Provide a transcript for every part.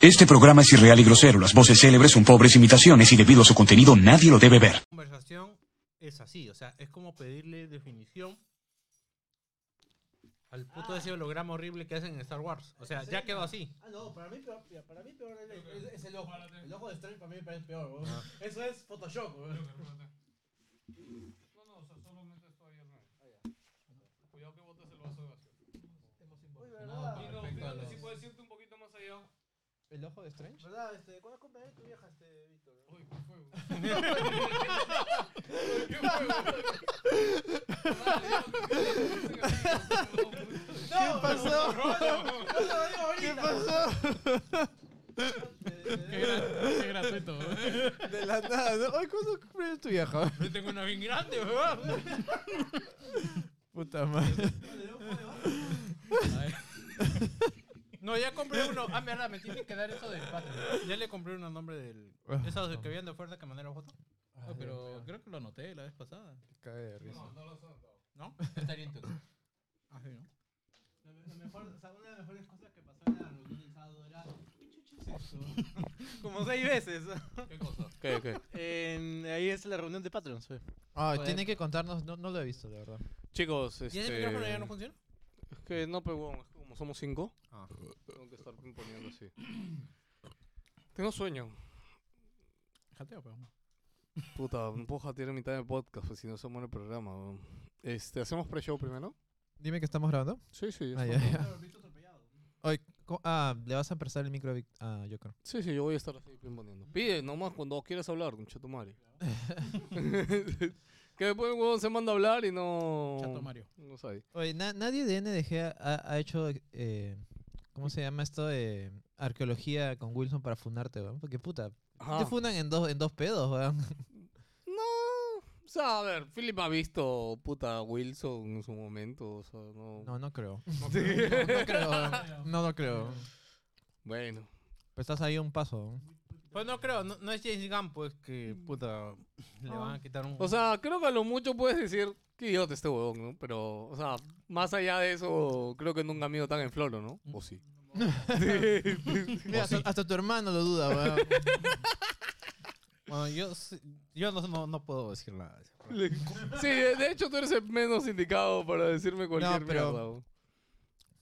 Este programa es irreal y grosero. Las voces célebres son pobres imitaciones y debido a su contenido nadie lo debe ver. conversación es así, o sea, es como pedirle definición al puto ese holograma horrible que hacen en Star Wars. O sea, ya quedó así. Ah, no, para mí, peor- mira, para mí peor es, es- es el ojo. El ojo de Strange para mí me parece peor, weón. Ah. Eso es Photoshop, weón. Ah, Cuidado que botas el vaso de vacío. ¿verdad? Pero si puedes irte un poquito más allá. ¿El ojo de Strange? ¿Verdad? Este, ¿Cuándo compré tu vieja, este, Víctor? Uy, qué fuego. Qué fuego. ¿Qué pasó? ¿Qué pasó? Qué gratuito. De la nada, ¿no? Ay, ¿cuándo compré tu vieja? Yo tengo una bien grande, weón. Puta madre. No, ya compré uno. Ah, mierda, me tienen que dar eso del Patreon. Ya le compré uno a nombre del. Esos que habían de oferta que mandé la foto. Ah, pero creo que lo anoté la vez pasada. Cae de risa. ¿No? Está bien tú. Ah, sí, ¿no? La me- la mejor, o sea, una de las mejores cosas que pasó en la reunión del sábado era. ¿Qué chucha es esto? Como seis veces. ¿Qué cosa? Okay, okay. En- ahí es la reunión de Patreons, fue. Ah, Joder. tiene que contarnos, no, no lo he visto, de verdad. Chicos, ¿Y este... ese micrófono ya no funciona? Es que no, pero bueno, es que como somos cinco, Ah. tengo que estar poniendo así. Tengo sueño. Jateo, pero. Puta, no puedo jatear en mitad del podcast, pues si no se muere el programa. weón. Este, ¿hacemos pre-show primero? Dime que estamos grabando. Sí, sí. Ah, ya, está bien. ya. Ay, ¿cómo? ah, le vas a prestar el micro a Vic- Ah, yo creo. Sí, sí, yo voy a estar así poniendo. Pide nomás cuando quieras hablar, con Chato Mario. que después el huevón se manda a hablar y no... Chato Mario. No sabe. Oye, na- nadie de NDG ha, ha hecho, eh, ¿cómo se llama esto? de arqueología con Wilson para funarte, weón. Porque puta, te Ajá. funan en dos, en dos pedos, weón. No. O sea, a ver, Philip ha visto puta Wilson en su momento, o sea, no... No, no creo. No, no creo. weón. No, no creo. Bueno. Pero estás ahí a un paso. weón. Pues no creo, no, no es James Gunn, pues que puta. Le van a quitar un. O sea, creo que a lo mucho puedes decir que idiota este huevón, ¿no? Pero, o sea, más allá de eso, creo que nunca han ido tan en floro, ¿no? O sí. Mira, hasta, hasta tu hermano lo duda, weón. Bueno, yo, sí- yo no, no, no puedo decir nada. de eso. Sí, de, de hecho tú eres el menos indicado para decirme cualquier No, pero- mierda. huevón.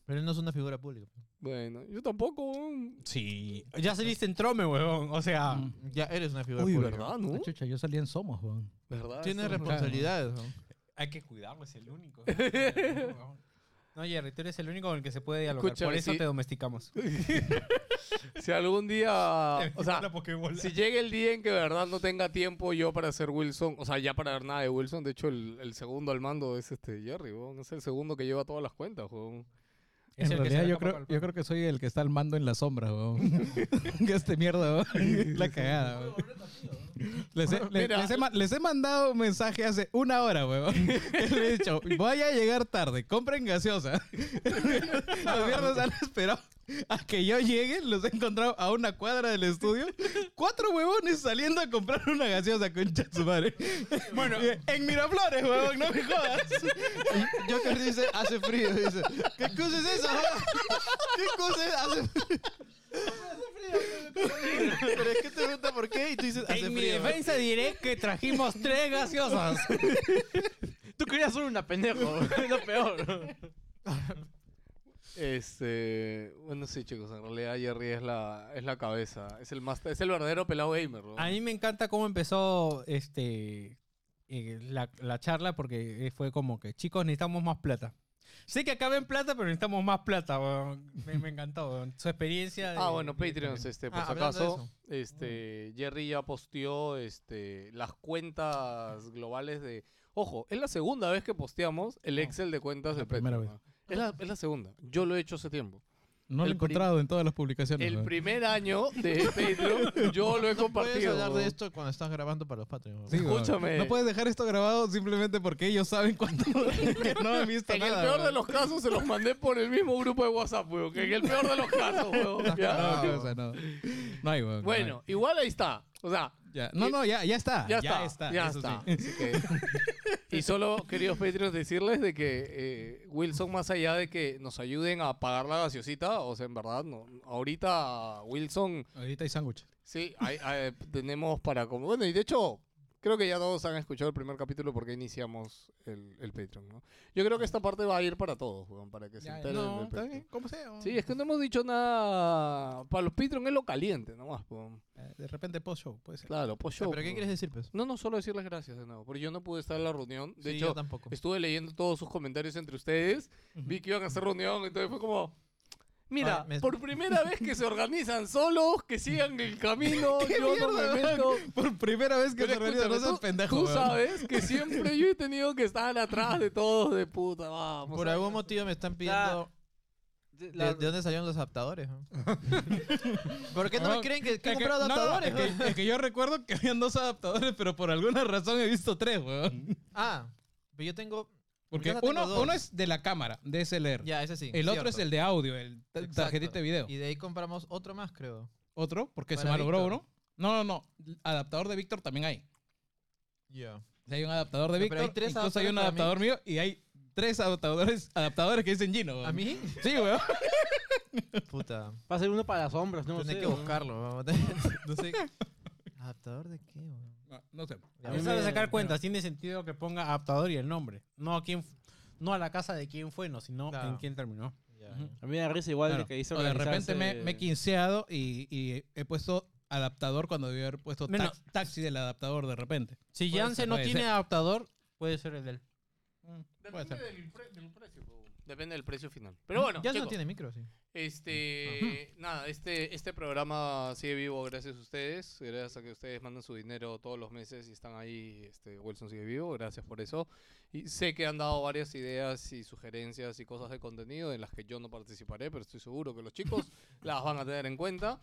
Pero él no es una figura pública. Bueno, yo tampoco. huevón. Sí. Ya saliste en trome, huevón. O sea. Ya eres una figura Uy, pública. ¿verdad, no? Chucha, yo salí en Somos, weón. ¿Verdad? Tienes Eso- responsabilidades, weón. Hay que cuidarlo, es el único. No, Jerry, tú eres el único con el que se puede dialogar. Escúchame, Por eso sí. te domesticamos. Si algún día, Ah, o sea, si sí. llega el día en que de verdad no tenga tiempo yo para hacer Wilson, o sea, ya para ver nada de Wilson, de hecho el, el segundo al mando es este Jerry, huevón. es el segundo que lleva todas las cuentas, huevón. Es En el que se realidad le yo escapa creo, con el yo creo que soy el que está al mando en la sombra, weón. que este mierda, weón. La cagada, weón. Les he, le- Mira. les he ma- les he mandado un mensaje hace una hora, weón. Les he dicho, voy a llegar tarde, compren gaseosa. Los mierdas han esperado a que yo llegue, los he encontrado a una cuadra del estudio. Cuatro huevones saliendo a comprar una gaseosa con su madre. Bueno, en Miraflores, huevón, no me jodas. Y Joker dice, hace frío, dice. ¿Qué cosa es eso? weón? ¿Qué cosa es? Hace frío. Pero es que te pregunta por qué y tú dices, hace En mi frío. defensa diré que trajimos tres gaseosas. Tú querías ser una pendejo, es lo peor. Este, bueno, sí, chicos, en realidad Jerry es la, es la cabeza, es el master, es el verdadero pelado gamer, ¿no? A mí me encanta cómo empezó este eh, la, la charla porque eh, fue como que, chicos, necesitamos más plata. Sé que acaba en plata, pero necesitamos más plata. weón. Me, me encantó weón. su experiencia. de- Ah, bueno, de- Patreons, este, por Ah, si hablando de acaso, este, Jerry ya posteó, este, las cuentas globales de, ojo, es la segunda vez que posteamos el Excel de cuentas de primera Patreon. ¿no? Es la, es la segunda, yo lo he hecho hace tiempo. No lo he El prim- encontrado en todas las publicaciones. El weón. primer año de Patreon, yo lo he No puedes compartido. hablar weón. de esto cuando estás grabando para los Patreons. Sí, weón. Escúchame. No puedes dejar esto grabado simplemente porque ellos saben cuánto que no han visto En el nada. peor weón. de los casos se los mandé por el mismo grupo de WhatsApp, weón. que En el peor de los casos, weón. ¿ya? No, o sea, no. No hay, weón. Bueno, igual ahí está. O sea, Ya. No, no, ya, ya está. Ah, Ya, está, ya eso está. sí. Así que- y solo, queridos Patreons, decirles de que eh, Wilson, más allá de que nos ayuden a pagar la gaseosita, o sea, en verdad, no. ahorita Wilson, Ahorita hay sándwich. sí, hay- hay- tenemos para... como- Bueno, y de hecho, creo que ya todos han escuchado el primer capítulo porque iniciamos el, el Patreon, ¿no? Yo creo que esta parte va a ir para todos, weón, para que se enteren del No, está Patreon. bien, como sea. Sí, es que no hemos dicho nada. Para los Patreon es lo caliente, nomás. po. Eh, De repente post-show, puede ser. Claro, pues yo. ¿Pero qué po. quieres decir, pues? No, no, solo decirles gracias de nuevo. Porque yo no pude estar en la reunión. De Sí, yo hecho, tampoco. estuve leyendo todos sus comentarios entre ustedes. Vi que iban a hacer reunión, entonces fue como. Mira, Ah, me- por primera vez que se organizan solos, que sigan el camino, yo no me meto. Por primera vez que Pero se organiza, no escúchame, seas tú- pendejo. Tú weón. sabes que siempre yo he tenido que estar atrás de todos de puta, vamos. Por algún motivo me están pidiendo de, La- de dónde salieron los adaptadores. ¿no? ¿Por qué no me No, creen que, que he Es que- comprado no, no, adaptadores? es weón? que, es que yo recuerdo que habían dos adaptadores, pero por alguna razón he visto tres, weón. Ah, pero yo tengo... Porque Yo tengo uno, dos. uno es de la cámara, DSLR. Ya, ese sí. el otro cierto. es el de audio, el ta- Exacto. tarjetita de video. Y de ahí compramos otro más, creo. Otro, porque se Para malogró Víctor. uno. No, no, no. Adaptador de Víctor también hay. Ya. O sea, hay un adaptador de Pero Víctor, hay tres incluso hay un adaptador adaptadores mío y hay tres adaptadores, adaptadores que dicen Gino. weón. ¿A mí? Sí, weón. Puta. Va a ser uno para las sombras, no Tendré sé, que weón. buscarlo. vamos a- no sé. ¿Adaptador de qué, weón? No, no sé. Ya, No sabe sacar cuentas, tiene sentido que ponga adaptador y el nombre. No a quién, no a la casa de quién fue, no, sino Claro. en quién terminó. ya, Ujú. ya. A mí me da risa igual Claro. de que hizo O de repente me, organizarse- me he quinceado y, y he puesto adaptador cuando debía haber puesto tax- Menos- taxi del adaptador de repente. Si Puede Janssen ser, no puede tiene ser. adaptador, puede ser el del. Depende del, pre- del precio, po. Depende del precio final. Pero bueno, Ya no chicos, tiene micro, sí. Este, nada, este, este programa sigue vivo gracias a ustedes, gracias a que ustedes mandan su dinero todos los meses y están ahí, este, Wilson sigue vivo, gracias por eso. Y sé que han dado varias ideas y sugerencias y cosas de contenido en las que yo no participaré, pero estoy seguro que los chicos las van a tener en cuenta.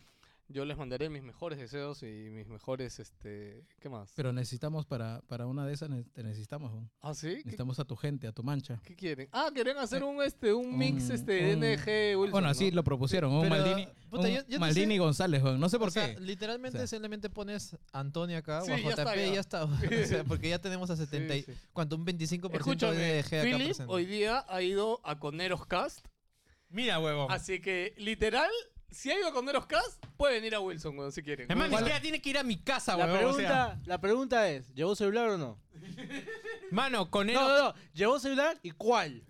Yo les mandaré mis mejores deseos y mis mejores, este, ¿qué más? Pero necesitamos para, para una de esas, ne- te necesitamos. weón. ¿Ah, sí? ¿Qué, Necesitamos a tu gente, a tu mancha. Eh, qué quieren? Ah, querían hacer un, este, un mix, Un- este, un- NG Wilson, Bueno, así ¿no? lo propusieron. Un Pero, Maldini, puta, un yo- yo no Maldini sé. González, weón. No sé por O sea, qué. literalmente O sea. simplemente pones Antonio acá Sí, o a ya está, JP y ya. ya está. o sea, porque ya tenemos a 70 y, Sí, sí. ¿Cuánto? Un 25% de Escúchame, DG acá Philip presente. hoy día ha ido a Coneros Cast, Mira, huevón. así que literal, si ha ido a Coneros Cast, puede venir a Wilson weón, si quieren. Además, ni ¿Cuál- siquiera tiene que ir a mi casa, La huevón. o sea. pregunta, la pregunta es, ¿llevó celular o no? mano, Conero, No, no, no. ¿Llevó celular y cuál?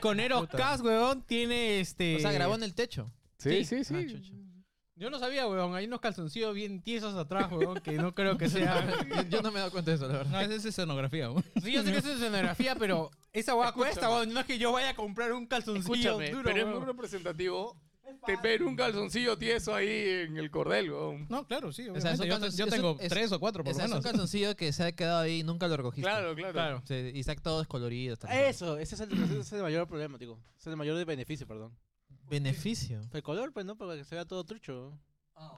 Conero Puta. Cas, huevón, tiene este. O sea, grabó en el techo. sí, sí, sí. Ah, chucha. Yo no sabía, huevón. Hay unos calzoncillos bien tiesos atrás, huevón, que no creo que sea. Yo- Yo no me he dado cuenta de eso, la verdad. No, esa es escenografía. weón. Sí, yo sé que eso es escenografía, pero esa hueá cuesta, huevón. No es que yo vaya a comprar un calzoncillo Escúchame, duro, pero es huevón. muy representativo te ver un calzoncillo tieso ahí en el cordel, weón. No, claro, sí. sea, es obviamente. un yo, calzon- yo es un- tengo es- tres o cuatro, por O lo sea, es un menos. calzoncillo que se ha quedado ahí y nunca lo recogiste. Claro, claro. Claro. O sea, y está todo descolorido. está todo. Eso, ese es, el, ese es el mayor problema, digo. Ese es el mayor de beneficio, perdón. Beneficio. El color, pues, ¿no? Para que se vea todo trucho.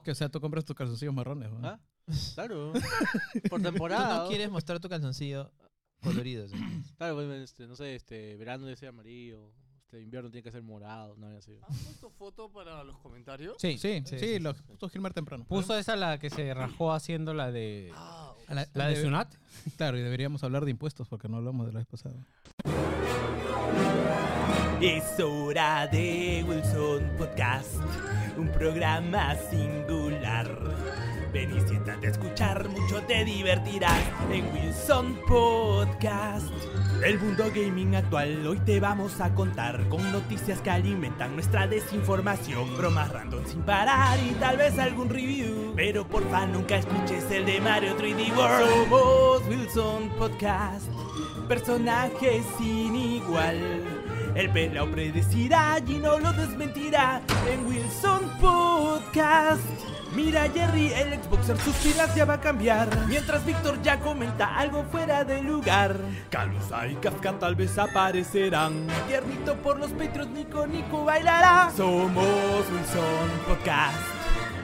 Que, o sea, tú compras tus calzoncillos marrones. weón. ¿Ah? Claro. Por Tú temporada. no quieres mostrar tu calzoncillo colorido. o sea. Claro, pues, este, no sé, este, verano debe ser amarillo, este, invierno tiene que ser morado, no algo así. ¿Has puesto foto para los comentarios? Sí, sí, Sí, sí, sí. lo puso Gilmar temprano. Puso esa la que se rajó haciendo la de. Ah, A la, La de debe- Sunat. Claro, y deberíamos hablar de impuestos porque no hablamos de la vez pasada. Es hora de Wilson Podcast, un programa singular. Ven y siéntate a escuchar, mucho te divertirás en Wilson Podcast. El mundo gaming actual hoy te vamos a contar con noticias que alimentan nuestra desinformación, bromas random sin parar y tal vez algún review. Pero porfa nunca escuches el de Mario 3D World. Somos Wilson Podcast, personajes sin igual. El pelao predecirá y no lo desmentirá en Wilson Podcast. Mira Jerry, el Xboxer, sus pilas ya va a cambiar. Mientras Víctor ya comenta algo fuera de lugar. Calusa y Kafka tal vez aparecerán. Tiernito por los petros, Nico Nico bailará. Somos Wilson Podcast.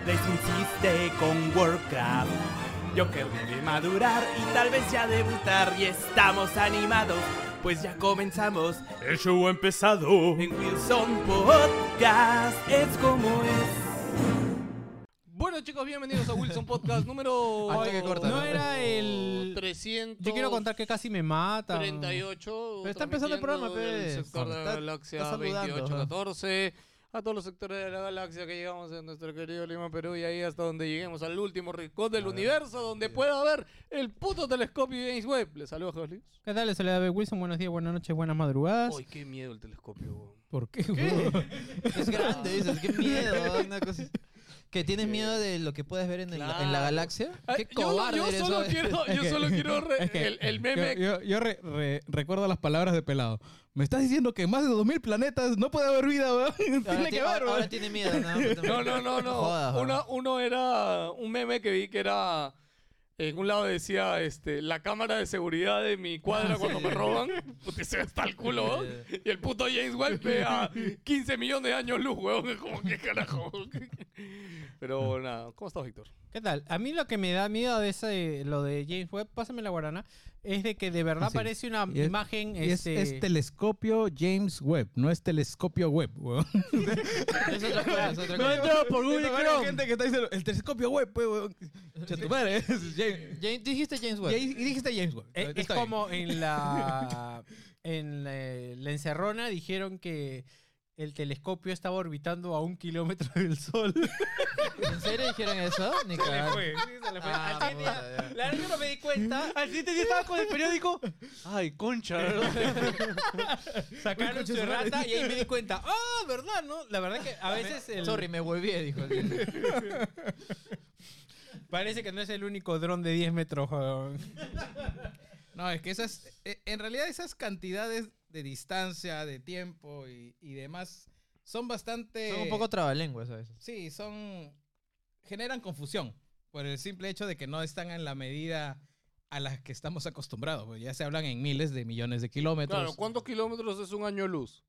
Les insiste con Warcraft. Joker debe madurar y tal vez ya debutar y estamos animados, pues ya comenzamos. El show ha empezado en Wilson Podcast. Es como es. Buenos Bueno, chicos, bienvenidos a Wilson Podcast número. Hasta que corta, No era el. 300. Yo quiero contar que casi me mata. 38. Pero está empezando el programa, transmitiendo del pues. sector de la Está- está galaxia saludando, 2814. A todos los sectores de la galaxia que llegamos en nuestro querido Lima, Perú, y ahí hasta donde lleguemos al último rincón del universo, donde pueda haber el puto telescopio James Webb. Les saludo, José Luis. ¿Qué tal? Les saluda B. Wilson. Buenos días, buenas noches, buenas madrugadas. Ay, qué miedo el telescopio, weón. ¿Por qué, güey? Es grande, dices, qué miedo. una cosa así. ¿Que tienes miedo de lo que puedes ver en, el- en la Claro. galaxia? Ay, Qué yo- cobarde eh. yo, eres, solo ¿sabes? quiero, yo solo quiero re- Es que- el, el meme. Yo, yo- yo re- re- recuerdo las palabras de pelado. Me estás diciendo que más de 2000 planetas no puede haber vida, weón. Ahora, Tiene ti- que ver, ahora- ahora weón. tiene miedo, ¿no? No, no, no, Jodas, no. Una- uno era un meme que vi que era. En un lado decía este, la cámara de seguridad de mi cuadra cuando me roban. Puta, se ve hasta el culo, weón. Y el puto James Webb ve a 15 millones de años luz, weón. Es como que carajo. Pero nada, ¿cómo estás, Víctor? ¿Qué tal? A mí lo que me da miedo de ese, lo de James Webb, pásame la guarana, es de que de verdad Ah, sí. parece una Y es- imagen. Y es, este, es telescopio James Webb, no es telescopio Webb, weón. Es otra cosa, es otra No cosa. entraba por Google Hay Chrome. gente que está diciendo, el telescopio Webb, pues, weón. Che, tu madre, es James. James- dijiste James Y Webb. ahí- y dijiste James Webb. Eh, Es, es Está bien. como en la en eh, la, la encerrona dijeron que el telescopio estaba orbitando a un kilómetro del sol. ¿En serio dijeron eso? Ni cagando. Ah, Al siguiente puta, día- ya. la verdad yo no me di cuenta. Al siguiente día estaba con el periódico. Ay, concha, Sacaron su rata y ahí me di cuenta. Ah, verdad, ¿no? La verdad que a veces el- Sorry, me volví, dijo. el- parece que no es el único dron de 10 metros. weón. No, es que esas, e- en realidad esas cantidades de distancia, de tiempo y, y demás son bastante... Son un Eh, poco trabalenguas a veces. Sí, son... generan confusión por el simple hecho de que no están en la medida a la que estamos acostumbrados. pues, ya se hablan en miles de millones de kilómetros. Claro, ¿cuántos kilómetros es un año luz?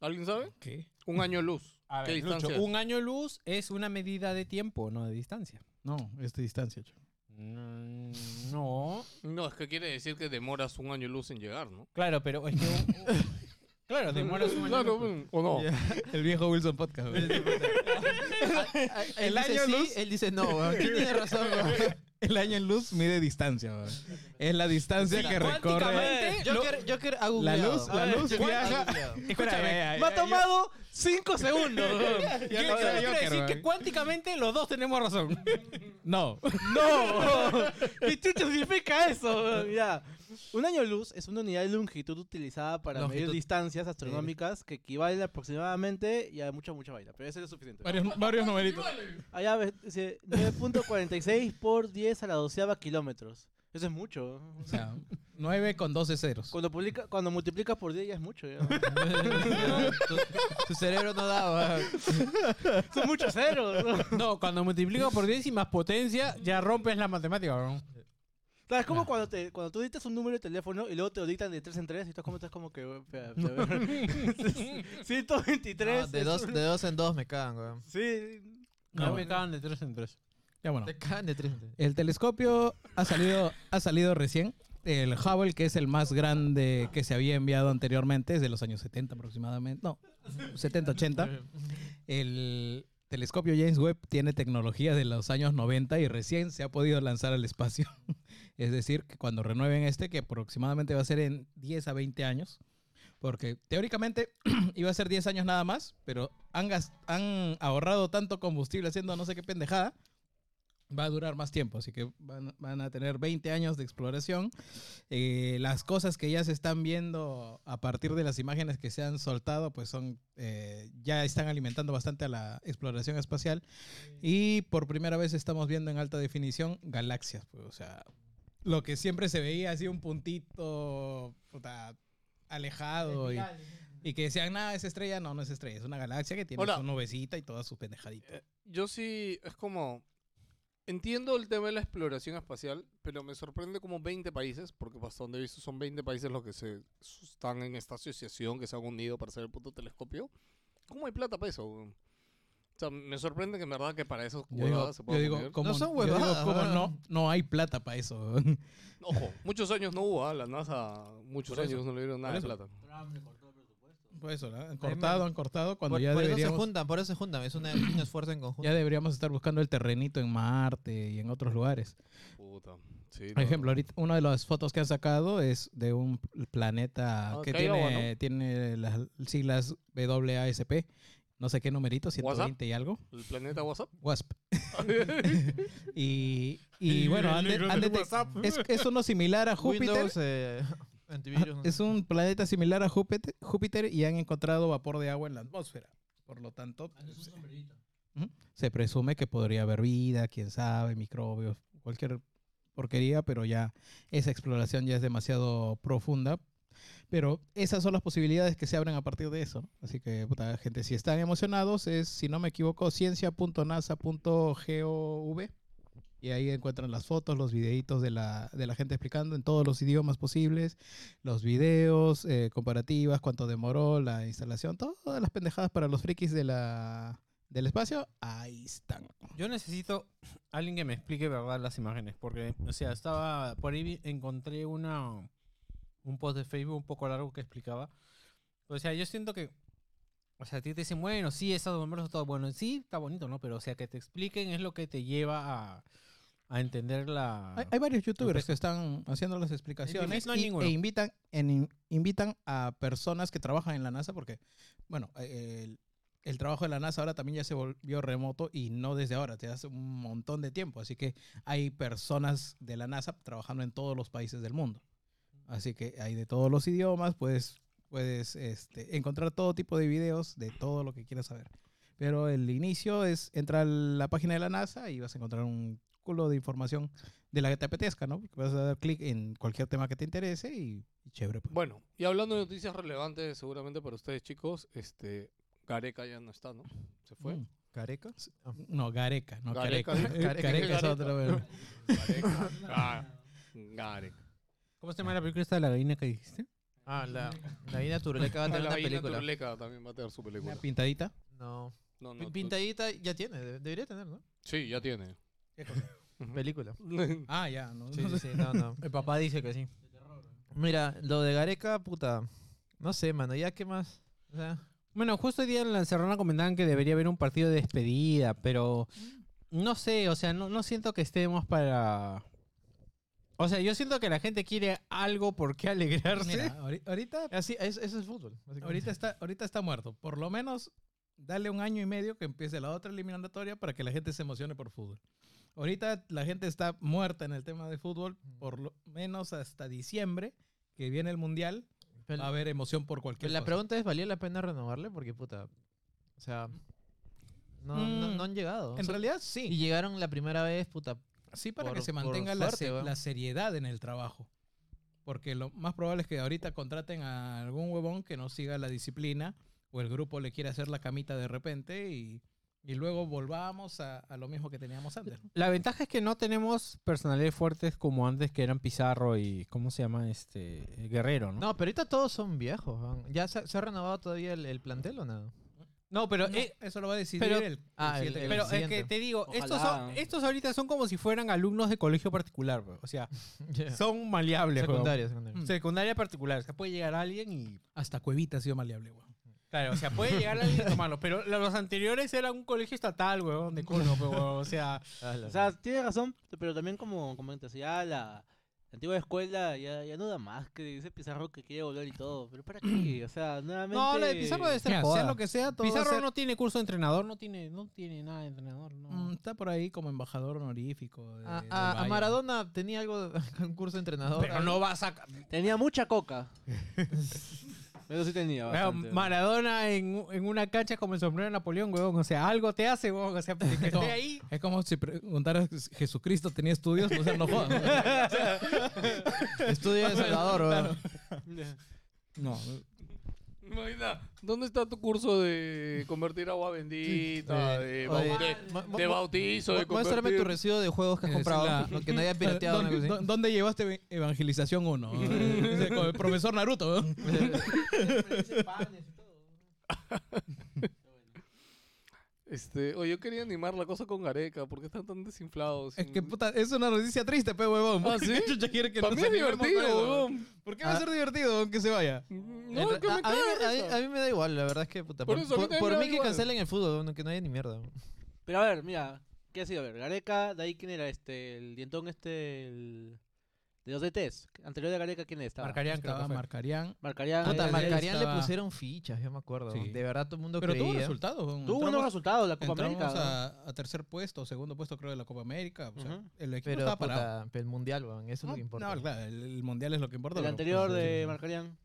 ¿Alguien sabe? ¿Qué? Un año luz. A ¿Qué ver, Lucho, distancia? un año luz es una medida de tiempo, no de distancia. No, es de distancia. chavo. Mm, No. No, es que quiere decir que demoras un año luz en llegar, ¿no? Claro, pero es que un- Claro, demoras un año. Claro, luz. ¿o no? El viejo Wilson Podcast. güey. Él El dice año sí, luz- él dice no, weón. ¿Quién tiene razón, weón? El año en luz mide distancia. güey. Es la distancia que recorre... Cuánticamente, Yo lo- quiero, yo quiero, ha La googleado. luz, la luz viaja... Espera, ya, ya, Me ha ya, ya. tomado 5 segundos. weón. Yo Ya solo acabo de quiero Joker, decir que weón. cuánticamente los dos tenemos razón. No. no. ¿Qué chucho significa eso? Ya. Un año luz es una unidad de longitud utilizada para medir Longitud. distancias astronómicas que equivalen aproximadamente y a mucha, mucha vaina. Pero eso es suficiente. Varios, varios numeritos. Allá ves, dice 9.46 por 10 a la doceava kilómetros. Eso es mucho. O sea, 9 con 12 ceros. Cuando, publica, cuando multiplicas por 10 ya es mucho. ya. tu, tu cerebro no da, weón. Son muchos ceros. ¿no? No, cuando multiplico por 10 y más potencia, ya rompes la matemática. weón. Claro, es como cuando, te, cuando tú dictas un número de teléfono y luego te lo dictan de 3 en 3 y estás como, estás como que... bueno, espera, espera, a ver. 123. No, de, es dos, un- de dos en dos me cagan, weón. Sí. No, me cagan de 3 en 3. Ya bueno. Te cagan de triste. El telescopio ha salido, ha salido recién. El Hubble, que es el más grande que se había enviado anteriormente, es de los años 70 aproximadamente. No, 70, 80. El telescopio James Webb tiene tecnología de los años 90 y recién se ha podido lanzar al espacio. Es decir, que cuando renueven este, que aproximadamente va a ser en 10 a 20 años, porque teóricamente iba a ser 10 años nada más, pero han, gas- han ahorrado tanto combustible haciendo no sé qué pendejada, va a durar más tiempo, así que van, van a tener 20 años de exploración. Eh, las cosas que ya se están viendo a partir de las imágenes que se han soltado, pues son, eh, ya están alimentando bastante a la exploración espacial. Y por primera vez estamos viendo en alta definición galaxias, pues, o sea, lo que siempre se veía así un puntito puta, alejado y, y que decían, nada, es estrella, no, no es estrella, es una galaxia que tiene Hola. su nubecita y todas sus pendejaditas. Yo sí, es como. Entiendo el tema de la exploración espacial, pero me sorprende como 20 países, porque hasta donde he visto son 20 países los que se están en esta asociación que se han unido para hacer el puto telescopio. ¿Cómo hay plata para eso? weón? O sea, me sorprende que en verdad que para esos Yo digo, huevadas se yo pueda digo, poner. ¿cómo, No son yo digo, huevadas, ¿cómo ¿verdad? no, no hay plata para eso? Ojo, muchos años no hubo, ah, la NASA muchos años no le dieron nada de plata. Por eso, ¿no? han cortado, han cortado, cuando por, ya por eso se deberíamos, juntan, por eso se juntan. Es una- un esfuerzo en conjunto. ya deberíamos estar buscando el terrenito en Marte y en otros lugares. Puta. Sí, Por no. ejemplo, ahorita una de las fotos que han sacado es de un pl- planeta Ah, que que hay agua, tiene, tiene las siglas WASP, no sé qué numerito, 120 y algo. ¿El planeta WhatsApp? WASP. y, y Y bueno, el han de- libro han de detec- es, es uno similar a Júpiter. Windows, eh, antivirus. no sé. Es un planeta similar a Júpiter, Júpiter y han encontrado vapor de agua en la atmósfera. Por lo tanto, se, Ujú. se presume que podría haber vida, quién sabe, microbios, cualquier porquería, pero ya esa exploración ya es demasiado profunda. Pero esas son las posibilidades que se abren a partir de eso. ¿no? Así que, puta, gente, si están emocionados, es, si no me equivoco, ciencia.nasa.gov. Y ahí encuentran las fotos, los videitos de la, de la gente explicando en todos los idiomas posibles, los videos, eh, comparativas, cuánto demoró la instalación, todas las pendejadas para los frikis de la, del espacio, ahí están. Yo necesito alguien que me explique verdad las imágenes, porque, o sea, estaba por ahí vi- encontré una un post de Facebook un poco largo que explicaba. O sea, yo siento que, o sea, a ti te dicen, bueno, sí, esas números todo bueno, sí, está bonito, ¿no? Pero, o sea, que te expliquen es lo que te lleva a, a entender la. Hay, hay varios youtubers Perfecto. que están haciendo las explicaciones no hay y- ninguno. e invitan, en- in- invitan a personas que trabajan en la NASA porque, bueno, eh, el, el trabajo de la NASA ahora también ya se volvió remoto y no desde ahora, te hace un montón de tiempo. Así que hay personas de la NASA trabajando en todos los países del mundo. Así que hay de todos los idiomas, puedes, puedes este, encontrar todo tipo de videos de todo lo que quieras saber. Pero el inicio es entrar a la página de la NASA y vas a encontrar un culo de información de la que te apetezca, ¿no? Porque vas a dar clic en cualquier tema que te interese y, y chévere. pues. Bueno, y hablando de noticias relevantes seguramente para ustedes, chicos, este... Gareca ya no está, ¿no? Se fue. Mm. ¿Careca? Ah, No, Gareca, no Gareca, Careca. dije. Careca, Dije es Gareca. otro, bueno. Gareca. Ga- Gareca. ¿Cómo se llama la película esta de la gallina que dijiste? Ah, la, la Ina Turuleca va a La tener una gallina película. Turleca también va a tener su película. Una pintadita. No. No, Pi- no, tú- Pintadita ya tiene, de- debería tener, ¿no? Sí, ya tiene. Película. Ah, ya, no. Sí, sí, sí, no, no. El papá dice que sí. ¿eh? Mira, lo de Gareca, puta. No sé, mano, ya qué más. O sea, Bueno, justo hoy día en la encerrona comentaban que debería haber un partido de despedida, pero no sé, o sea, no, no siento que estemos para... O sea, yo siento que la gente quiere algo por qué alegrarse. Mira, ahori- ahorita, así, es- eso es fútbol. básicamente. ahorita, está, ahorita está muerto. Por lo menos, dale un año y medio que empiece la otra eliminatoria para que la gente se emocione por fútbol. Ahorita la gente está muerta en el tema de fútbol, por lo menos hasta diciembre, que viene el Mundial, Pero- va a haber emoción por pero cualquier la cosa. pregunta es, ¿valía la pena renovarle? Porque, puta. O sea. No, no, Mm. no han llegado. O En sea, realidad, sí. Y llegaron la primera vez, puta. Sí, para que Por- se por mantenga la, suerte, se- weón. la seriedad en el trabajo. Porque lo más probable es que ahorita contraten a algún huevón que no siga la disciplina o el grupo le quiera hacer la camita de repente y, y luego volvamos a, a lo mismo que teníamos antes. ¿no? La ventaja es que no tenemos personalidades fuertes como antes que eran Pizarro y, ¿cómo se llama? Este, Guerrero, ¿no? No, pero ahorita todos son viejos. weón. ¿Ya se, se ha renovado todavía el, el plantel o nada? No, pero... No, eh, eso lo va a decidir pero- el, el Ah, siguiente el- que- pero el- es que siguiente. te digo, estos, Ojalá. son- estos ahorita son como si fueran alumnos de colegio particular, bro. o sea, son maleables. weón. Mm. Secundaria, secundaria. Mm. Secundaria particular, o sea, puede llegar alguien y Hasta Cuevita ha sido maleable, huevón. Claro, o sea, puede llegar alguien a tomarlo, pero la- los anteriores era un colegio estatal, weón, de cono, pe, huevón, o sea... O sea, tienes razón, pero también como comentas, ya la antigua escuela ya, ya no da más, que dice Pizarro que quiere volver y todo, pero ¿para qué? O sea, nuevamente... No, la de Pizarro debe ser Mira, joda. sea lo que sea, todo va a Pizarro ser- no tiene curso de entrenador, no tiene, no tiene nada de entrenador, no. Mm, está por ahí como embajador honorífico. de- A, del a- a Bayern. Ah, Maradona tenía algo, un curso de entrenador. eh, Pero no vas a... Tenía mucha coca. pero sí tenía bastante. Maradona en, en una cancha como el sombrero de Napoleón, weón, o sea, algo te hace, weón, o sea, que esté No. ahí... Es como si preguntaras si Jesucristo tenía estudios, o sea, no jodas. ¿no? Estudio de Salvador, weón. No, Imagina, ¿dónde está tu curso de convertir agua bendita, de, Oye, bau- de- mu- mu- de mu- bautizo, de Muéstrame tu convertir- residuo de juegos que has Es comprado, la- lo que no haya pirateado. una ¿Dónde, cosa así. dó- dónde llevaste eve- Evangelización 1? Dice, Con el profesor Naruto. ¿no? Este, oye, yo quería animar la cosa con Gareca, ¿por qué están tan desinflados? Es que puta, es una noticia triste, pe huevón. ¿Ah, ¿Por qué sí? chucha quiere que Para nos mí es animemos con divertido, eso? Ah. huevón. ¿Por qué va a ser divertido aunque se vaya? No, Ah. En es que ra- me a, a mí, cae de a mí- risa. a mí me da igual, la verdad es que puta. Por Por, eso, a por- mí también por me da mí que igual. cancelen el fútbol, no, que no haya ni mierda. Pero a ver, mira, ¿qué ha sido? A ver, Gareca, de ahí quién era este, el dientón este, el... de los DTs. Anterior de Gareca, ¿quién estaba? eh, Marcarían, creo que Estaba fue. Marcarían. Marcaría. Puta, ahí Marcarián Ah, estaba- le pusieron fichas, yo me acuerdo. Sí. De verdad todo el mundo Pero tuvo creía. resultados. huevón. Tuvo buenos Entramos- resultados la Copa Entramos América. ¿no? a, a tercer puesto, segundo puesto creo de la Copa América. O sea, Ujú. el equipo Pero estaba puta, parado. pe- el mundial, weón, eso es lo que No, importa. no, claro, el, el mundial es lo que importa. El pero- pues, anterior Sí, sí, de sí. Marcarían.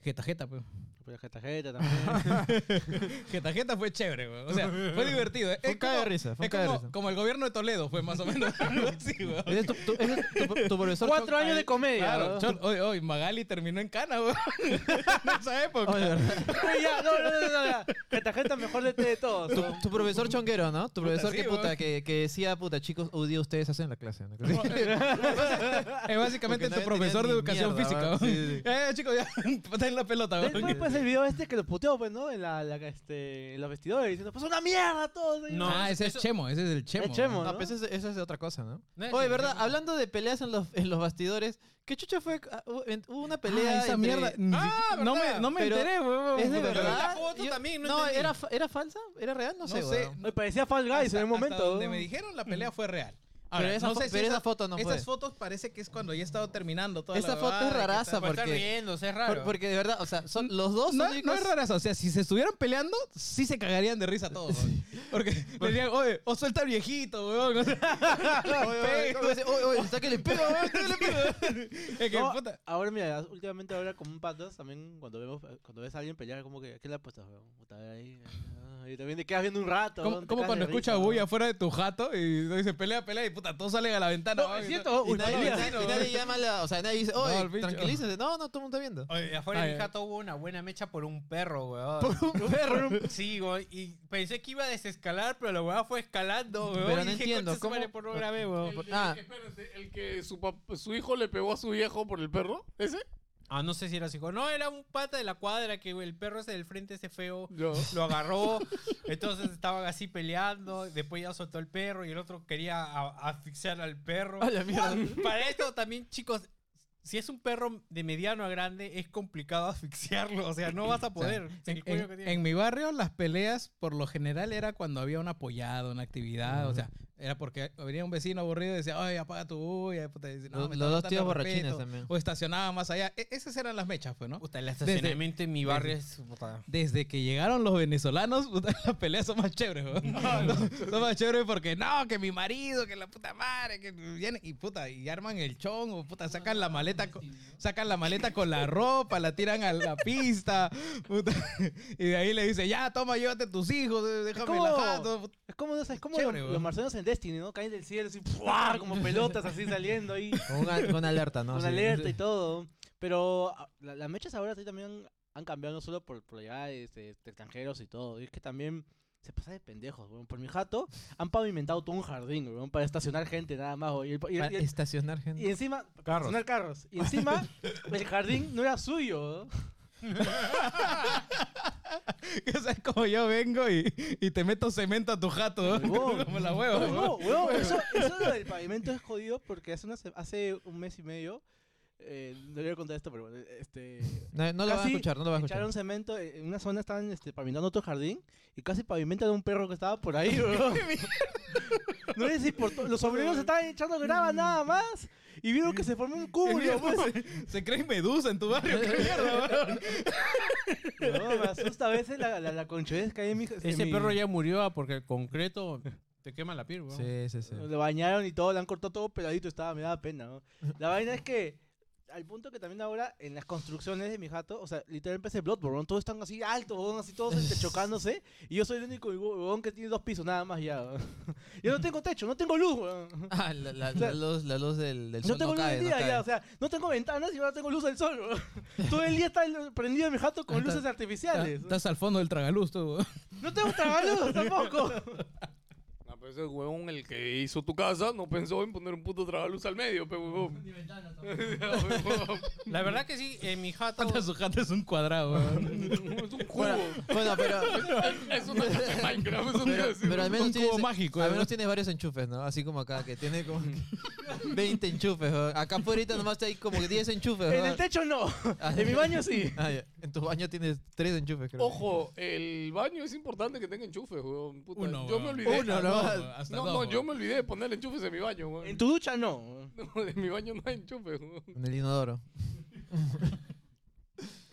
Jeta, jeta, pe. Pues Cartagena también. Jeta, jeta fue chévere, weón. O sea, fue divertido. ¿eh? Fue Es un cague de como, risa, fue es un cague de como- risa. como el gobierno de Toledo fue más o menos algo así, weón. Ese es tu, tu- ese es tu- tu profesor Cuatro Choc- años de comedia. Claro, ¿no? chon, hoy, hoy Magali terminó en cana, weón. en esa época. Oh, de verdad. Oye, ya, no, no, no, no, ya. Cartagena mejor de, de todos. ¿no? Tu, tu profesor chonguero, ¿no? Tu profesor sí, que puta, weón. que, que decía, puta, chicos, hoy día ustedes hacen la clase. ¿no? Sí. Es Porque básicamente tu nadie profesor de tenía ni educación mierda, física. weón. weón. Sí, sí, sí. Eh, chicos, ya, está en la pelota, weón. Después pues el video este que lo puteó, pues, ¿no? En, la, la- este, en los vestidores diciendo, pues una mierda todos. No, ah, ese es eso- Chemo, ese es el Chemo. Es Chemo, No, ¿no? pero eso es, eso es de otra cosa, ¿no? No es Oye, el- ¿verdad? Hablando de peleas en los, en los bastidores, ¿qué chucha fue? Ah, hubo- en- Hubo una pelea. esa entre- mierda. ni Ah, siquiera- no me, ¿verdad? no me Pero enteré, weón. ¿Es de Puta, pero- verdad? la foto también, no entendí. era, fa- ¿era falsa? ¿Era real? No, No sé, sé. weón. Me parecía Fall Guys Hasta- en un hasta momento. donde ¿no? me dijeron la pelea fue real. Ahora, pero esa, no fo- sé si pero esa esa- foto no Mm. fue. Esas fotos parece que es cuando ya he estado terminando toda Esa la foto es huevada y que raraza está- porque- riéndose, es Por- porque de verdad, o sea, son los dos No, únicos- no es raraza, o sea, si se estuvieran peleando, sí se cagarían de risa todos. weón. Porque dirían, oye, o suelta al viejito, weón. O sea, Oye, oye, ¿cómo dice? Oye, oye, está que le pega, weón, está que le pega. es que, No, puta, Ahora, mira, últimamente ahora como un patas, también cuando vemos cuando ves a alguien pelear, como que, ¿qué le apuestas, weón? Puta, ahí, ah, y también te quedas viendo un rato. como, weón, te como cagas de cuando risa, escuchas bulla weón. afuera de tu jato y dice pelea, pelea y puta, todos salen a la ventana. No, weón, es y cierto, Y uy, nadie, pelea. y nadie- y nadie llama a la. O sea, nadie dice, No, oye, el bicho. tranquilícese. No, no, todo el mundo está viendo. Oye, afuera Ay, de mi ay. jato hubo una buena mecha por un perro, weón. un perro. Sí, weón. Y pensé que iba a desescalar, pero la weá fue escalando, weón. Pero Y no dije, entiendo, "Concha su ¿cómo- madre, por no grabé, El, weón. el- Ah. espérate, el que su, pap- su hijo le pegó a su viejo por el perro, ¿ese? Ah, no sé si era así. No, era un pata de la cuadra que el perro ese del frente, ese feo, Yo. lo agarró. entonces estaban así peleando. Después ya soltó el perro y el otro quería a- asfixiar al perro. A la mierda. Para esto también, chicos, si es un perro de mediano a grande, es complicado asfixiarlo. O sea, no vas a O sea, poder. en, El cuello en- que tiene. en mi barrio las peleas por lo general era cuando había un apoyado, una actividad, o sea, era porque venía un vecino aburrido y decía, ay, apaga tu bulla. puta, y pues, dice, "No, Los- me los dos estás faltando tíos el borrachines respeto", también. O estacionaba más allá. E- esas eran las mechas, pues, ¿no? Puta, el estacionamiento en mi barrio es. puta. Desde que llegaron los venezolanos, puta, las peleas son más chéveres, weón. Son- Son más chéveres porque no, que mi marido, que la puta madre, que viene y puta, y arman el chongo, puta, sacan la maleta, co- sacan la maleta con la ropa, la tiran a la pista, puta, y de ahí le dice, ya, toma, llévate tus hijos, eh, déjame ¿Cómo? la jato, puta. Es como, ¿no? es como Chévere, los, weón. los marcianos en Destiny, ¿no? Caen del cielo así, ¡fua! como pelotas así saliendo ahí, Con, una- con alerta, ¿no? con Sí. alerta y todo. Pero ah, la- las mechas ahora sí también han cambiado, no solo por, por la llegada de, este, de extranjeros y todo. Y es que también se pasa de pendejos, weón. Por mi jato han pavimentado todo un jardín, weón, para estacionar gente nada más, weón. Y el- y Ah, el- Para y el- estacionar gente. Y encima, carros. carros. Y encima, el jardín no era suyo. O sea, es como yo vengo y, y te meto cemento a tu jato, Huevón. como la No, huevo. no, huevón, eso, eso lo del pavimento es jodido porque hace, una se- hace un mes y medio. eh, no le voy a contar esto, pero bueno, este. Ah, No, no lo van a casi escuchar, no lo van a escuchar. Echaron cemento eh, en una zona, estaban este, pavimentando otro jardín y casi pavimentan a un perro que estaba por ahí, huevón. No les importó. Los obreros estaban echando grava nada más y vieron que se formó un cúmulo. pues. Se creen medusa en tu barrio, qué mierda, weón. No, me asusta a veces la, la, la conchudez que hay en mi. en Ese mi- perro ya murió ah, porque el concreto te quema la piel, weón. Sí, sí, sí. Lo bañaron y todo, le han cortado todo peladito, estaba, me daba pena, ¿no? La vaina es que, al punto que también ahora, en las construcciones de mi jato, o sea, literalmente parece Bloodborne, ¿no? todos están así altos, weón, así todos este, chocándose, y yo soy el único huevón que tiene dos pisos nada más ya, weón. Yo no tengo techo, no tengo luz, weón. Ah, la, la- O la sea, luz, la luz del, del No sol tengo no luz cae, del no día cae. ya, o sea, no tengo ventanas y ahora tengo luz del sol, weón. Todo el día está el- prendido en mi jato con Está- luces artificiales. Estás al fondo del tragaluz, tú. weón. No tengo tragaluz tampoco. No, pero Pues el huevón, el que hizo tu casa, no pensó en poner un puto trabaluz al medio, pe huevón. La verdad que sí, en mi jato. Hasta su jato es un cuadrado. weón. es un cubo. Bueno, pero, Es una cosa de Minecraft, eso te iba a pero, decir. pero al menos Un cubo tienes, mágico, al ¿eh? menos tienes varios enchufes, ¿no? Así como acá, que tiene como que 20 enchufes. weón. Acá ahorita nomás hay como que 10 enchufes. En weón. el techo no. Ah, En mi baño sí. ah, ya. En tu baño tienes 3 enchufes, creo. Ojo, el baño es importante que tenga enchufes, huevón. Puta, Uno, yo weón. me olvidé. Uno, Ah, no. Dos, weón, hasta No, dos, no, weón. yo me olvidé de poner enchufes en mi baño, huevón. En tu ducha no. No, de mi baño no hay enchufes, huevón. En el inodoro.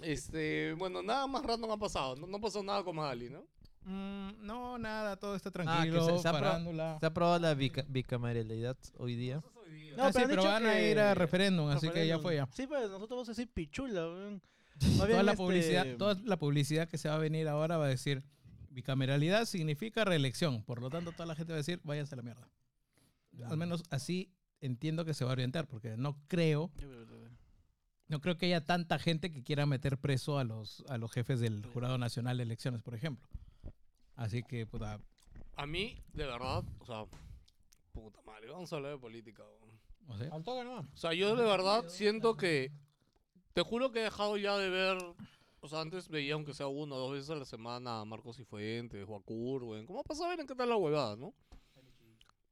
Este, bueno, nada más random ha pasado. No, no pasó nada con Magali, ¿no? Mm, no, nada, todo está Ah, que se- tranquilo. se ha pro- farándula. ¿Se ha probado la bica- bicameralidad hoy día? No, Ah, sí, han pero dicho van a que- ir a referéndum, así que ya referéndum. fue ya. Sí, pero nosotros vamos a decir pichula, weón. Toda este la, publicidad, toda la publicidad que se va a venir ahora va a decir bicameralidad significa reelección. Por lo tanto, toda la gente va a decir, váyanse a la mierda. Al menos así entiendo que se va a orientar, porque no creo, no creo que haya tanta gente que quiera meter preso a los, a los jefes del Jurado Nacional de Elecciones, por ejemplo. Así que, puta, A mí, de verdad, o sea, puta madre, vamos a hablar de política. weón. no sé. Al toque nomás. O sea, yo de verdad siento que, te juro que he dejado ya de ver, o sea, antes veía aunque sea uno o dos veces a la semana a Marcos y Fuentes o a Curwen, ¿cómo pasa a ver en qué tal la huevada, no?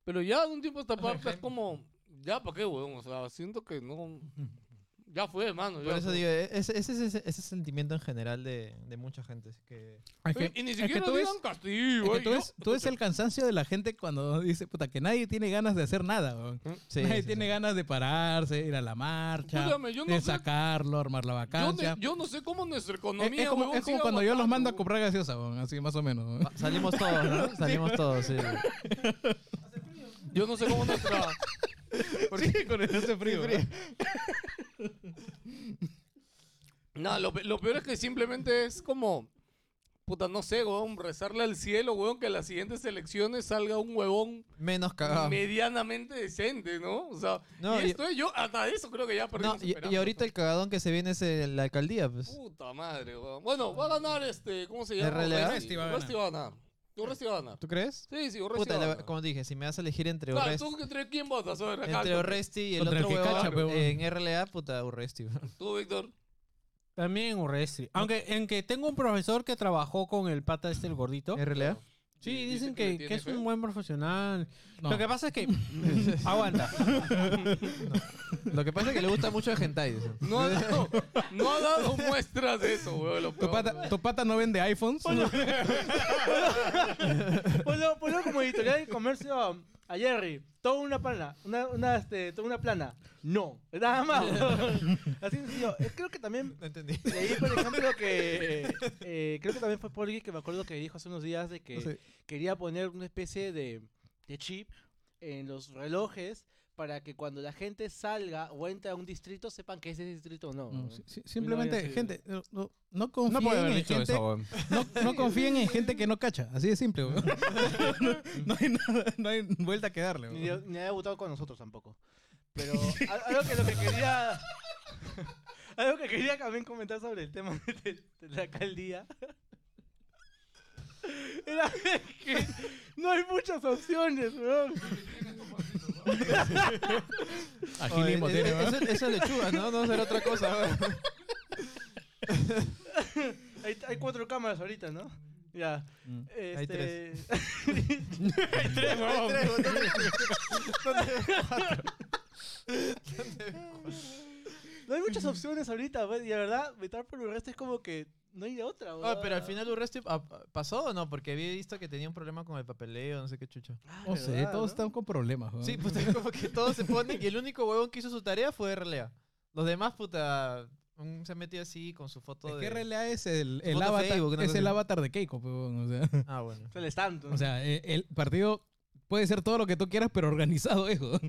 Pero ya de un tiempo a esta parte es como, ya para qué, weón, o sea, siento que no, ya fue, hermano. Por eso digo, e- ese ese- ese- ese sentimiento en general de, de mucha gente. es que Es que- y, ni es que siquiera tú ves- digan castigo, es que eh, tú yo- ves- tú ves el cansancio de la gente cuando dice, puta, que nadie tiene ganas de hacer nada, weón. Sí, Nadie sí, tiene sí. ganas de pararse, ir a la marcha, Escúchame, yo no de sé- sacarlo, armar la Yo, vacancia. ne- yo no sé cómo nuestra Es- economía. es, como, huevón, es como sigue cuando yo los aguantando, mando a huevón. comprar gaseosa, weón, así más o menos. ¿no? Va- Salimos todos, ¿no? Salimos todos, sí. Yo no sé cómo nuestra. con ese frío. Nada, lo, pe- lo peor es que simplemente es como. Puta, no sé, huevón, rezarle al cielo, huevón, que a las siguientes elecciones salga un huevón Menos cagado. medianamente decente, ¿no? O sea, No, y y- esto es- yo, hasta eso creo que ya No, perdimos y, y esperanza. ahorita el cagadón que se viene es eh, la alcaldía, pues. Puta madre, huevón. Bueno, va a ganar este, ¿cómo se ¿De llama? relevar? Oresti. Oresti va a ganar. Oresti va a ganar. ¿Tú crees? Sí, sí, Oresti Puta, va a la- ganar. como dije, si me vas a elegir entre Claro, Orresti, ¿tú entre quién votas? A ver, acá, entre tú- Orresti y el Contra el otro que huevón cacha, huevón. en RLA, puta Urresti. huevón. Tú, Víctor. También Urresti. Ah. Aunque, aunque tengo un profesor que trabajó con el pata este, el gordito. ¿RLA? Sí, ¿Y dicen dice que le que, que tiene es un fe? buen profesional. No. Lo que pasa es que. aguanta. Lo que pasa es que le gusta mucho el hentai. dice. No ha dado, no ha dado muestras de eso, weón. lo ¿Tu peor, pata, weón. tu pata no vende iPhones? Ponlo, ponlo pues como editorial de comercio a, a Jerry. Toda una plana. Una, una, este, toda una plana. No. Nada más. Así de sencillo. Eh, Creo que también No entendí. leí, por ejemplo, que. eh, creo que también fue Polgui que me acuerdo que dijo hace unos días de que sé. quería poner una especie de, de chip en los relojes para que cuando la gente salga o entre a un distrito sepan que ese distrito no. No, ¿no? si- si- simplemente, así. gente, no- no, no confíen en gente, weón. no, no confíen en gente que no cacha. Así de simple, weón. No hay nada, no hay vuelta que darle, Ni, weón. ni había votado con nosotros tampoco. Pero al- algo que lo que quería. algo que quería también comentar sobre el tema de, de la alcaldía. Era que no hay muchas opciones, weón. Agilismo Oye, tiene, es- weón. es- es- Esa lechuga, ¿no? No será otra cosa. weón. Hay, hay cuatro cámaras ahorita, ¿no? Ya. Mm. Este... Hay tres. hay tres, weón. No hay muchas opciones ahorita, weón. Y la verdad, votar por el resto es como que no hay de otra, weón. Ah, pero al final Urresti ah, ah, pasó o no? Porque había visto que tenía un problema con el papeleo, no sé qué chucha. Ah, No sé, ¿verdad, todos no? están con problemas, weón. Sí, puta, como que todos se ponen y el único huevón que hizo su tarea fue RLA. Los demás, puta, mm, se han metido así con su foto Es pues, de... que RLA es el, el Foto avatar, Facebook, una es cosa el así. avatar de Keiko, weón, o sea. Ah, bueno. O sea, el stand, ¿no? O sea, eh, el partido puede ser todo lo que tú quieras, pero organizado es, weón.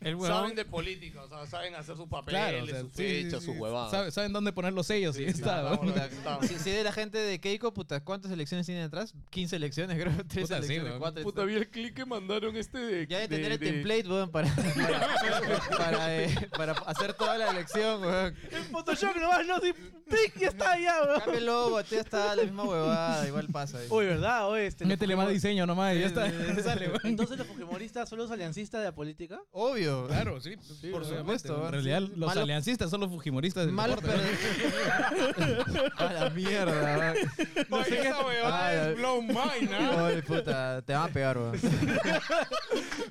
El Saben weón. de política, o sea, saben hacer sus papeles, Claro, o sea, sus sí, sí, fechas, sí, sus huevadas. sabe- Saben dónde poner los sellos y Sí, ya sí, está, está, weón. bueno. Puta, si, si de la gente de Keiko, puta, ¿cuántas elecciones tienen atrás? 15 elecciones, creo. 3 Puta, sí, elecciones, weón. 4. Puta, vi el clic que mandaron este de. Ya de tener el de- template, weón, para, para, para, eh, para hacer toda la elección, weón. En Photoshop nomás, no, sí, ¡Tic! Ya está, ya, weón. Cambia el logo, tío, está la misma huevada, igual pasa. eh. ahí. Uy, ¿verdad? Oye, este. Métele más diseño nomás y ya está, sale, weón. Entonces los Pokémonistas son los aliancistas de la política. Obvio. Claro, sí, por obviamente, supuesto. ¿no? En realidad, Sí, los malo- aliancistas son los fujimoristas del Malos deporte, perdedores. A la mierda. weón. No sé esa Ah, huevada la- es blown mind, ¿ah? Ay, puta, te van a pegar, weón.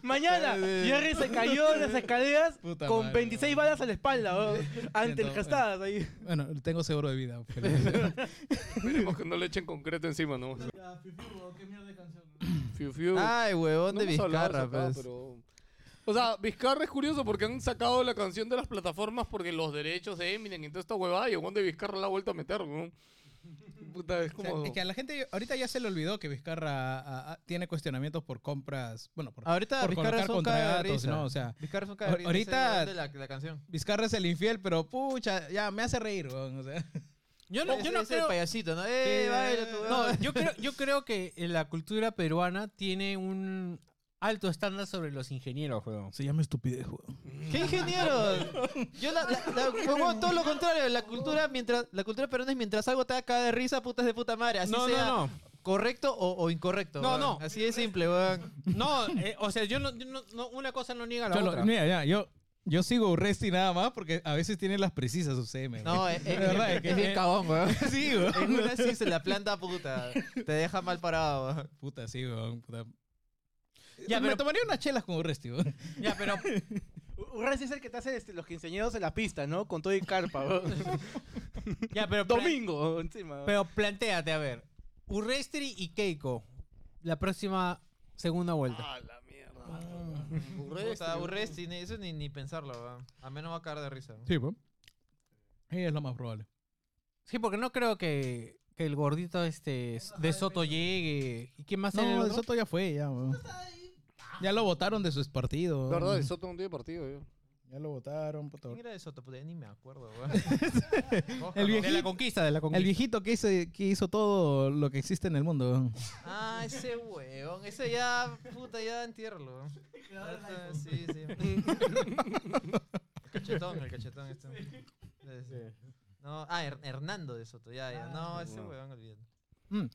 Mañana, Jerry se cayó de las escaleras Puta con madre, 26 balas a la espalda, weón, ante el Siento, Castadas ahí. ¿no? Bueno, tengo seguro de vida. Esperemos que no le echen concreto encima, ¿no? Fiu Fiu. Ah, Ay, huevón de No hemos hablado Vizcarra, eso acá, pues. pero- O sea, Vizcarra es curioso porque han sacado la canción de las plataformas porque los derechos de Eminem y toda esta huevada y el weón de Vizcarra la ha vuelto a meter, ¿no? Puta, es como... es que a la gente ahorita ya se le olvidó que Vizcarra a- a- tiene cuestionamientos por compras, bueno, por, Ahorita por Vizcarra colocar es un caga de contratos, risa. ¿no? O sea, Vizcarra es un Ahor- caga de risa, ahorita- ese weón de la, la canción. Vizcarra es el infiel, pero pucha, ya me hace reír, weón. O sea, Yo no, Ese- yo no ese creo. payasito, ¿no? Eh, baila tu No, weón. yo creo, yo creo que eh, la cultura peruana tiene un alto estándar sobre los ingenieros, weón. se llama estupidez, weón. ¡Qué ingeniero! Yo la, la- la- huevón, todo lo contrario, la cultura mientras la cultura peruana es mientras algo te acá de risa, putas de puta madre, así No, sea no, no. correcto o, o incorrecto. No, weón. no. Así de simple, weón. No, eh, o sea, yo no, yo no- no- una cosa no niega la Yo lo- otra. mira, ya, yo, yo sigo Urresti nada más porque a veces tiene las precisas su CM. No, eh, weón. es, De verdad, Eh, es que- bien cabón, weón. sí, weón. En una sí se la planta puta, te deja mal parado, weón. Puta, sí, weón. Puta. Ya, me pero- tomaría unas chelas con Urresti, weón. Ya, pero Urres es el que te hace este, los quinceañeros en la pista, ¿no? Con todo y carpa, weón. ya, pero pla- Domingo, encima. Pero planteate, a ver. Urrestri y Keiko. La próxima segunda vuelta. Ah, la mierda. Puta, Urresti, ni- eso ni, ni pensarlo, weón. A menos va a caer de risa. weón. Sí, weón. Ella es lo más probable. Sí, porque no creo que, que el gordito este s- de Soto llegue. ¿Y quién más era el No, el otro? Soto ya fue, ya, weón. Ya lo votaron de sus partidos. La verdad, el Soto no tiene partido, yo. Ya lo votaron, puta. ¿Quién era de Soto? Puta, ya ni me acuerdo, weón. El Ojalá. viejito, De la conquista, de la el conquista. viejito que hizo, que hizo todo lo que existe en el mundo. weón. Ah, ese weón. Ese ya, puta, ya entierro. weón. Harta- Sí, sí. El cachetón, el cachetón este. Sí, sí. No, ah, Her- Hernando de Soto, ya, ya. No, ese Ah, weón, olvídate. Mm.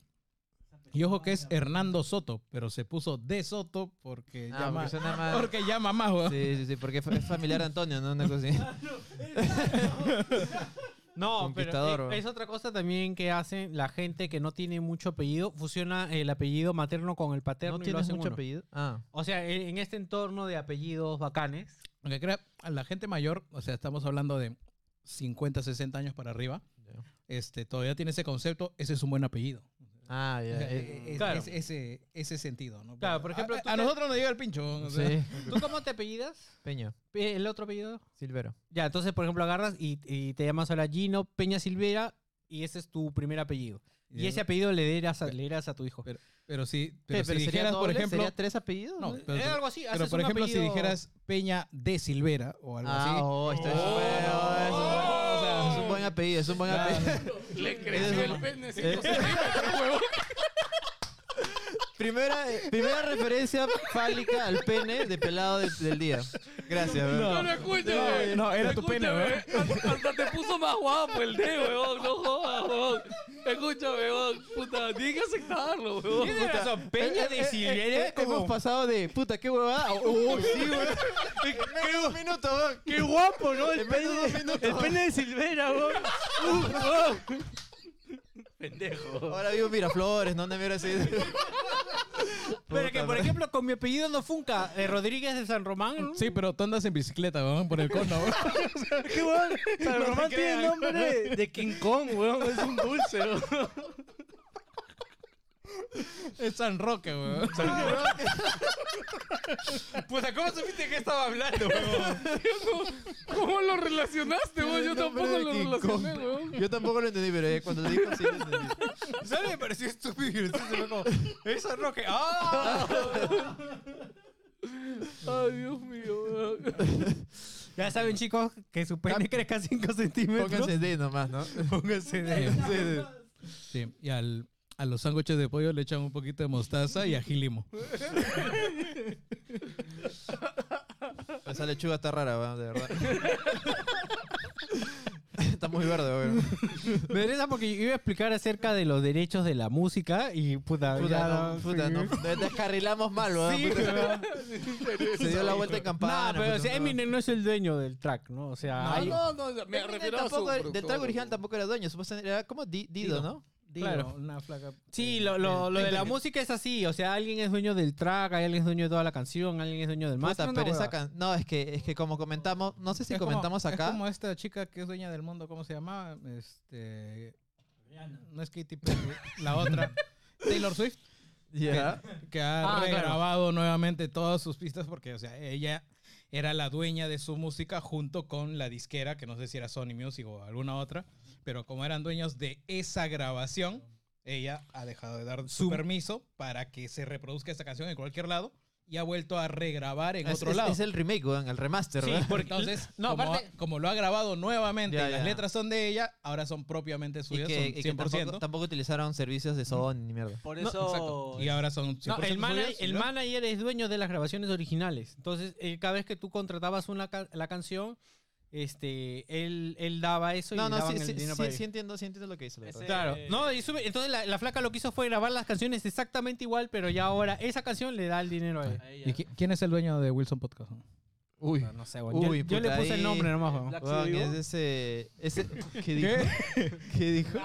Y ojo que Ah, es Hernando Soto, pero se puso de Soto porque Ah, llama. porque suena más. Porque llama más, weón. Sí, sí, sí, porque fa- es familiar de Antonio, ¿no? Una cosa así. No, Conquistador, pero weón. eh, es, otra cosa también que hace la gente que no tiene mucho apellido. Fusiona el apellido materno con el paterno. ¿No y lo tienes hacen mucho uno. apellido? Ah. O sea, en en este entorno de apellidos bacanes. Aunque crea, a la gente mayor, o sea, estamos hablando de 50, 60 años para arriba, Ya. este, todavía tiene ese concepto, ese es un buen apellido. Ah, O ya. sea, eh, e- e- claro. es- ese, ese sentido, ¿no? Claro, Porque por ejemplo, a- tú A, a te- nosotros nos llega el pincho. o sea. sí, ¿Tú cómo te apellidas? Peña, Eh, ¿El otro apellido? Silvero. Ya, entonces, por ejemplo, agarras y, y te llamas ahora Gino Peña Silvera y ese es tu primer apellido. Y ese apellido le dieras a, le dieras a tu hijo. Pero- Pero si, pero si sería dijeras, por doble? ejemplo... ¿Sería tres apellidos? no, ¿no? pero, Eh, algo así. pero, haces por un ejemplo, si apellido- dijeras Peña de Silvera o algo Ah, así... oh, está es bueno, Oh. es- es un buen apellido, es un buen Claro. apellido. Le creció el pene cinco centímetros, huevón. Primera, eh, primera referencia fálica al pene de pelado del- del día. Gracias, weón. No, no escucha, güey. no, era tu pene, Escucha, weón. güey. Hasta- Hasta te puso más guapo el D, weón. No jodas, weón. Escucha, weón. Puta, tienes que aceptarlo, weón. Tienes razón, Eh, Peña de Silvera. Hemos como- pasado de puta, qué huevada. Oh, sí, weón. En un minuto, weón. ¡Qué guapo, ¿no? El En menos de pene, un minuto. el pene de Silvera, weón. Uh, weón. Pendejo. Ahora vivo en Miraflores, ¿no? ¿Dónde me hubiera sido? Pero que, por ejemplo, con mi apellido no funca. eh, Rodríguez de San Román. Sí, pero tú andas en bicicleta, weón, por el cono. weón. ¿Qué weón? San Román tiene nombre de King Kong, weón. Es un dulce, weón. Es San Roque, Este weón. Puta, ¿cómo supiste que estaba hablando, weón? ¿Cómo lo relacionaste, weón? Yo Tiene nombre tampoco de lo King Kong. relacioné, weón. Yo tampoco lo entendí, pero eh, cuando lo dijo sí lo entendí. ¿Sabes? Me pareció estúpido. Entonces, fue como, Es San Roque. ¡Ah! Ay, Dios mío, weón. Ya saben, chicos, que su pene crezca 5 centímetros. Pónganse D nomás, ¿no? Pónganse de... Sí, y al, a los sándwiches de pollo le echan un poquito de mostaza y ají limo. Esa lechuga está rara, weón, de verdad. Está muy verde, weón. Me interesa porque yo iba a explicar acerca de los derechos de la música y puta, ya Puta, no- no, puta, no. Nos Descarrilamos mal, weón. Sí, Puta, weón. Se dio la vuelta en campana. Nah, pero puta, o sea, no. Eminem no es el dueño del track, ¿no? O sea, No, hay- no, no, me Eminem refiero a su Este tampoco, Del productor, trago original güey. tampoco era dueño, supuestamente era como Di- Dido, ¿no? claro. una flaca. Sí, lo, lo- lo de la música es así. O sea, alguien es dueño del track, alguien es dueño de toda la canción, alguien Pues es dueño del Puta, master. una pero esa hueva. can- No, es que, es que como comentamos, no sé si Es como- comentamos acá. Es como esta chica que es dueña del mundo, ¿cómo se llama? Este. No es Katy Perry, la otra. Taylor Swift, Ya. que ha Ah, claro. regrabado nuevamente todas sus pistas porque, o sea, ella era la dueña de su música junto con la disquera, que no sé si era Sony Music o alguna otra, pero como eran dueños de esa grabación, ella ha dejado de dar su permiso para que se reproduzca esta canción en cualquier lado y ha vuelto a regrabar en Es- otro es, lado. es el remake, weón, el remaster, Sí, weón. porque entonces, no, como, aparte- ha- como lo ha grabado nuevamente Ya, y las ya. letras son de ella, ahora son propiamente Y suyas, que, son y que 100%. tampoco, tampoco utilizaron servicios de Sony ni mierda. Por No, eso. exacto. Y ahora son 100% No, el, mana- suyas, el ¿no? manager es dueño de las grabaciones originales. Entonces, eh, cada vez que tú contratabas una ca- la canción, este, él, él daba eso y No, le no, daban sí, el sí, dinero sí, para sí ellos. entiendo, sí entiendo lo que dice. la Ese- verdad. Claro. Eh, No, y sube- entonces la, la flaca lo que hizo fue grabar las canciones exactamente igual, pero ya ahora esa canción le da el dinero a él. Ahí ya. ¿Y qui- quién es el dueño de Wilson Podcast? Uy. No sé, weón. Yo- Uy, yo, le puta, puse el ahí- nombre nomás, weón. Black Weón, Sea es Vivo. ese, ese... ¿Qué dijo? ¿Qué, dijo?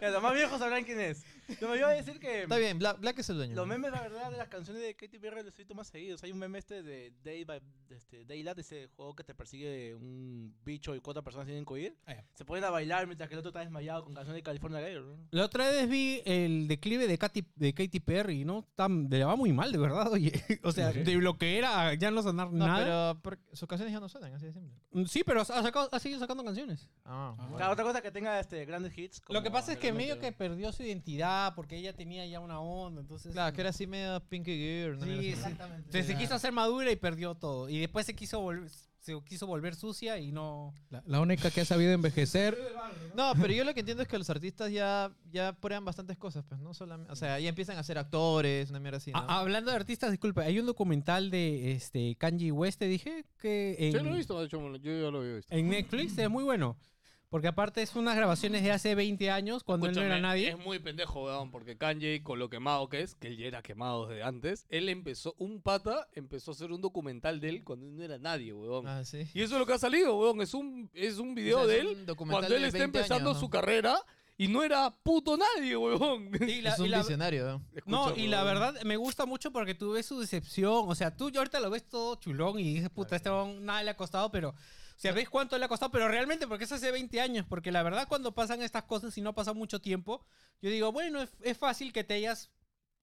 Ya, Los más viejos sabrán quién es. Lo que iba a decir que. Está bien, Black, Black es el dueño. Los weón. memes, la verdad, de las canciones de Katy Perry los he visto más seguidos. Hay un meme este de Day by, de este, Daylight, ese juego que te persigue un bicho y cuatro personas tienen que huir. Ah, ya. Se ponen a bailar mientras que el otro está desmayado con canciones de California Gayer. ¿no? La otra vez vi el declive de Katy, de Katy Perry, ¿no? Tan- le va muy mal, de verdad, oye. O sea, de lo que era ya no sonar No, nada. pero porque sus canciones ya no suenan, así de simple. Mm, Sí, pero ha, sacado- ha seguido sacando canciones. Ah, bueno. Claro, otra cosa que tenga este, grandes hits. Lo que Ah, como pasa es que medio anteriormente, que perdió su identidad porque ella tenía ya una onda, entonces... Claro, que era así medio Pinky Gear. Sí, sí. Entonces se quiso hacer madura y perdió todo. Y después se quiso, volver- se quiso volver sucia y no... La, la única que ha sabido envejecer. No, pero yo lo que entiendo es que los artistas ya, ya prueban bastantes cosas, pues, ¿no? Solamente, o sea, ya empiezan a ser actores, una mierda así, ¿no? Ah, hablando de artistas, disculpa, hay un documental de este Kanji West, te dije, que... Sí, en- lo he visto, de hecho, bueno, yo ya lo había visto. En Netflix es muy bueno. Porque aparte es unas grabaciones de hace 20 años cuando él no era Escúchame, eh, nadie. Es muy pendejo, weón, porque Kanye, con lo quemado que es, que él ya era quemado desde antes, él empezó, un pata empezó a hacer un documental de él cuando él no era nadie, weón. Ah, sí. Y eso es lo que ha salido, weón. Es un, es un video O sea, de es un él documental cuando él de está 20 años, empezando ¿no? su carrera y no era puto nadie, weón. Y la- es un y la- visionario, ¿no? no, Escúchame, y la weón. verdad me gusta mucho porque tú ves su decepción. O sea, tú ya ahorita lo ves todo chulón y dices, puta, este huevón nada le ha costado, pero. O sea, ves cuánto le ha costado, pero realmente porque es hace 20 años. Porque la verdad, cuando pasan estas cosas y no pasa mucho tiempo, yo digo, bueno, es, es fácil que te hayas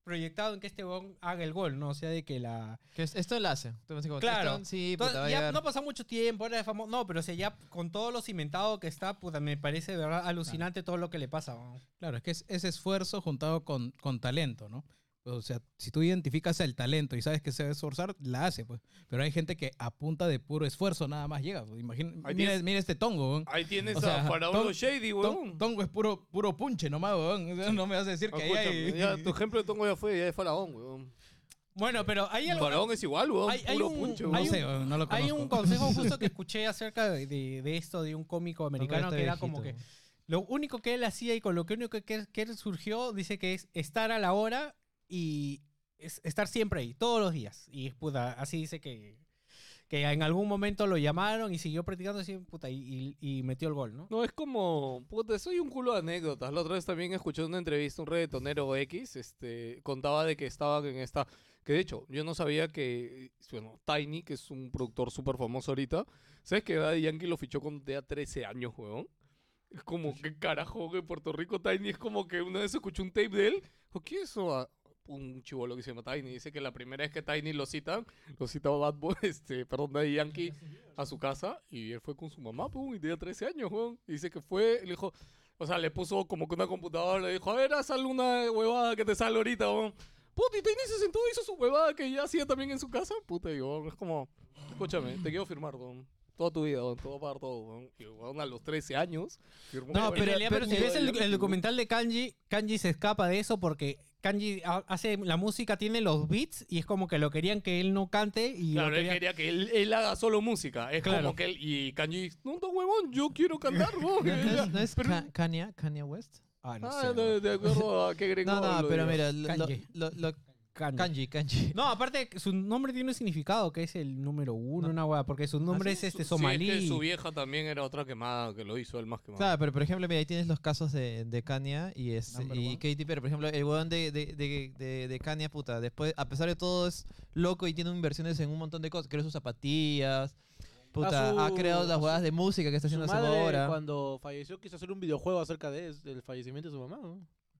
proyectado en que este huevón haga el gol, ¿no? O sea, de que la. Que es- esto enlace. Entonces, como, Claro. esto- sí, Entonces, puta, va a ya llegar. no pasa mucho tiempo, ahora es famoso. No, pero o sea, ya con todo lo cimentado que está, puta, me parece de verdad alucinante todo lo que le pasa. weón. Claro, es que es ese esfuerzo juntado con, con talento, ¿no? O sea, si tú identificas el talento y sabes que se va a esforzar, la hace, pues. Pero hay gente que a punta de puro esfuerzo nada más llega. pues. Imagina, Ahí mira, tienes- mira este tongo, weón. Ahí tienes O sea, a Faraón Tom- Shady, Ton- weón. tongo es puro, puro punche nomás, weón. O sea, No me vas a decir que ahí Escúchame, hay... ya, tu ejemplo de Tongo ya fue, ya es Faraón, weón. Bueno, pero hay algo. Faraón es igual, weón. Hay- hay puro un- punche, No weón. hay un- sé, weón, no lo conozco. Hay un consejo justo que escuché acerca de, de- de esto de un cómico No, pero americano está que era viejito, como que ¿no? lo único que él hacía y con lo que único que, que él surgió dice que es estar a la hora y es- estar siempre ahí, todos los días. Y puta, así dice que, que en algún momento lo llamaron y siguió practicando así, puta, y, y- y metió el gol, ¿no? No, es como, puta, soy un culo de anécdotas. La otra vez también escuché una entrevista, un reggaetonero X, este, contaba de que estaban en esta, que de hecho, yo no sabía que, bueno, Tiny, que es un productor súper famoso ahorita, ¿sabes que Daddy Yankee lo fichó cuando tenía 13 años, weón? Es como, que carajo, que Puerto Rico Tiny es como que una vez escuché un tape de él, dijo, ¿qué es eso? Ah, Un chivolo que se llama Tiny, dice que la primera vez que Tiny lo citan, lo citaba Bad Boy, este, perdón, Daddy Yankee a su casa y él fue con su mamá, pum, y tenía 13 años, weón. Y dice que fue, le dijo, o sea, le puso como que una computadora, le dijo, a ver, haz alguna huevada que te sale ahorita, weón. Puta, y Tiny se sentó, hizo su huevada que ya hacía también en su casa. Puta, y weón, es como, escúchame, te quiero firmar, weón. Toda tu vida, weón, todo para todo, weón. Y weón, a los 13 años, firmó. No, con pero, Daddy pero si Yankee, ves el, weón. el documental de Kanji, Kanji se escapa de eso porque Kanji ha- hace la música, tiene los beats y es como que lo querían que él no cante y lo Claro, él querían- quería que él, él haga solo música. Es Claro. como que él. Y Kanji, no, no, huevón, yo quiero cantar, huevón". ¿No es, no es Pero- Ka- Kanye, Kanye West? Ah, no, Ah, sé, weón. de, de acuerdo a qué gringo No, no, hablo pero yo. mira, lo, lo- Kanye. lo- lo- Kanji. Kanji, Kanji. No, aparte su nombre tiene un significado que es el número uno, una hueá, porque su nombre es este Su- sí, somalí. es que su vieja también era otra quemada que lo hizo él más quemado. Claro, pero por ejemplo, mira, ahí tienes los casos de, de Kanye y, es, Number y one. Katy Perry. Por ejemplo, el huevón de, de, de, de, de Kanye, puta, después, a pesar de todo, es loco y tiene inversiones en un montón de cosas. Creó sus zapatillas, puta, Ah, su- ha creado las a su- huevas de música que está Su haciendo hace madre, ahora. cuando falleció, quiso hacer un videojuego acerca de, del fallecimiento de su mamá. ¿no?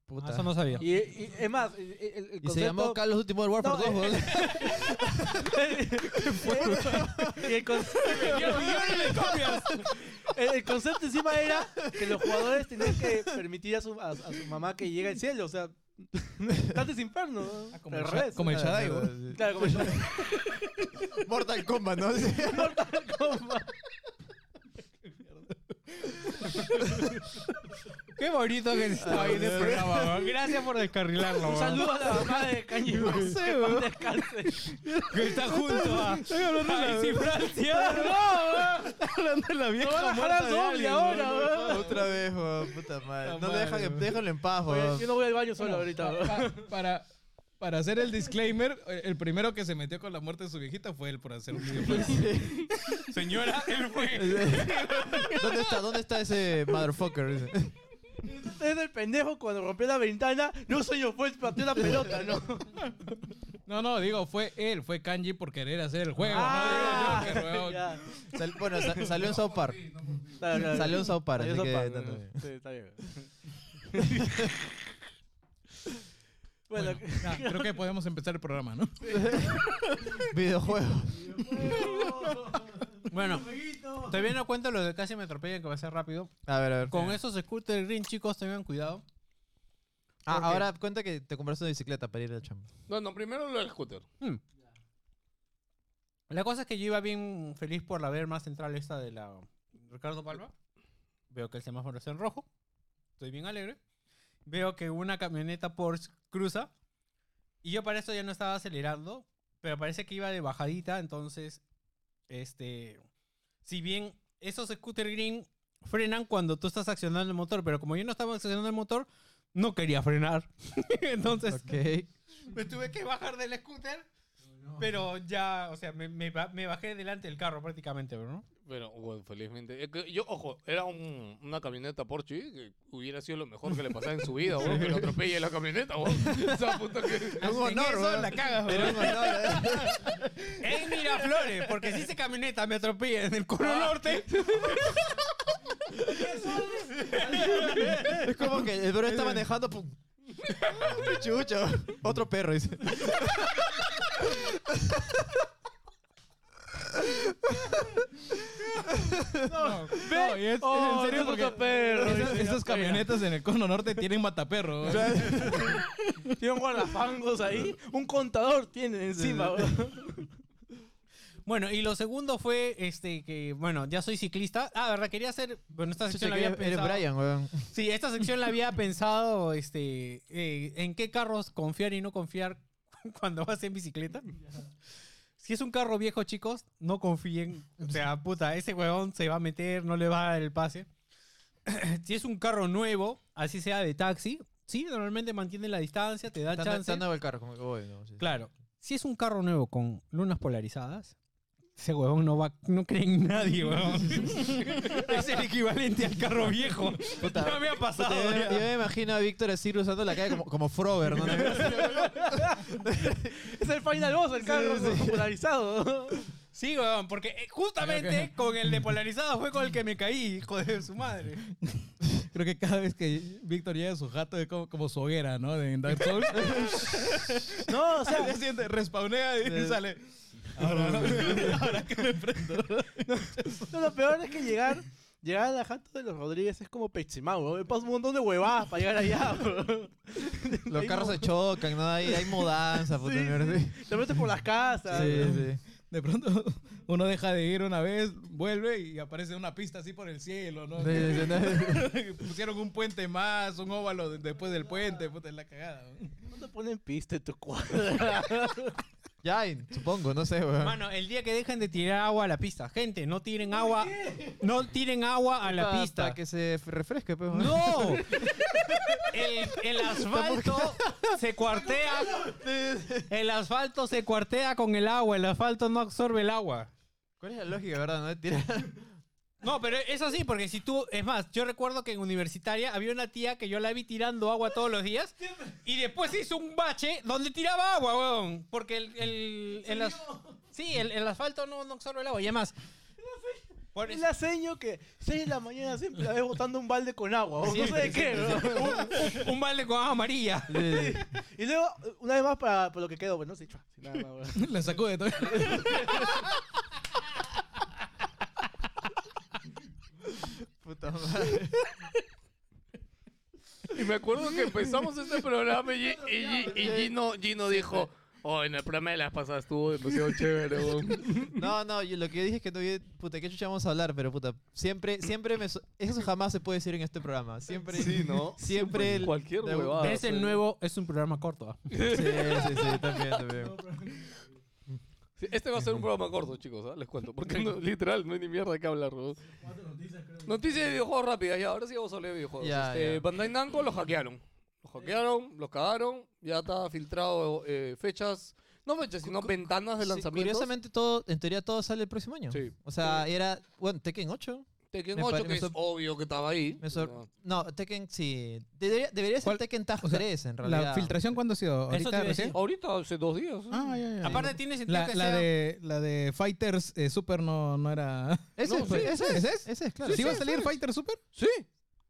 Puta. Ah, eso no sabía. Y, y- es más, el, el- el Y se llamó concepto- Carlos Duty Modern Warfare No, 2, eh, huevón. Y el, con- El- el concepto encima era que los jugadores tenían que permitir a su, a, a su mamá que llegue al cielo. O sea, tanto es inferno. Ah, ¿no? como Al el, revés. Sha- como el Shaddai, weón. Claro, como yo. Mortal Kombat, ¿no? Qué bonito que está ahí de programa, weón. Gracias por descarrilarlo. Ah, Un weón. saludo a la mamá de Kanye West. que en paz descanse. Que está junto a. Ay, sí, Francia. hablando de la vieja. van a dejar muerta al de zombie alguien, ahora, weón. weón. Otra vez, weón, puta madre. Puta madre, weón. déjalo en paz, Oye, weón. yo no voy al baño solo Bueno, ahorita. pa- weón. pa- para, para hacer el disclaimer, eh, el primero que se metió con la muerte de su viejita fue él por hacer un videojuego. Señora, él fue. ¿Dónde está, dónde está ese motherfucker? Dice. Es el pendejo cuando rompió la ventana. No soy yo, fue el que pateó la pelota, ¿no? No, no, digo, fue él, fue Kanji por querer hacer el juego. Ah, no digo yo, que weón. ya. Sal- bueno, sa- salió en South Park. Claro, claro. Salió en South Park, Salió así en que South Park, tanto ¿no? bien. Sí, está bien. bueno, Ya, creo que podemos empezar el programa, ¿no? Videojuego. Bueno, todavía no cuento lo de casi me atropellan, que va a ser rápido. A ver, a ver. Con esos scooters green, chicos, tengan cuidado. Ah, ¿por qué? ahora cuenta que te compraste una bicicleta para ir al chamba. No, no, primero lo del scooter. La cosa es que yo iba bien feliz por la verma central esta de la Ricardo Palma. Veo que el semáforo está en rojo. Estoy bien alegre. Veo que una camioneta Porsche cruza. Y yo para eso ya no estaba acelerando. Pero parece que iba de bajadita. Entonces, este. Si bien esos scooter green frenan cuando tú estás accionando el motor. Pero como yo no estaba accionando el motor, no quería frenar. entonces, Ok. me tuve que bajar del scooter. Pero ya, o sea, me, me ba- me bajé delante del carro prácticamente, bro, ¿no? Pero, bueno, felizmente. es que Yo, ojo, era un- una camioneta Porsche que hubiera sido lo mejor que le pasaba en su vida, weón, que lo atropelle la camioneta, weón. Esa puta que- Un honor, weón. Era un honor, eh. ¡Ey, Miraflores! Porque si esa camioneta me atropella en el Cono Ah. Norte, Es como que el bro está manejando. pum. Chucha, otro perro dice. No, y es, es en serio porque esas, perro. esas camionetas en el cono norte tienen mataperro. weón. Tiene un guardafangos ahí. Un contador tienen encima. weón. Bueno, y lo segundo fue este que, bueno, ya soy ciclista. Ah, verdad, quería hacer. Bueno, esta Chucha, sección Ah, la que había eres pensado. Brian, weón. Sí, esta sección la había pensado, este, eh, en qué carros confiar y no confiar cuando vas en bicicleta. Si es un carro viejo, chicos, no confíen. O sea, puta, ese huevón se va a meter, no le va a dar el pase. si es un carro nuevo, así sea de taxi, sí, normalmente mantiene la distancia, te da Está, chance. está nuevo el carro. Como que, uy, no, sí. Claro. Si es un carro nuevo con lunas polarizadas, ese huevón no va, no cree en nadie, huevón. es el equivalente al carro viejo. ya me ha pasado. Puta, yo, ya. yo me imagino a Víctor así usando la calle como, como Frober, ¿no? Es el final boss, el carro popularizado. ¿no? Sí, huevón, porque eh, justamente con el de polarizado fue con el que me caí, hijo de su madre. Creo que cada vez que Víctor llega a su jato es como, como su hoguera, ¿no? De en Dark Souls. No, o sea, Al día siguiente respawnea y sale. Ahora, ahora que me prendo. no, lo peor es que llegar. Llegar a la jato de los Rodríguez es como Pechimau, weón. Me paso un montón de huevadas para llegar allá, weón. Los Hay carros mo- se chocan, ¿no? Hay, hay mudanza, puta Sí, mierda. sí. Te metes por las casas. Sí, weón. sí. de pronto uno deja de ir una vez, vuelve y aparece una pista así por el cielo, ¿no? Pusieron un puente más, un óvalo de- después del puente, puta, es la cagada. ¿no? ¿Cuándo ponen pista en tu cuadra? Ya, y- supongo, no sé, weón. Mano, el día que dejan de tirar agua a la pista. Gente, no tiren agua. No tiren agua a la Hasta- pista. Hasta que se f- refresque, pues. weón. ¡No! El, el asfalto se cuartea. El asfalto se cuartea con el agua. El asfalto no absorbe el agua. ¿Cuál es la lógica, verdad? No Tira- No, pero es así, porque si tú. Es más, yo recuerdo que en universitaria había una tía que yo la vi tirando agua todos los días. Y después hizo un bache donde tiraba agua, weón. Porque el. el, el as- sí, el, el asfalto no, no absorbe el agua. Y además. por Es eso- la seño que 6 de la mañana siempre la ves botando un balde con agua. o No sé de qué, ¿no? un, un balde con agua amarilla. Y luego, una vez más, para, para lo que quedó, bueno, sí, chua, sí, nada más, bueno. La sacó de todo. Puta madre. Y me acuerdo que empezamos este programa y, y- y- y Gino, Gino dijo, oh, en el programa de las pasadas estuvo demasiado chévere, weón". No, no, yo lo que dije es que no vi- puta, ¿qué chucha vamos a hablar? Pero puta, siempre, siempre me. so- Eso jamás se puede decir en este programa. Siempre. Sí, ¿no? Siempre el- Cualquier de- huevada. Es el nuevo, es un programa corto. ¿ah? Sí, sí, sí, también, también. Sí, Este va a ser un programa corto, chicos, ¿ah? les cuento. Porque no- literal, no hay ni mierda de qué hablar. weón. Noticias de videojuegos rápidas, ya. Ahora sí vamos a hablar de videojuegos. Ya, Este, ya. Bandai Namco lo hackearon. Lo hackearon, lo cagaron. Ya está filtrado eh, fechas. No fechas, sino ventanas de Sí, lanzamiento. Curiosamente, todo, en teoría todo sale el próximo año. Sí. O sea, era. Bueno, Tekken 8. Tekken me 8, pare- que me es sor- obvio que estaba ahí. Me sor- Ah. No, Tekken sí. Debería, debería ser ¿Cuál? Tekken TAF O sea, 3, en realidad. ¿La filtración cuándo ha sido? Eso te iba ¿Ahorita a recién? Ahorita, hace dos días. ¿eh? Ah, ya, ya, ya. Aparte tiene sentido La, que la sea- de, la de Fighters eh, Super no, no era. Ese, No, fue- sí, ese es, ese ese es. es, claro. ¿Sí, va a salir Fighter Super? Sí.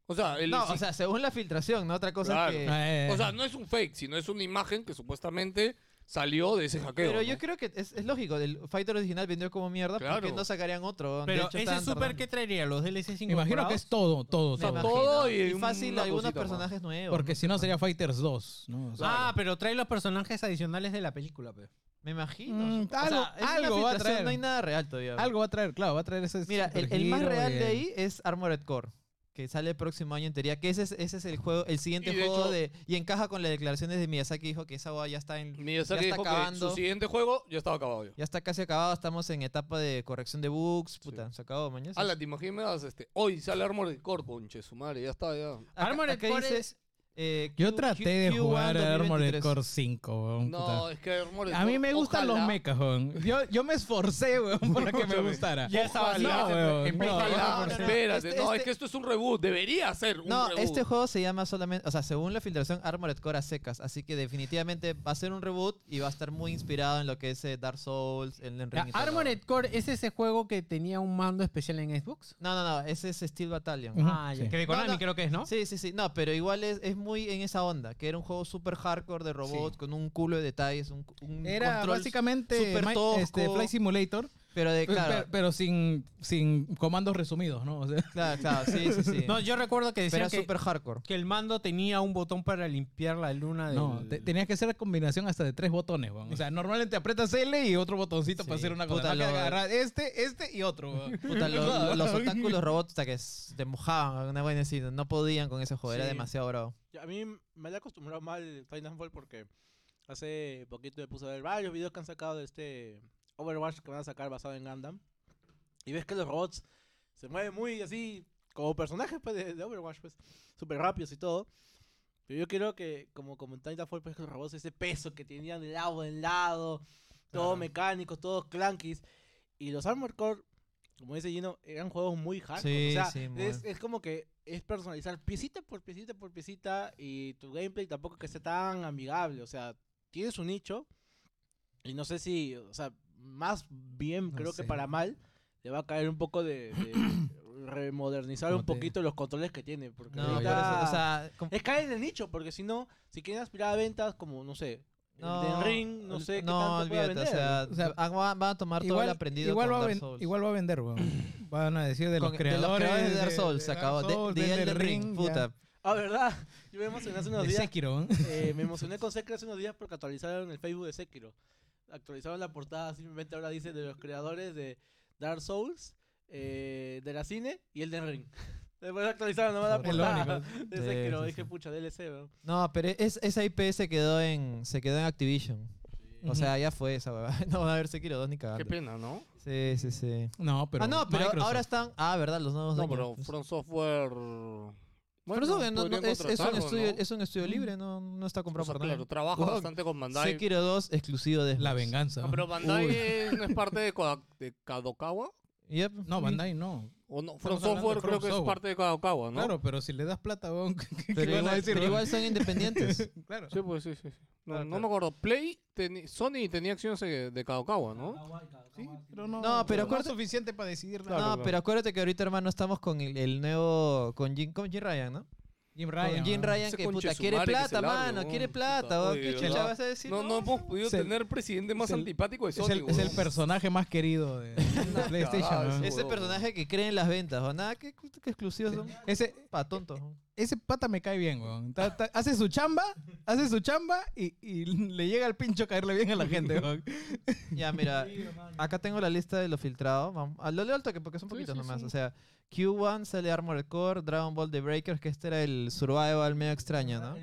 O sea, el- No, sí. o sea, según la filtración, ¿no? Otra cosa es Claro. que. Ah, O Eh, sea, no es un fake, sino es una imagen que supuestamente salió de ese hackeo. Pero yo ¿no? creo que es, es lógico, el Fighter original vendió como mierda, Claro. porque no sacarían otro. De Pero hecho, ese estaban super tardando. que traería los DLC 5 Me imagino que es todo, todo, Me todo. imagino. todo y y un- fácil una algunos cosita más. personajes nuevos. Porque si no sería Fighters 2, ¿no? O sea, Ah, pero trae los personajes adicionales de la película, pues. pe. Me imagino. Mm, o sea, algo- es una algo va a filtración, traer. No hay nada real todavía. algo va a traer, claro, va a traer ese. Mira, el, el más supergiro real y de el- ahí es Armored Core, que sale el próximo año en teoría, que ese es, ese es el juego, el siguiente Y de juego hecho- de y encaja con las declaraciones de Miyazaki dijo que esa boda ya está en Miyazaki ya está dijo que acabando. su siguiente juego ya estaba acabado ya. ya está casi acabado, estamos en etapa de corrección de bugs, puta, se acabó mañana. Ala, te imaginas, este, hoy sale Armored Core, conche, su madre, ya está, ya. Acá- Armored acá Core dice, es- eh, Yo Q- traté Q- de Q1 jugar a Armored 2023. Core 5, weón. No, puta. es que Armored A mí Core, me gustan los ojalá- mechas, weón. Yo, yo me esforcé, weón, para que me gustara. Ya estaba Ojalá, así, weón, en- en- no, Ojalá, no, no, no. espérate, Este- no, es este- que esto es un reboot, debería ser un No, reboot. este juego se llama solamente, o sea, según la filtración, Armored Core a secas, así que definitivamente va a ser un reboot y va a estar muy inspirado en lo que es eh, Dark Souls, en el Ya, Armored Core es ese juego que tenía un mando especial en Xbox. No, no, no, ese es Steel Battalion. Ujú, Ah, ya. sí. Que de No, Konami no. creo que es, ¿no? Sí, sí, sí. No, pero igual es, es muy en esa onda, que era un juego super hardcore de robots con un culo de detalles, un, un Era control, básicamente súper Mi- tosco. este, Fly Simulator, pero de pe- Eh, claro, pero, pero sin, sin comandos resumidos, ¿no? O sea, claro, claro, sí, sí, sí. No, yo recuerdo que pero decían era que, super hardcore. que el mando tenía un botón para limpiar la luna del... no, te- tenías que hacer la combinación hasta de tres botones, weón. O sea, normalmente apretas L y otro botoncito para Sí, hacer una cosa. puta, No, que lo- agarrar este, este y otro, weón. Puta, lo- lo- los otakus, los robots, hasta que s- te mojaban, una vaina así, no podían con ese juego, era Sí. demasiado bravo. Ya, A mí me la he acostumbrado mal Titanfall porque hace poquito me puse a ver varios videos que han sacado de este Overwatch que van a sacar basado en Gundam. Y ves que los robots se mueven muy así, como personajes pues, de, de Overwatch, pues, súper rápidos y todo. Pero yo quiero que, como, como en Titanfall, pues que los robots, ese peso que tenían de lado en lado, todos mecánicos, todos clankies. Y los Armored Core, como dice Gino, eran juegos muy hardcore. Sí, o sea, sí, muy. es, es como que es personalizar piecita por piecita por piecita y tu gameplay tampoco que sea tan amigable. O sea, tienes un nicho y no sé si, o sea, más bien No creo sé. que para mal le va a caer un poco de, de remodernizar Como un te- poquito los controles que tiene. Porque No, por ahorita- eso, o sea, com- es caer en el nicho, porque si no, si quieren aspirar a ventas como, no sé, el No, de Ring, no sé qué No, tanto pueda olvídate, o sea, O sea, ah, va- van a tomar todo el aprendido igual con va a Dark ven- Souls. igual va a vender, weón. Van a decir de los Con- creadores de Dark Souls, se Dark acabó. De- Souls, de del Elden Ring, ya. puta. Ah, ¿verdad? Yo me emocioné hace unos De días Sekiro, weón. Eh, me emocioné con Sekiro hace unos días porque actualizaron el Facebook de Sekiro. actualizaron la portada, simplemente ahora dice de los creadores de Dark Souls, eh, de la cine y el de Ring. Después actualizaron nomás la Es lo portada. único. Entonces, Sí, que lo sí, dije, sí. pucha, DLC, weón. No, pero es, esa IP se quedó en, se quedó en Activision. O sea, ya fue esa huevada. No va a haber Sekiro 2 ni Qué cagando. pena, ¿no? Sí, sí, sí. No, pero. ah, no, pero Microsoft. ahora están. Ah, verdad, los nuevos. No, dueños. pero From Software. Bueno, Pero eso que no- no- podrían es, es un contratarlo, estudio, ¿no? es un estudio libre, no, no está O comprado sea, por claro, nadie. trabaja Wow. bastante con Bandai. Sekiro 2 exclusivo de. La Xbox. venganza. Ah, pero Bandai Uy. es- no es parte de, Kodak- de Kadokawa. Yep. No, Bandai no. O no, From Estamos hablando de Software From creo que es Software. parte de Kadokawa, ¿no? Claro, pero si le das plata, weón, ¿qué, qué Pero van a igual, decir, pero weón? igual son independientes. Claro. Sí, pues sí, sí. sí. No, Claro, no claro. me acuerdo. Play, teni- Sony tenía acciones de de Kadokawa, ¿no? Sí, pero no, No, pero no es acuérdate- suficiente para decidir no, nada. pero acuérdate que ahorita, hermano, estamos con el, el nuevo. Con Jim, con Jim Ryan, ¿no? Jim con Ryan. Jim ¿no? Ryan, Ese que puta, conche quiere su madre que plata, se largue, mano, weón. quiere Puta, plata, weón. oye, ¿Qué de chucha verdad. vas a decir? No, no hemos podido es el- tener presidente más es el- antipático de Sony. Es el, es el weón. personaje más querido de de PlayStation. cagada, ¿no? Ese ese Ah, huevón. personaje que cree en las ventas, o nada, qué, qué exclusivos son. Ese, Pa' tontos. weón. ese pata me cae bien, weón. Ta- ta- hace su chamba, hace su chamba y, y le llega al pincho caerle bien a la gente, weón. Ya, mira, acá tengo la lista de lo filtrado. Vamos, a lo leo al toque porque son Sí, poquitos sí, nomás. sí. O sea, Q1 sale Armored Core, Dragon Ball The Breakers, que este era el survival medio extraño, ¿no?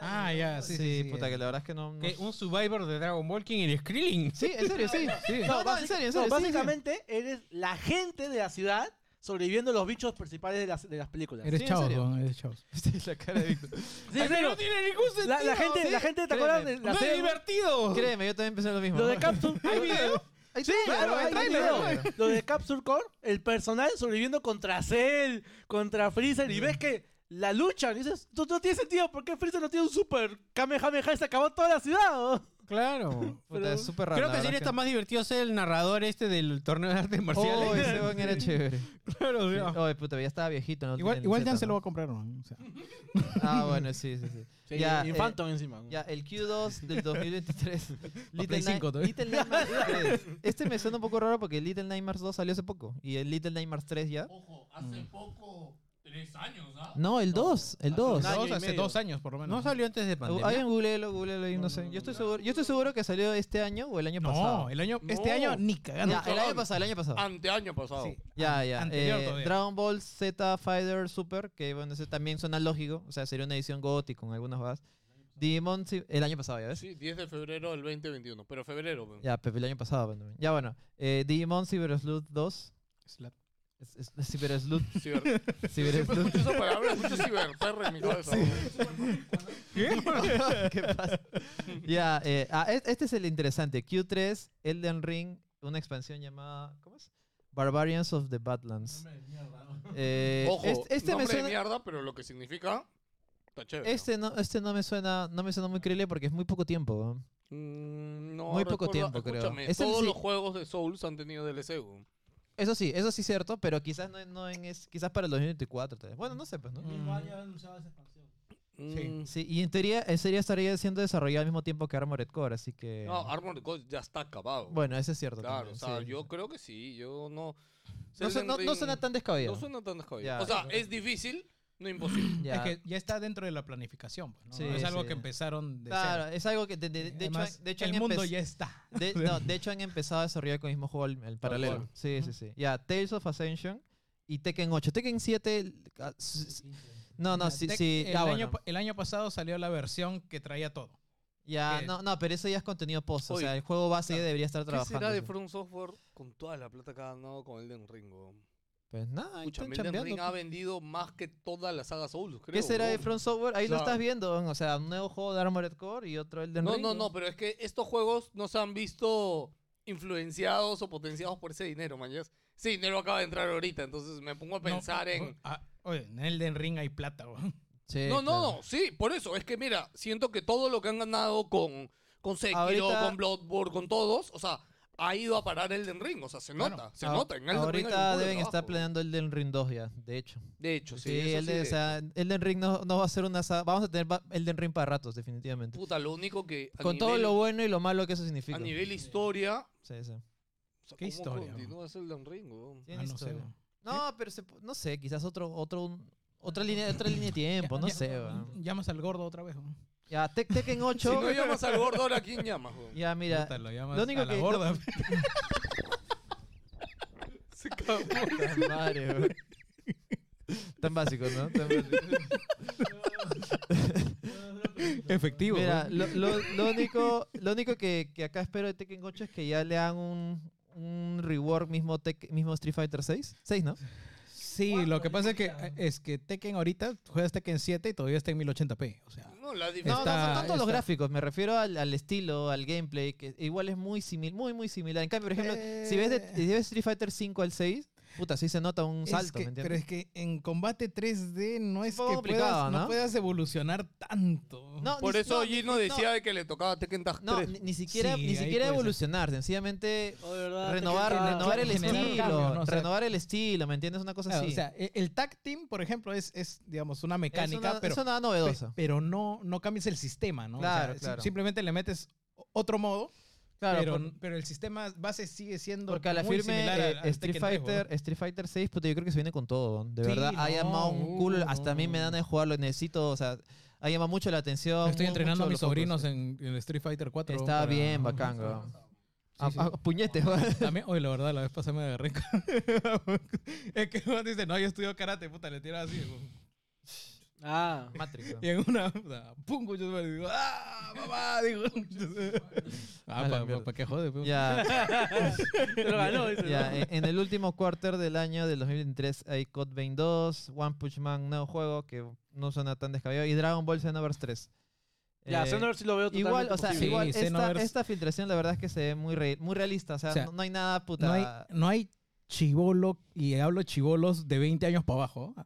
Ah, ya, sí. Sí, puta, que la verdad es que no. no- Que Un Survivor de Dragon Ball King y el Skrilling. Sí, en serio, sí. sí. No, no, en serio, en serio. No, sí, sí. básicamente eres la gente de la ciudad sobreviviendo a los bichos principales de las, de las películas. Eres en chavo, serio. weón, eres chavo. Sí, la cara de Víctor. Sí, en serio. la, la gente, la gente, ¿te acuerdas de créeme. la serie? divertido! Créeme, yo también pensé lo mismo. Lo de Capsule. ¿Hay video? Ahí Sí, está, claro, ahí hay está el video. video. Lo de Capsule Core, el personal sobreviviendo contra Cell, contra Freezer, y ves que la lucha, y dices, no, no tiene sentido, ¿por qué Freezer no tiene un super Kamehameha y se acabó toda la ciudad? ¿no? Claro. Puta, es súper raro. Creo la que verdad sería que- está más divertido ser el narrador este del torneo de artes marciales. ¿eh? Oh, ese weón era chévere. Claro, Sí. o sea, Oye, puta, ya estaba viejito. No Igual, tiene igual licencia, Jan se lo ¿no? va a comprar, weón. O sea, Ah, bueno, sí, sí, sí. Ya, y eh, Phantom encima. ¿no? Ya, el Q2 del 2023. Little, Play Ni- 5 todavía. Little Nightmares 3. Este me suena un poco raro porque Little Nightmares 2 salió hace poco. Y el Little Nightmares 3 ya. Ojo, hace poco, tres años, ¿ah? No, el 2. El 2. un año dos, y hace medio. dos años, por lo menos. no salió antes de pandemia. Alguien googleelo, googleelo ahí, no, sé. Yo estoy, seguro, yo estoy seguro que salió este año o el año No, pasado. el año, este No. año ni cagando. Ya, el año pasado, el año pasado. Anteaño pasado. Sí. Ya, ya. anterior eh, todavía. Dragon Ball Z Fighter Super, que bueno, ese también suena lógico. O sea, sería una edición GOTY con algunas bases. Digimon, sí, el año pasado, ¿ya ves? Sí, 10 de febrero del 2021. Pero febrero, weón. Ya, Pepe, el año pasado. bueno. Ya, bueno. Eh, Digimon Cyber Sleuth 2. Slat. Es- es- es Cyber Sleuth. Ciber- Cyber Siempre Sleuth. escucho esa palabra, escucho ciberperre en mi cabeza. Eh, ¿Qué pasa? Ya, eh, ah, es- este es el interesante. Q3, Elden Ring, una expansión llamada. ¿Cómo es? Barbarians of the Badlands. Eh, Ojo, est- este, me nombre de suena, mierda, pero lo que significa está chévere. este, no, este no me suena, no me suena muy creíble porque es muy poco tiempo. weón. Mm, no muy poco tiempo, creo. escúchame, Este Es el todos sí- los juegos de Souls han tenido DLC. weón. Eso sí, eso sí es cierto, pero quizás no, no en es, quizás para el 2024. tal vez. Bueno, no sé, pues, ¿no? Mm, Sí, y en teoría, en teoría estaría siendo desarrollado al mismo tiempo que Armored Core, así que. Mm, No, Armored Core ya está acabado. bueno, eso es cierto. claro, también, o sea, sí. yo creo que sí. Yo no. no, su- no- no Elden suena Ring- tan descabellado. No suena tan Ya. descabellado. O sea, es difícil, no imposible. Ya. Es que ya está dentro de la planificación. pues, ¿no? Sí, es algo sí. que empezaron de Claro, cero. Eh, es algo que de, de- de hecho, Además, han- de hecho el han mundo empez- ya está. de, no, de hecho han empezado a desarrollar con el mismo juego al- al paralelo. Sí, sí, sí. Ya, Tales of Ascension y Tekken 8. Tekken 7... el- ah, s- s- No, no, Ya, sí, Tec- sí. El, Ya, año, bueno. pa- el año pasado salió la versión que traía todo. Ya, que- no, no, pero eso ya es contenido post. O Oye, sea, el juego base ya claro. debería estar ¿Qué trabajando. será de sí. From Software con toda la plata que ha ganado con Elden Ring? weón? Pues nada, ahí Escúchame, están Elden Ring ha chambeando. pues. vendido más que toda la saga Souls, creo. ¿Qué será de weón. Front Software? Ahí lo Claro. estás viendo. O sea, un nuevo juego de Armored Core y otro Elden No, Ring. no, no, pero es que estos juegos no se han visto influenciados o potenciados por ese dinero, mañas. Ese dinero acaba de entrar ahorita, entonces me pongo a No, pensar en... ah, oye, en Elden Ring hay plata, weón. Sí, No, claro. no, no, sí, por eso. Es que mira, siento que todo lo que han ganado con, con Sekiro, Ahorita- con Bloodborne, con todos, o sea, ha ido a parar Elden Ring, o sea, se Claro. nota, se Ah, nota. En Elden Ring hay un Ahorita culo de deben estar trabajo. planeando Elden Ring 2 ya, de hecho. De hecho, sí, Sí, eso sí, Elden, o de- sea, Elden Ring no, no va a ser una saga. Vamos a tener ba- Elden Ring para ratos, definitivamente. Puta, lo único que... a Con todo nivel- lo bueno y lo malo que eso significa. A nivel historia... o Sí, sí. sea, ¿Qué ¿cómo historia, continúa ese Elden Ring, weón? Tiene Ah, no sé, historia. weón. No, pero se pu- no sé, quizás otro, otro, otra línea, otra línea de tiempo, Pues no Ah, Ya- sé. weón. Llamas al gordo otra vez, weón. Ya, Tek Tekken 8. Si no llamas al gordo, ahora ¿a quién llamas, weón? Ya, mira. Puta, lo llamas lo único a la que- gorda. Se cagó. Puta madre, weón. Tan básico, ¿no? Tan básico. Efectivo. Mira, weón. lo, lo- lo único, lo único que, que acá espero de Tekken 8 es que ya le hagan un, un rework mismo, Tek- mismo Street Fighter 6. 6, ¿no? Sí, lo que pasa es que, eh, es que Tekken ahorita juegas Tekken 7 y todavía está en 1080p. O sea, No, la No, diferencia. no, Está- no tanto los está- gráficos, me refiero al, al estilo, al gameplay, que igual es muy similar, muy, muy similar. En cambio, por ejemplo, si, ves de- si ves Street Fighter 5 al 6, puta, sí se nota un Es salto, que- ¿me Pero entiendes? es que en combate 3D no es poco que puedas, complicado, ¿no? ¿no? puedas evolucionar tanto. No, Por ni- eso no, ni- Gino no, decía de que le tocaba Tekken Tag No, 3. ni, ni siquiera, Sí, ni ahí siquiera puede ser. evolucionar, sencillamente Oh, de verdad, Tekken renovar, está- renovar el Ah, generar estilo, cambios, ¿no? O sea- renovar el estilo, ¿me entiendes? Una cosa Claro, así. O sea, e- el tag team, por ejemplo, es, es digamos, una es mecánica, una, pero, es una pe- novedosa. pero no, no cambias el sistema, ¿no? O sea, Claro, si- claro. simplemente le metes o- otro modo, Claro, pero, por- pero el sistema base sigue siendo porque a la muy firme similar eh, al- al Street Tekken 3, Fighter, Street Fighter 6, puta, yo creo que se viene con todo, weón. de Sí, verdad. ha no, llamado un culo, uh, hasta a mí me no. dan de jugarlo, necesito, o sea, ha llamado mucho la atención. weón. Estoy mu- entrenando mucho a mis los focus. sobrinos en, en el Street Fighter 4. Está para- bien, bacán, weón. A- sí. a- puñete, weón. También, oye, la verdad, la vez pasada me agarré. con- es que uno dice, no, yo estudio karate, puta, le tiras así. weón. Ah, Matrix, weón. Y en una, o sea, pum, yo me digo, ¡ah, mamá! Digo, ah, A la ¿para mierda. qué jode? pues. pe? Ya, te lo ganó. dice, ya, ¿no? en- en el último quarter del año del 2023 hay Code Vein 2, One Punch Man, nuevo juego que no suena tan descabellado, y Dragon Ball Xenoverse 3. Ya, Eh, Xenoverse sí lo veo totalmente Igual, o sea, posible. igual Sí, esta, Xenoverse- esta filtración la verdad es que se ve muy, re- muy realista. O sea, O sea, no, no hay nada puta. no hay, no hay chivolo, y hablo chivolos de 20 años para abajo, ¿ah?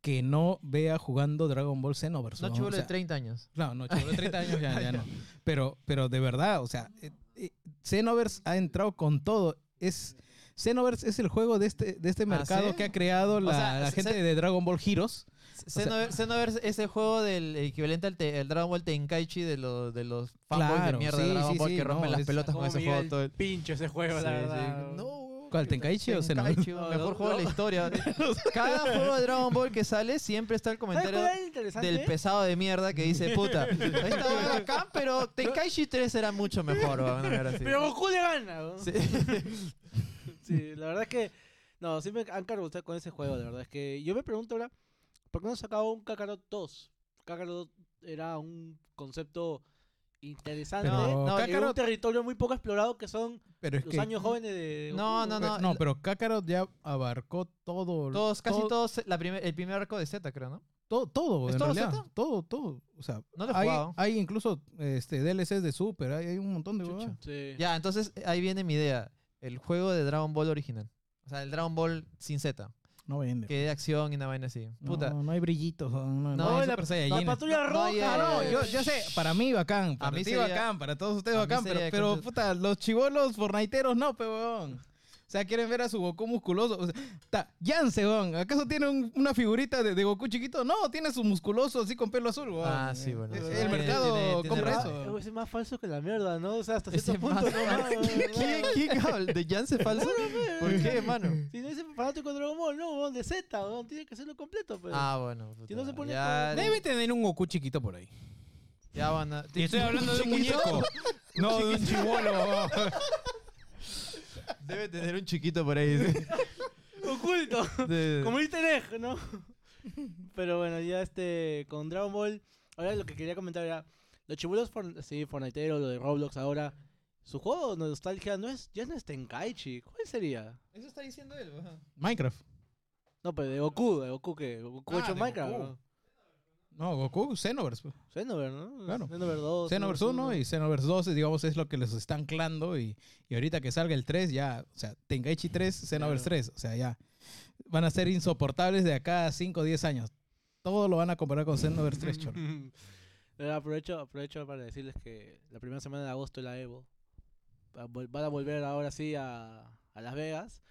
que no vea jugando Dragon Ball Xenoverse. no ¿no? chivolo O de sea, 30 años. Claro, no, chivolo de 30 años ya, ya no. Pero, pero de verdad, o sea, eh, eh, Xenoverse ha entrado con todo. Es. Xenoverse es el juego de este, de este ¿Ah, mercado sí? que ha creado la, sea, la se- gente se- de Dragon Ball Heroes. sea- Xenoverse Xenoverse es el juego del el equivalente al te- el Dragon Ball Tenkaichi de los, de los fanboys Claro, de mierda de sí, Dragon sí, Ball sí, que no, rompen las es- pelotas con Cómo ese me llega juego el todo el pincho ese juego, la Sí, sí. verdad. No, ¿Cuál? ¿Tenkaichi o Xenoverse? Tenkaichi, No, mejor no, juego de no. la historia. Cada juego de Dragon Ball que sale siempre está el ¿Sabes comentario cuál era interesante? del pesado de mierda que dice, puta, esta hueá era acá, pero Tenkaichi 3 era mucho mejor. weón, una mierda así. Pero Goku le gana. ¿no? Este, Sí. Sí, la verdad es que. No, sí me han cargado con ese juego, la verdad. Es que yo me pregunto ahora, ¿por qué no han sacado un Kakarot 2? Kakarot era un concepto interesante. Pero no, en un Kakarot- territorio muy poco explorado que son pero es los que- años jóvenes de. No, no, no. Pe- No, pero Kakarot ya abarcó todo. Todos, casi todo- todos, la primer- el primer arco de Z, creo, ¿no? Todo, todo, ¿Es en todo realidad. Z? Todo, todo. O sea, No lo he hay, jugado. hay incluso este, DLCs de Super, hay, hay un montón de Chucha. huevadas. Sí. Ya, entonces eh, ahí viene mi idea. El juego de Dragon Ball original. O sea, el Dragon Ball sin Z. No vende. Que de acción y una vaina así. Puta. No, no hay brillitos. No, no, No, hay la- Super La Saiyajines. patrulla No, no, roja. ya, Ah, no, eh, yo, yo sé, para mí bacán, para mí ti sería- bacán, para todos ustedes a mí bacán, pero, sería pero, contra- puta, los chivolos fornaiteros no, pe, weón. O sea, quieren ver a su Goku musculoso. O sea, ta, Yance, weón, ¿acaso tiene un- una figurita de, de Goku chiquito? No, tiene su musculoso así con pelo azul, weón. Ah, sí, bueno, El, sí. el Tiene- mercado tiene- tiene compra razón. eso. eh, Es más falso que la mierda, ¿no? O sea, hasta Ese cierto punto. mazo, No, mano. más, ¿Quién, quién habla? ¿De Jance falso? ¿Por qué, hermano? Si no es fanático de Dragon Ball, no, weón, de Z, weón, tiene que hacerlo completo. Pues. Ah, bueno. Si no se pone ya, con- Debe tener un Goku chiquito por ahí. ya van a... Y estoy hablando de un muñeco. No, de un chivolo. Debe tener un chiquito por ahí. sí. Oculto. De- Como easter egg, ¿no? Pero bueno, ya este, con Dragon Ball, ahora lo que quería comentar era, los chibulos, for, sí, Fortniteros, lo de Roblox ahora, su juego de nostalgia no es, ya no es Tenkaichi, ¿cuál sería? Eso está diciendo él, weón. Minecraft. No, pero de Goku, de Goku que, Goku Ah, hecho de Minecraft, Goku. ¿no? No, Goku, Xenoverse. pues. Xenoverse, ¿no? Claro. Xenoverse 2. Xenoverse 1 y Xenoverse 2, digamos, es lo que les está anclando. Y, y ahorita que salga el 3, ya, o sea, Tenkaichi 3, Xenoverse 3, o sea, ya van a ser insoportables de acá a 5 o 10 años. Todo lo van a comparar con Xenoverse 3, cholo. Pero aprovecho, aprovecho para decirles que la primera semana de agosto es la Evo. Va- vol- Van a volver ahora sí a, a Las Vegas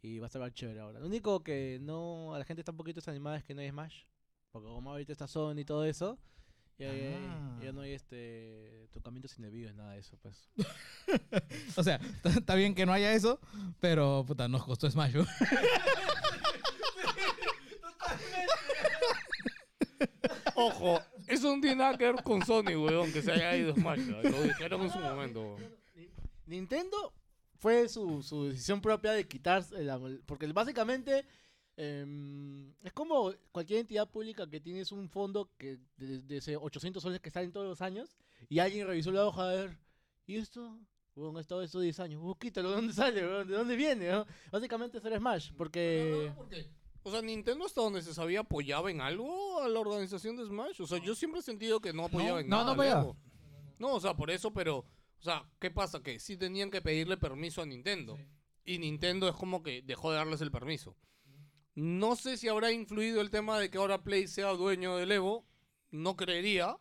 y va a estar chévere ahora. Lo único que no a la gente está un poquito desanimada es que no hay Smash. Porque como ahorita está Sony y todo eso, ya, Ah. ya no hay este tocamientos indebidos, nada de eso, pues. O sea, está bien que no haya eso, pero puta, nos costó Smash. ¿no? Ojo, Eso no tiene nada que ver con Sony, weón, que se haya ido Smash. ¿verdad? Lo dijeron en su momento, weón. Nintendo fue su, su decisión propia de quitar la mol- porque básicamente em, es como cualquier entidad pública que tienes un fondo que de, de ese 800 soles que salen todos los años y alguien revisó la hoja a ver y esto bueno, ha estado estos 10 años. Uh, quítalo, ¿de dónde sale? weón? ¿De dónde viene? no? Básicamente es el Smash, No, no, porque... no, porque, O sea, Nintendo hasta donde se sabía apoyaba en algo a la organización de Smash. O sea, yo siempre he sentido que no apoyaba en no, nada. no apoyaba. loco. No, o sea, por eso, pero. O sea, ¿qué pasa? Que sí tenían que pedirle permiso a Nintendo. Y Nintendo es como que dejó de darles el permiso. No sé si habrá influido el tema de que ahora Play sea dueño del Evo. No creería.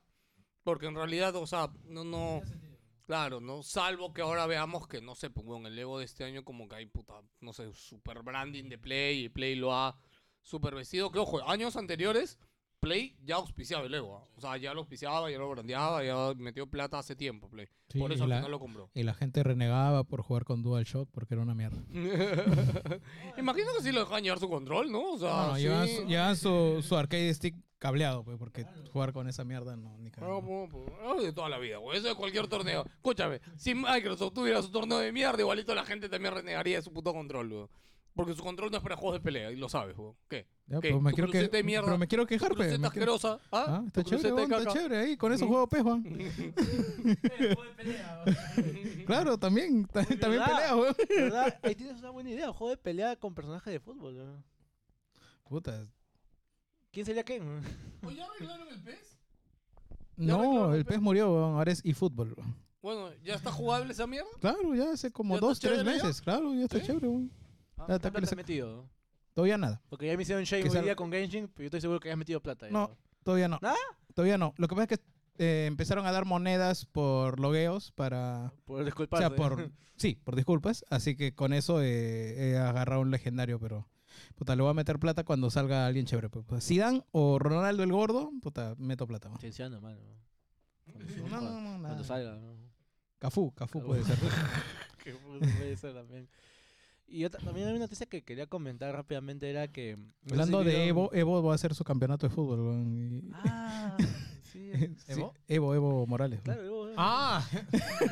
Porque en realidad, o sea, no, no. Claro, ¿no? Salvo que ahora veamos que, no sé, pues, weón, el Evo de este año como que hay puta, no sé, super branding de Play y Play lo ha super vestido. Que ojo, años anteriores, Play ya auspiciaba el Evo. ¿ah? O sea, ya lo auspiciaba, ya lo brandeaba, ya metió plata hace tiempo, Play. Sí, Por eso y al la- final lo compró. Y la gente renegaba por jugar con DualShock porque era una mierda. Imagino que sí lo dejan llevar su control, ¿no? O sea, no, no, sí. llevan, su, llevan su, su arcade stick cableado, pues, porque jugar con esa mierda no, ni Ah, cagando. po, po. Ah, de toda la vida, güey. Eso es cualquier torneo. Escúchame, si Microsoft tuviera su torneo de mierda, igualito la gente también renegaría de su puto control, güey. Porque su control no es para juegos de pelea, y lo sabes, güey. ¿Qué? Ya, ¿Qué? pero, me Tu quiero que, cruceta de mierda. pero me quiero Tu quejar, pe, cruceta me quiero- asquerosa. ¿Ah? Ah, está Tu cruceta chévere, de weón, está caca. chévere ahí, con eso juego pez, Juan. Claro, también, ta- también ¿Verdad? pelea, weón. ¿Verdad? Ahí tienes una buena idea, juego de pelea con personajes de fútbol. ¿no? Puta. ¿Quién sería quién? no? Pues ¿O ya arreglaron el pez? No, el pez murió, weón, ahora es eFootball. weón. Bueno, ¿ya está jugable esa mierda? Claro, ya hace como ¿Ya está dos, tres chévere ya? meses, claro, ya está chévere, weón. ¿Qué plata está que le has saca- metido? Todavía nada, Porque ya me hicieron shame Que hoy sal- día con Genshin, pero yo estoy seguro que ya has metido plata. ya, No, todavía no. ¿Nada? Todavía no. Lo que pasa es que eh, empezaron a dar monedas por logueos para... Por O sea, disculparse. por... Sí, por disculpas. Así que con eso eh, he agarrado un legendario, pero... Puta, le voy a meter plata cuando salga alguien chévere. Pues, pues, Zidane o Ronaldo el Gordo, puta, meto plata. weón. Cienciano, mano. Cuando, No, no, no, nada. cuando salga, ¿no? Cafú, Cafú puede ser. Que puede ser también. Y otra, también hay una noticia que quería comentar rápidamente, era que... no sé si Hablando de vieron- Evo, Evo va a hacer su campeonato de fútbol. weón, y- Ah, sí. Sí, ¿Evo? Evo, Evo Morales. weón. Claro, Evo. eh. Ah.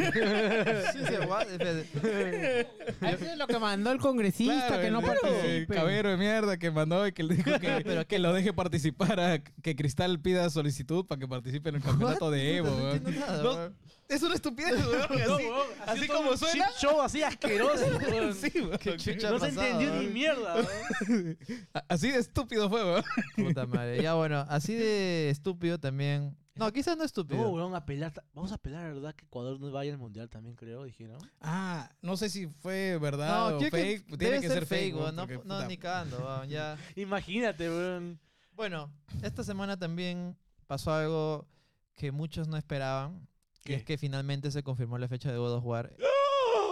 sí, sí, what? Espérate. Eso es lo que mandó el congresista, Claro, que no el- el participe. Cabero de mierda que mandó y que le dijo que, que lo deje participar, a- que Cristal pida solicitud para que participe en el campeonato de Evo. No weón. entiendo nada, No, weón. es una estupidez, weón, así, así Haciendo como un suena. shit show así asqueroso. weón. Sí, ¿eh? weón. chucha no pasado, se entendió weón? ni mierda. weón. A- Así de estúpido fue, weón. Puta madre. Ya bueno, así de estúpido también. No, quizás no No, estúpido. weón, a pelar. ta- Vamos a pelar, ¿verdad? Que Ecuador no vaya al mundial también, creo, dijeron. Ah, no sé si fue No, verdad o creo que fake. debe Tiene que ser fake, weón, weón, No, porque, no, puta, ni cagando, weón, ya. Imagínate, weón. Bueno, esta semana también pasó algo que muchos no esperaban. Que ¿Qué? es que finalmente se confirmó la fecha de God of War.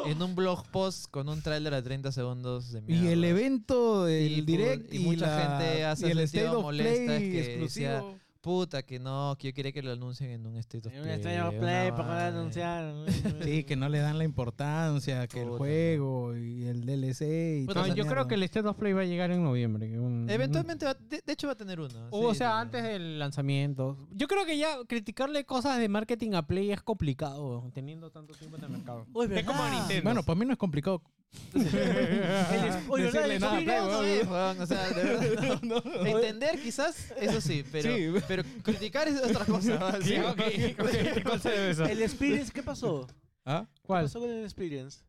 En un blog post con un tráiler a 30 segundos de Y mierda. el evento del Y pu- direct y y, mucha la- gente ha y el sentido State of molesta Play que exclusivo. decía, Puta, que no, que yo quería que lo anuncien en un State of Play. En un extraño una play, ¿para cuándo vaina. anunciaron? Sí, que no le dan la importancia que el Pues. Puta, juego y el DLC y Puta, toda Pues No, esa yo creo mierda. que el State of Play va a llegar en noviembre. que un- Eventualmente, va- de, de hecho, va a tener uno. O sí, sea, sí, antes sí. del lanzamiento. Yo creo que ya criticarle cosas de marketing a Play es complicado, teniendo tanto tiempo en el mercado. Uy, es como ¿verdad? Nintendo. Bueno, para mí no es complicado. Oye, ¿verdad? decirle El nada, Xbox No, Live, no weón. es, weón, eh, o sea, de verdad, no. Entender quizás, eso sí, pero, Sí. pero criticar es otra cosa. ¿no? Sí, ok, ok, ¿qué cosa es eso? El Experience, ¿qué pasó? ¿Qué ¿Ah? ¿Cuál? pasó con el Experience?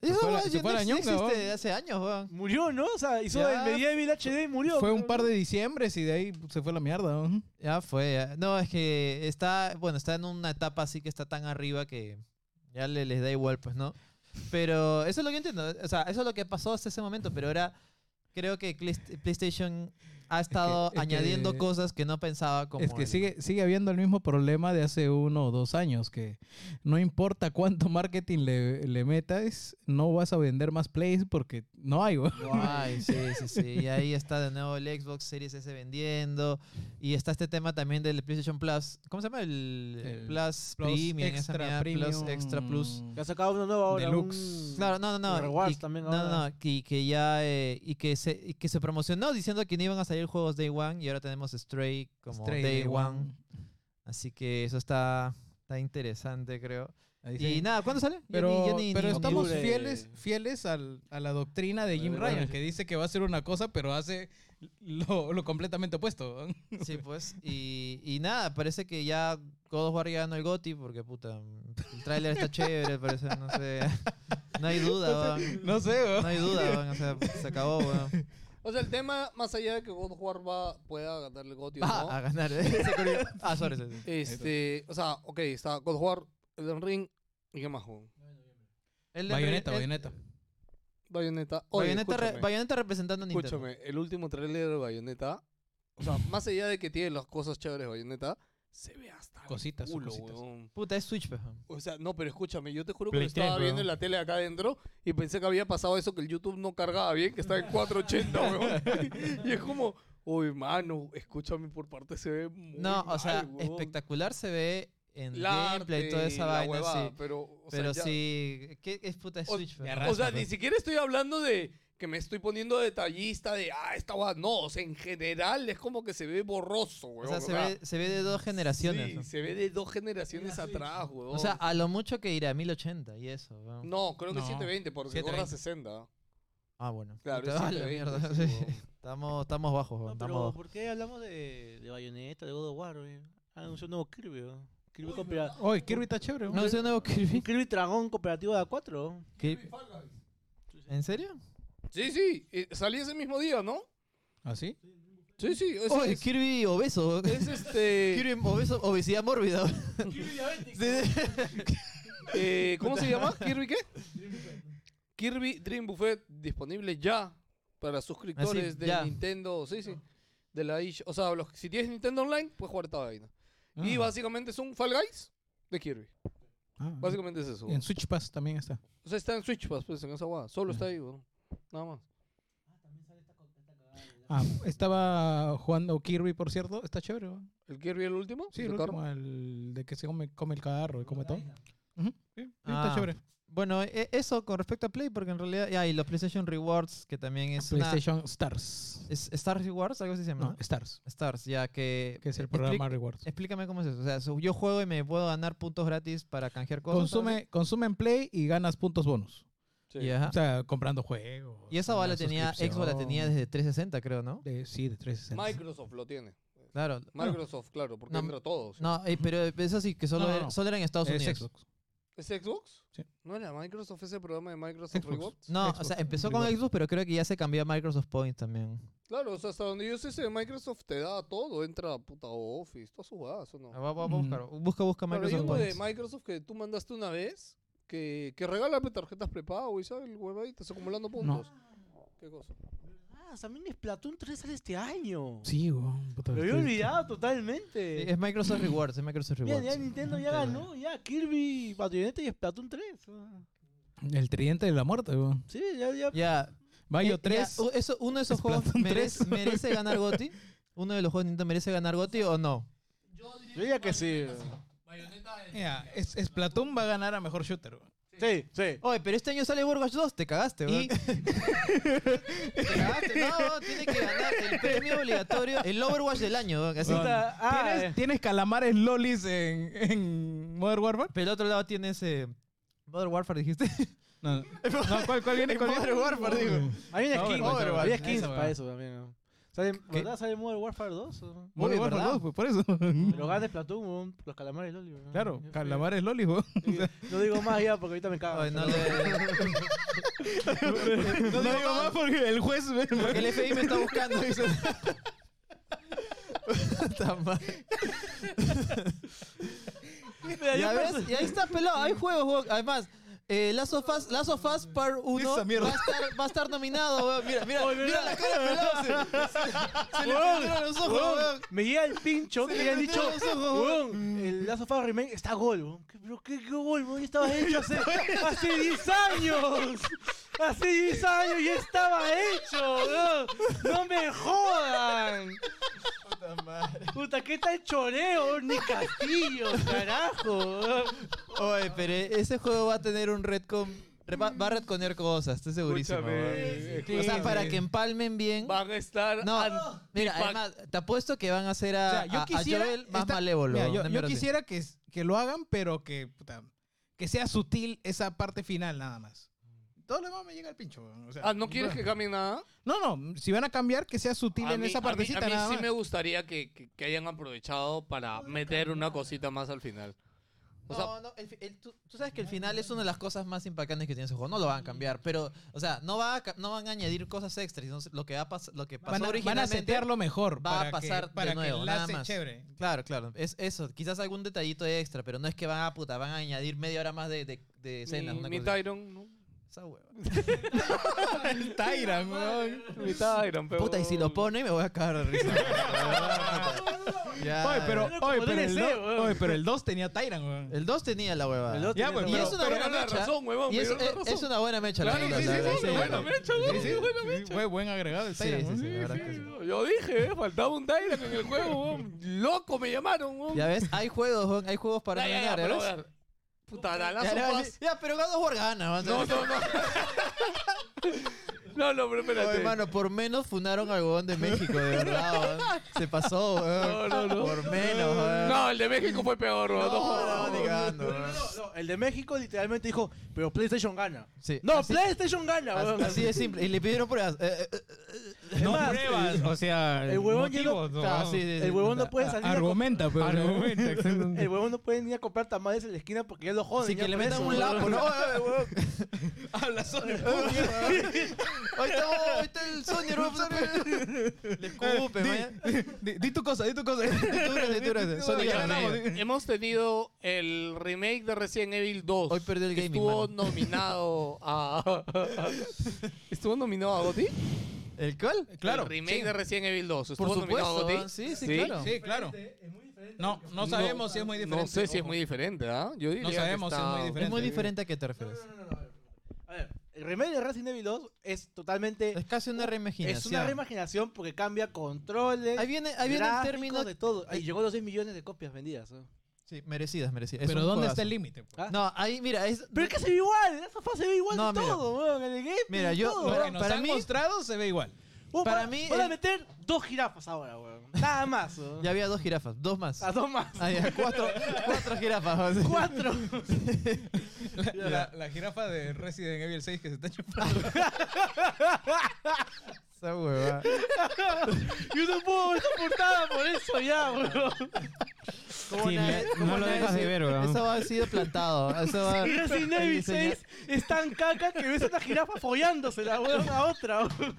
Eso, fue la- weón, se ya fue no la ex- ñonga, existe weón. hace años, weón. Murió, ¿no? O sea, hizo Ya. el Medieval HD y murió. Fue un pero- par de diciembres y de ahí se fue la mierda. ¿no? Ya fue. ya. No, es que está, bueno, está en una etapa así que está tan arriba que ya le, les da igual, pues, ¿no? Pero eso es lo que yo entiendo. O sea, eso es lo que pasó hasta ese momento, pero ahora creo que Clist- PlayStation ha estado es que- añadiendo cosas que no pensaba como... Es que el- sigue, sigue habiendo el mismo problema de hace uno o dos años, que no importa cuánto marketing le, le metas, no vas a vender más plays porque no hay. weón. Ay, sí, sí, sí. Y ahí está de nuevo el Xbox Series S vendiendo. Y está este tema también del PlayStation Plus. ¿Cómo se llama? El, El Plus, Plus Premium. esa extra mierda, Plus premium. Extra Plus. Que ha sacado uno nuevo ahora. Deluxe. un- Claro, no, no, no. Rewards y- también no, no, ahora. no, que, que ya eh, y que se y que se promocionó diciendo que no iban a salir juegos Day One y ahora tenemos Stray como Stray Day, Day One. One. Así que eso está, está interesante, creo. Ahí Y sí. nada, ¿cuándo sale? Yo Pero, ni- yo ni- pero ni- estamos ni- fieles, fieles al- a la doctrina de Jim Bueno, Ryan, bueno. que dice que va a hacer una cosa, pero hace lo, lo completamente opuesto. Sí, pues. Y, y nada, parece que ya God of War ya ganó el GOTY porque, puta, el tráiler está chévere, parece, no sé. No hay duda, weón. No sé, weón. No hay duda, weón. O sea, se acabó, weón. O sea, el tema, más allá de que God of War va, pueda ganarle el GOTY o Va Ah, no, Ah, a ganar. eh. ah, sorry, sorry. este, o sea, ok, está God of War, Elden Ring, ¿y qué más, weón? El de- Bayoneta, el- bayoneta. Bayonetta. Oye, Bayonetta, re- escúchame, Bayonetta representando a Nintendo. escúchame, el último trailer de Bayonetta, o sea, más allá de que tiene las cosas chéveres Bayonetta, se ve hasta el Cositas, sus culo, cositas. weón. Puta, es Switch, pues. weón. O sea, no, pero escúchame, yo te juro que Play lo estaba 3, viendo weón. en la tele acá adentro y pensé que había pasado eso, que el YouTube no cargaba bien, que estaba en 480, weón. y es como, uy, mano, escúchame por parte, se ve muy No, o sea, mal, weón. espectacular se ve en El arte gameplay y toda y esa la vaina, huevada, sí. Pero, o sea, Pero ya- sí, ¿qué es puta es O- pues. Switch, weón? O sea, ni siquiera estoy hablando de que me estoy poniendo detallista de, ah, esta guada. No, o sea, en general es como que se ve borroso, O weón. sea, se ve, se ve de dos generaciones. Sí, ¿no? se ve de dos generaciones atrás, weón. O sea, a lo mucho que irá a 1080 y eso. weón. no, creo que No, 720, porque gorra 720. 60. Ah, bueno. Claro, Puta, es vale, 720, mierda, sí, sí. weón. Estamos, estamos bajos, weón, No, estamos pero bajos. ¿por qué hablamos de, de Bayonetta, de God of War? güey? Ah, anunció un nuevo Kirby, weón. Kirby coopera- Oye, Kirby está chévere. No, ese nuevo un Kirby. Kirby Dragón cooperativo de A4. ¿Qué? ¿En serio? Sí, sí, eh, salí ese mismo día, ¿no? ¿Ah, sí? Sí, sí, es, Oh, es- Kirby obeso. weón. es este... Kirby obeso, obesidad mórbida. weón. eh, ¿Cómo se llama? ¿Kirby qué? Kirby Dream Buffet disponible ya para suscriptores Ah, de ya. Nintendo, sí, sí. De la eShop. O sea, los, si tienes Nintendo Online, puedes jugar esta vaina. Y básicamente es un Fall Guys de Kirby. Ah, Básicamente es eso. y en Switch Pass también está. O sea, está en Switch Pass, pues, en esa guada. Solo está ahí, weón. Nada más. Ah, estaba jugando Kirby, por cierto. Está chévere, weón. ¿El Kirby el último? Sí, ¿De el carro? último, el de que se come, come el carro y come todo. Ujú, sí, sí, Ah, está chévere. Bueno, e- eso con respecto a Play, porque en realidad. Ya, y los PlayStation Rewards, que también es una. PlayStation Stars. ¿Es Star Rewards? Algo así se llama. No, Stars, ¿no? Stars, ya que. que es el Explic- programa Rewards. Explícame cómo es eso. O sea, su- yo juego y me puedo ganar puntos gratis para canjear cosas. Consume, consume en Play y ganas puntos bonus. Sí. Y, ajá. O sea, comprando juegos. Y esa bala bala tenía, Xbox la tenía desde 360, creo, ¿no? sí, de 360. Microsoft lo tiene. Claro. Microsoft, claro, porque No, entra todo. ¿sí? No, eh, pero eso sí, que solo, No, no, era- no. solo era en Estados Es Unidos. Xbox. ¿Es Xbox? Sí. ¿No era Microsoft ese programa de Microsoft Xbox. Rewards? No, o Xbox, sea, empezó con Xbox. Xbox, pero creo que ya se cambió a Microsoft Point también. Claro, o sea, hasta donde yo sé, ese de Microsoft te da todo. Entra puta Office, todas sus guadas, ¿o no? Ah, va- va- va a Mm. buscar. Busca, busca Pero hay Microsoft uno de Points. Microsoft que tú mandaste una vez que, que regala pe, tarjetas prepago y sabes, el huevadito, se acumulando puntos. ¿Qué cosa? Ah, también es Platoon 3 sale este año. Sí, weón. puta, Lo había estoy- olvidado Sí, totalmente. es Microsoft Rewards, es Microsoft Mira, Rewards. ya Nintendo ya ganó, ya Kirby, Bayonetta y Splatoon 3. ah. El tridente de la muerte, weón. Sí, ya, ya. Ya. eh, Bayo ya, 3. u- eso, uno de esos juegos Splatoon merece, 3. merece ganar GOTY. ¿Uno de los juegos de Nintendo merece ganar GOTY o no? Yo diría que sí. Mira, es, es Platón va a ganar a mejor shooter. weón. Sí, sí. Oye, pero este año sale Overwatch 2, te cagaste, weón. Y- te cagaste, no, tiene que ganar el premio obligatorio, el Overwatch del año, weón. Así Weón. está. Ah, ¿Tienes, eh, tienes calamares lolis en, en Modern Warfare? Pero el otro lado tienes eh, Modern Warfare, dijiste. No, no, ¿cuál, cuál viene? ¿Cuál viene? Modern Warfare, digo. hay una Ah, skin, Overwatch, pero había esa skins huevada. para eso también. ¿no? ¿Sale, ¿Verdad? ¿Sale Modern Warfare 2? o no? Modern Oye, Warfare ¿verdad? 2, pues, por eso. Pero gana Splatoon, weón, los calamares Loli. weón. Claro, Yo- calamares lolis, weón. Sí, No digo más ya porque ahorita me cago. Ay, no, le- No digo más porque el juez... porque el FBI me está buscando. dice. Puta madre. ya ves, y ahí está pelado, hay juegos, weón. además. Eh, Last of Us, Last of Us Part 1 Esa mierda. va a estar, va a estar nominado, weón. Mira, mira, mira la cara de pelado. Se, se, se le prendieron los ojos, weón. Me llega el pincho que le han dicho, prendieron los ojos, weón, el Last of Us Remake está gol, weón. ¿Qué- Pero qué, qué gol, weón, ya estaba hecho hace, hace 10 años. Hace 10 años ya estaba hecho, weón. No me jodan. Puta, ¿qué tal choreo? Ni castillo, carajo. weón. Oye, pero ese juego va a tener un retcon Repa- Va a retconear cosas, estoy segurísimo. weón. Escúchame. o sea, para que empalmen bien. Van a estar. No, an- mira, antipac- además, te apuesto que van a hacer a, O sea, yo a- a quisiera Joel más esta- malévolo. Mira, una yo, yo mierda así. quisiera que, que lo hagan, pero que, puta, que sea sutil esa parte final nada más. Todo lo demás me llega al pincho. weón. O sea, Ah, ¿no quieres que cambie nada? No, no, si van a cambiar, que sea sutil A en mí- esa partecita A mí, a mí nada sí más. me gustaría que, que- que hayan aprovechado para meter una cosita más al final. O sea, no, no, el fi- el- tú, tú sabes que el final es una de las cosas más impactantes que tiene ese juego. No lo van a cambiar, pero, o sea, no, va a ca- no van a añadir cosas extras. sino lo que, va a pas- lo que pasó Van a, van a originalmente. setearlo mejor. va a para que- pasar de para que nuevo, nada enlace más. chévere. Claro, claro. Es eso. Quizás algún detallito extra, pero no es que van a puta, van a añadir media hora más de, de, de escenas. mi, una mi cosa así. Tyron. ¿no? Esa hueva. Tyran, weón. Mi Tyron, pero. Puta, y si lo pone me voy a cagar de risa. Ya, Oye, pero, ya. oye, pero el DLC, do- weón. oye, pero el 2 tenía Tyran, weón. El 2 tenía la hueva. El dos Ya, tenía pues, esa Y pero- es una pero buena me da mecha. razón, huevón, Y me es, eh, da es- razón. es una buena mecha la Claro, verdad, sí, la sí, verdad, sí, sí. buena mecha, Sí, weón, sí, buena sí, mecha. Fue buen agregado el Sí, Tyran, sí, weón. sí, la verdad Sí, que sí. Yo dije, eh, faltaba un Tyron en el juego, weón. Loco me llamaron, weón. Ya ves, hay juegos, weón, hay juegos para Ya, ya, ya, ganar, pero, ¿ves? a ver. Puta, Ya, la lazo ya, paz. ya, pero God of War gana, man. No, no, no. No, no, Oye, pero espérate. hermano, por menos funaron al huevón de México, de verdad, weón. Se pasó, weón. No, no, no. Por menos, weón. No, el de México fue peor, weón. No, no, jodas. ni cagando, No, weón. no, no, el de México literalmente dijo, pero PlayStation gana. Sí, No, así- PlayStation gana, as- weón. Así de simple. Y le pidieron pruebas. Eh, eh, eh, Es No más, pruebas, o sea, el huevón ya no- motivos, ¿no? claro, sí, sí, sí. El huevón no puede salir. a co- Argumenta, pero. Argumenta, El exactamente. huevón no puede ni a comprar tamales en la esquina porque ya lo joden. Sí, ya que le por metan eso, un weón. lapo, ¿no? Oye, oye, weón. Habla solo. Hoy está, hoy está el Sony, weón. Sony. Le escupe, man. Di, di tu cosa, di tu cosa. Lecturas, lecturas. Sony Ya gana, hablamos. amigo. Hemos tenido el remake de Resident Evil 2. Hoy perdió el que gaming, Estuvo mano. nominado a. ¿Estuvo nominado a Gotti? ¿El cuál? Claro. El remake sí. de Resident Evil 2. ¿Estuvo Por nominado a supuesto. Gotti? weón. Sí, sí, Sí. claro. Sí, claro. No, no sabemos si es muy diferente. No sé si es ojo. muy diferente, ¿ah? Yo diría que sabemos si es está- muy diferente. Es muy diferente a qué te refieres. A ver, el remake de Resident Evil 2 es totalmente. Es casi una reimaginación. Es una reimaginación porque cambia controles. Ahí viene, ahí viene el gráficos, término. de todo. Ahí llegó a los 6 millones de copias vendidas. ¿no? Sí, merecidas, merecidas. Es Pero un ¿dónde juegazo. está el límite? pues? Ah. No, ahí, mira, es. Pero es que se ve igual, esa fase se ve igual No, de mira. todo, weón. En el gameplay Mira, de yo- todo, Lo Para- que weón. nos para han mí- mostrado se ve igual. Weón, para van- mí Van a el- meter dos jirafas ahora, weón. Nada más, weón. Ya había dos jirafas, dos más. A dos más. Ah, ya, cuatro, cuatro jirafas. Cuatro. La, la- la jirafa de Resident Evil 6 que se está chupando. Esa hueva. Yo no puedo ver esta portada por eso ya, weón. Como Sí, nadie- me- como no lo nadie dejas de se- ver, weón. Eso ha sido plantado. Eso va, Y Resident Evil el diseño- 6 es tan caca que ves a una jirafa follándosela, weón, a otra, weón.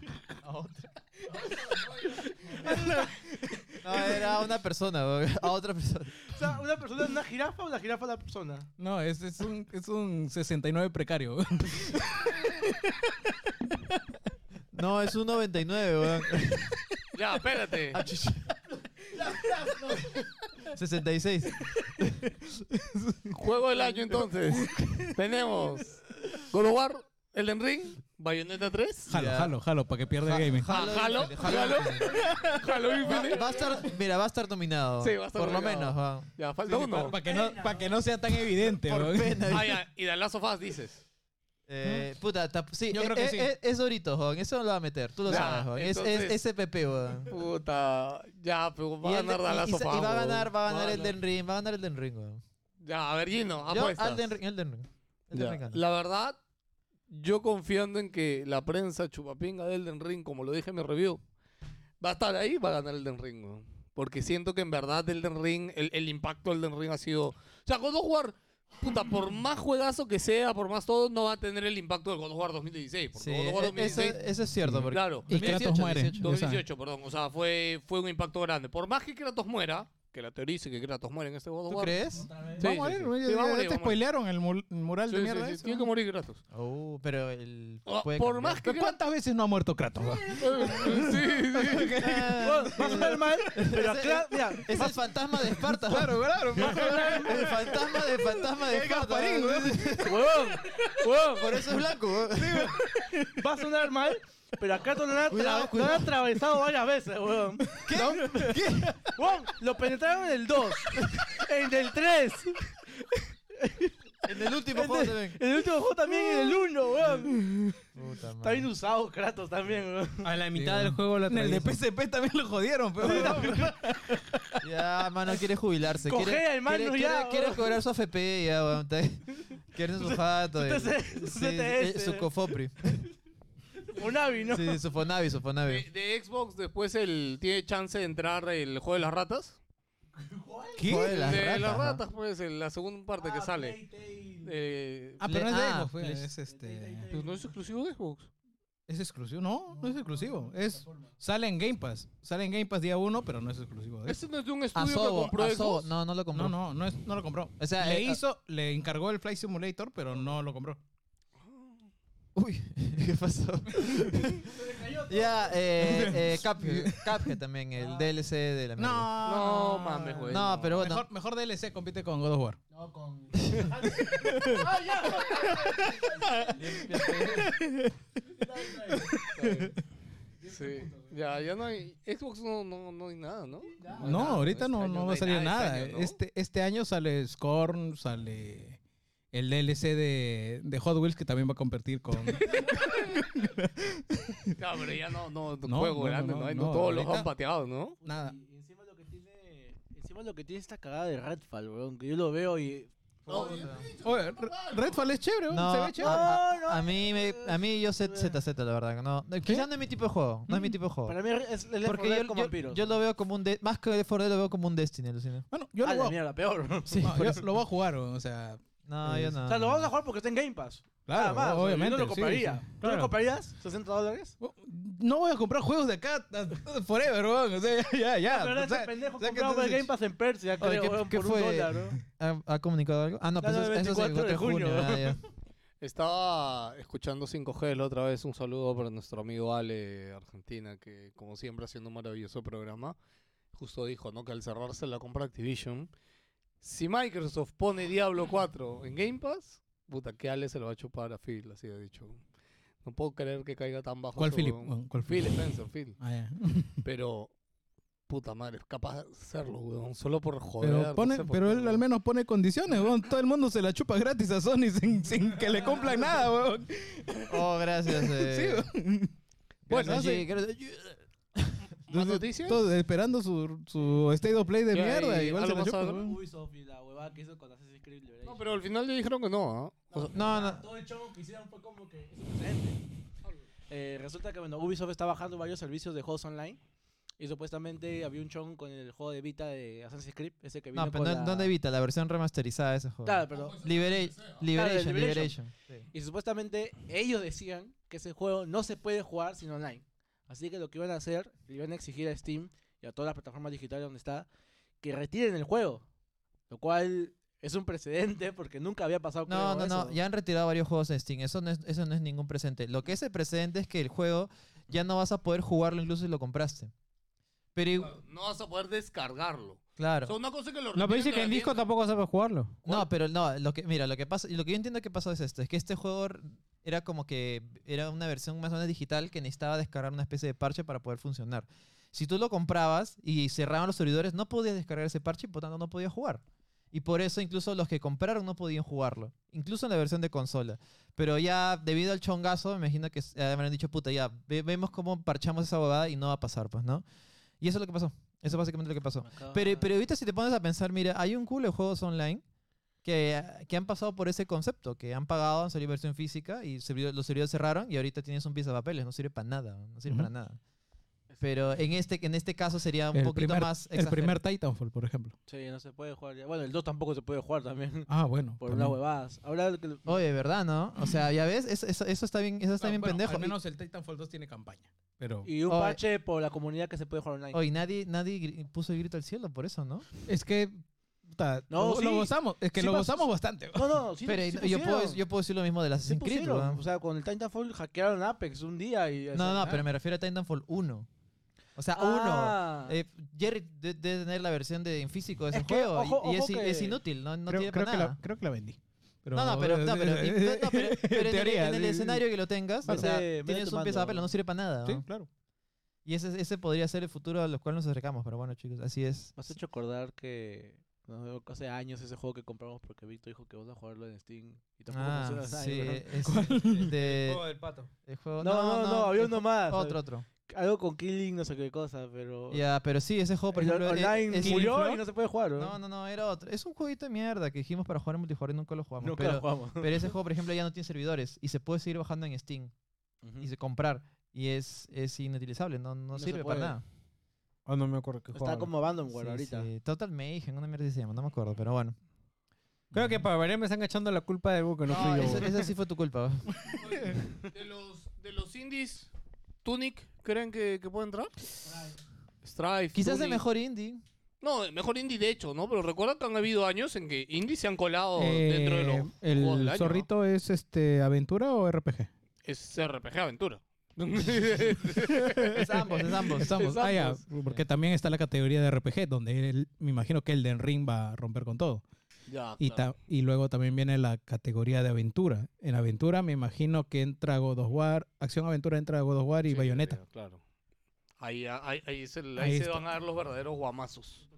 No, era una persona, weón, a otra persona. O sea, una persona es una jirafa o una jirafa es una persona. No, es, es, un, es un 69 precario. No, es un 99, weón. Ya, espérate. Ah, chucha. 66. Juego del año entonces. Tenemos God of War, Elden Ring, Bayonetta 3, Jalo, Ya. jalo, jalo, para que pierda el gaming. Ah, Halo, Halo, Halo Infinite. Va a estar, mira, va a estar dominado. Sí, va a estar Por lo nominado. menos, weón. Ya, falta uno. Para que, no, pa' que no sea tan evidente, Por weón. pena. Ah, ya, y The Last of Us dices. ¿Mm? Eh, puta, tap- sí, Yo eh, creo que eh, sí. eh, es Doritos, joven. Eso lo va a meter. Tú lo Ya, sabes, joven. Es- entonces- Es SPP, weón. Puta, ya, pero va a Elden- ganar The Last y- of y Us. va a ganar, va a weón. ganar Elden Ring, va a ganar Elden Ring, weón. Ya, a ver, Gino, Yo, apuestas. Elden Ring, Elden Ring. Elden Ya, Ring gana. La verdad, yo confiando en que la prensa chupapinga de Elden Ring, como lo dije en mi review, va a estar ahí, va a ganar Elden Ring. weón. Porque siento que en verdad Elden Ring, el, el impacto del Elden Ring ha sido... O sea, God of War, puta, por más juegazo que sea, por más todo, no va a tener el impacto del God of War 2016. Porque Sí, God of War eh, eso, 2016... eso es cierto. Porque, Claro. y El Kratos 18, muere. 18. Ya saben. 2018, perdón. O sea, fue, fue un impacto grande. Por más que Kratos muera, que la teorice que Kratos muere en este God of ¿Tú War... crees? Sí, vamos sí, a ver, sí. weón, Sí, va a ya- ya morir, va te a morir. spoileron el mul- el mural Sí, de sí, mierda. sí, ese, Tiene que weón. morir Kratos. Oh, pero el. Ah, puede por cambiar. más que ¿Pero ¿Cuántas veces no ha muerto Kratos? weón? sí, sí. Ah, Weón, va a sonar mal, pero acá, mira, es el fantasma de Esparta. Claro, claro. El fantasma de fantasma de Esparta. Gasparín, weón. weón, weón, Por eso es blanco. weón. va a sonar mal, pero acá lo han, atra- Cuidado, lo han cuidado. atravesado varias veces, weón. ¿Qué? ¿Qué? Weón, lo penetraron en el 2, en el 3, En el último juego también. En el último juego también, en el 1, weón. Puta Está bien madre. usado Kratos también, weón. A la mitad Sí, del juego la En el de atraviesa. PSP también lo jodieron, pero. Ya, mano, quiere jubilarse. Cojea, quiere, hermano, quiere, ya, quiere- quiere weón. cobrar su AFP, ya, weón. Está- Quiere su jato. tu y- TC, tu sí, CTS. eh, su cofopri. Monavi, ¿no? Sí, su fonavi, su De, fonavi. de Xbox después el tiene chance de entrar el juego de las ratas. Joder, las de ratas, las ¿no? ratas, pues, el- la segunda parte que sale. Eh, Ah, pero no es de Ah, Xbox, pues, Play- es este. pues, no es exclusivo de Xbox. ¿Es exclusivo? No, no es exclusivo. Es, sale en Game Pass. Sale en Game Pass día 1, pero no es exclusivo. de Este no es de un A estudio que Sobo, compró a Sobo. Xbox. No, no lo compró. No, no, no, es, no lo compró. O sea, le eh, hizo, le encargó el Flight Simulator, pero no lo compró. Uy, ¿qué pasó? ya, eh, eh, Cap, Cuphead también, el DLC de la mierda. No, mames, güey. No, pero bueno. Mejor, mejor DLC compite con God of War. No, con. Sí. Ya, ya no hay. Xbox no, no, no hay nada, ¿no? No, hay nada, ahorita no, este no año va a hay salir nada. Este, año, ¿no? este, este año sale Scorn, sale el DLC de, de Hot Wheels que también va a competir con... Claro, pero ya no, no, No, juego no, no, grande, no, no, hay, no, no, todos los ahorita- han pateado, ¿no? Nada. Y encima lo que tiene. Encima lo que tiene esta cagada de Redfall, weón. Que yo lo veo y. Oye, Re- Redfall es chévere, ¿no? No, se ve chévere. a, a- No, no, a mí, me, a mí yo sé ZZ, la verdad. que No, no, quizás no es mi tipo de juego. No es mi Mm. tipo de juego. Para mí es el Porque Porque yo, con yo- vampiros. yo lo veo como un... de- más que Left 4 Dead lo veo como un Destiny, alucina. Bueno, yo Ah, lo la voy, a, mierda, peor. Sí, no, por yo eso. lo voy a jugar, o sea... No, yo no. O sea, lo vamos a jugar porque está en Game Pass. Ah. Claro, Nada más, Ah, o sea, obviamente. Yo no lo sí, compraría. sí, ¿Tú lo claro. comprarías? ¿60 dólares? No voy a comprar juegos de acá a- forever, weón. O sea, ya, ya. pues, ah. Pero o sea, ese pendejo saca compraba el entonces- Game Pass en Persia, Oye, creo, ¿qué- weón, qué por un fue? dólar, ¿no? ¿Ha, ha comunicado algo? Ah, no, pues No, no, eso, eso es 24 el de 4 de junio. junio. ah, ya. Estaba escuchando 5G la otra vez. Un saludo para nuestro amigo Ale Argentina, que como siempre haciendo un maravilloso programa. Justo dijo, ¿no? Que al cerrarse la compra Activision, si Microsoft pone Diablo 4 en Game Pass, puta, que Ale se lo va a chupar a Phil, así ha dicho. No puedo creer que caiga tan bajo. ¿Cuál este Philip? huevón. weón? ¿Cuál Phil Philip? Spencer, Phil. Ah, ya. Pero, puta madre, es capaz de hacerlo, weón. Solo por joder. Pero, no pone, sé por pero qué, él al weón. menos pone condiciones, weón. Todo el mundo se la chupa gratis a Sony sin, sin que le cumplan nada, weón. Oh, gracias. Eh. Sí, weón. Bueno, Bueno, sí. sí. gracias. ¿Más noticias? Todo esperando su, su State of Play de Ya, mierda. y Igual se algo la más chupa, ahora. weón. Ubisoft y la huevada que hizo con Assassin's Creed Liberation. No, pero al final le dijeron que no, ¿ah? O sea, No, no. Todo el chongo que hicieron fue como que es un precedente. Eh, resulta que bueno, Ubisoft está bajando varios servicios de juegos online. Y supuestamente había un chongo con el juego de Vita de Assassin's Creed, ese que vino No, pero con no, la... no de Vita, la versión remasterizada de ese juego. Claro, pero... Libera- Liberation, Liberation. Liberation. Sí. Y supuestamente ellos decían que ese juego no se puede jugar sin online. Así que lo que iban a hacer, le iban a exigir a Steam y a todas las plataformas digitales donde está, que retiren el juego. Lo cual es un precedente porque nunca había pasado No, no, creo, no, eso. ya han retirado varios juegos en Steam. Eso no, es, eso no es ningún presente. Lo que es el presente es que el juego ya no vas a poder jugarlo incluso si lo compraste. Pero ig- no vas a poder descargarlo. O sea, claro. una cosa es que lo No, pero dice retiren que de en la disco tienda. tampoco sabes jugarlo. No, pero no, lo que mira, lo que pasa y lo que yo entiendo que pasó es esto, es que este juego r- era como que era una versión más o menos digital que necesitaba descargar una especie de parche para poder funcionar. Si tú lo comprabas y cerraban los servidores, no podías descargar ese parche y por tanto no podías jugar. Y por eso incluso los que compraron no podían jugarlo, incluso en la versión de consola. Pero ya debido al chongazo, me imagino que s- habrán dicho, puta, ya ve- vemos cómo parchamos esa bobada y no va a pasar, pues, ¿no? Y eso es lo que pasó. Eso es básicamente lo que pasó. Pero, pero ahorita si te pones a pensar, mira, hay un culo de juegos online que, que han pasado por ese concepto, que han pagado, han salido versión física y servidor- los servidores cerraron y ahorita tienes un pieza de papeles, no sirve para nada, no sirve para nada. Pero en este, en este caso sería un El poquito primer- más El primer Titanfall, por ejemplo. Sí, no se puede jugar. ya. Bueno, el 2 tampoco se puede jugar también. Ah, bueno. por también. unas huevadas. Ahora lo que lo- Oye, ¿verdad, no? O sea, ya ves, eso, eso- eso está bien, eso está Ah, bien bueno, pendejo. Al menos el Titanfall 2 tiene campaña. Pero y un oye. parche por la comunidad que se puede jugar online. Oye, nadie, nadie gri- puso el grito al cielo por eso, ¿no? es que puta, No, lo, sí. lo gozamos. Es que Sí lo pas- gozamos bastante. No, no, sí, Pero sí yo, puedo, pusieron. yo puedo decir lo mismo de las Sí Assassin's Creed, pusieron. weón. O sea, con el Titanfall hackearon Apex un día y... No, no, pero me refiero a Titanfall 1. O sea, 1. Ah. Eh, Jerry de- debe tener la versión de, en físico de ese Es que, juego y- ojo, y, es, ojo i- que- es inútil, no, no creo, tiene creo para que nada. la, creo que la vendí. Pero- no, no, pero, no, pero, y- no, no, pero- pero en, el- teoría, en el, sí, sí, escenario sí. que lo tengas, o Vete- sea, vete tienes un tomando. pieza de papel, no sirve para nada. Sí, ¿no? claro. Y ese, ese podría ser el futuro a los cuales nos acercamos, pero bueno, chicos, así es. Me has hecho acordar que No, hace años ese juego que compramos porque Víctor dijo que vas a jugarlo en Steam. Y tampoco Ah, funciona así, sí. weón. es de, Oh, del pato. el juego- No, no, no, había el uno ju- más. Otro, otro. Algo con Killing, no sé qué cosa, pero. Ya, pero sí, ese juego, por El ejemplo. eh, online es- murió Floor. y no se puede jugar, No, no, no, era otro. Es un jueguito de mierda que dijimos para jugar en multijugador y nunca lo jugamos. Nunca pero, lo jugamos. pero ese juego, por ejemplo, ya no tiene servidores y se puede seguir bajando en Steam y se comprar. Y es, es inutilizable, no, no, No se sirve para puede. nada. Ah, no me acuerdo qué Está jugaba. como Abandonware Sí, ahorita. sí, Total Mayhem, una mierda así se llama, no me acuerdo, pero bueno. Creo que para variar me están echando la culpa de Hugo, que no, No, fui yo. esa, weón. esa sí fue tu culpa. Oye, De los, de los indies, Tunic, ¿creen que, que puede entrar? Strife. Quizás el Tunic. mejor indie. No, el mejor indie de hecho, ¿no? Pero recuerda que han habido años en que indies se han colado Oh, dentro de Eh, los juegos del ¿El año, zorrito es este aventura o RPG? ¿no? Es RPG Aventura. Es ambos, es ambos. Estamos. Ah, ya, porque también está la categoría de RPG, donde el- me imagino que el Den Ring va a romper con todo. ya, Y, Ah, claro. ta- y luego también viene la categoría de aventura. En aventura me imagino que entra God of War, acción aventura entra God of War y Sí, Bayonetta. claro, Claro. Ahí, ah, ahí, ahí se, ahí Ahí se está. van a dar los verdaderos guamazos.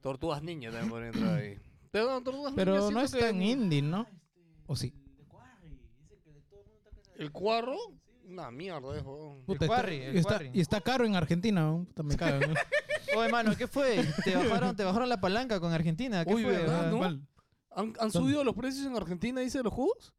Tortugas niñas también podrían entrar ahí. Pero no, Tortugas Niñas Pero no siento es que- Ah, este, tan indie, ¿no? ¿O sí? ¿El cuarro? Una mierda, es, huevón. Puta, está- Quarry, el y, está, Quarry. y está caro en Argentina. ¿no? Puta, me cago, ¿no? Oye, mano, ¿qué fue? Te bajaron, te bajaron la palanca con Argentina. ¿Qué Uy, fue? ¿verdad? Ah, ¿No? ¿Cuál? ¿Han, han subido los precios en Argentina, dice, de los juegos?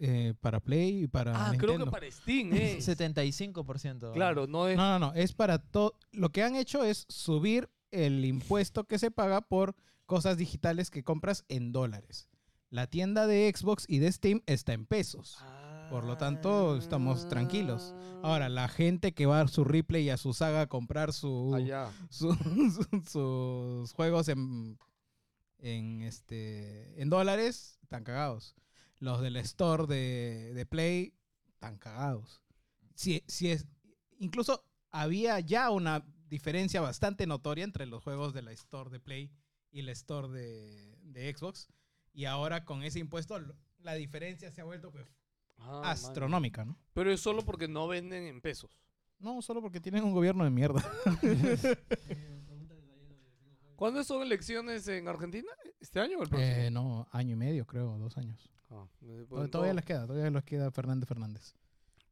Eh, para Play y para Ah, Nintendo. creo que para Steam, eh. 75%. Claro, no es. No, no, no. Es para todo. Lo que han hecho es subir el impuesto que se paga por cosas digitales que compras en dólares. La tienda de Xbox y de Steam está en pesos. Ah. Por lo tanto, estamos tranquilos. Ahora, la gente que va a su replay y a su saga a comprar uh. su, Allá. su- su- sus juegos en, en, este, en dólares, están cagados. Los del store de, de Play, están cagados. Si, si es, incluso había ya una diferencia bastante notoria entre los juegos de la store de Play y la store de, de Xbox. Y ahora con ese impuesto, lo- la diferencia se ha vuelto pues, Ah, man. astronómica, ¿no? Pero es solo porque no venden en pesos. No, solo porque tienen un gobierno de mierda. ¿Cuándo son elecciones en Argentina? ¿Este año o el próximo? Eh, no, año y medio, creo, dos años. Ah, eh, Tod- Pues bueno, todavía todo- les queda, todavía les queda Fernández Fernández.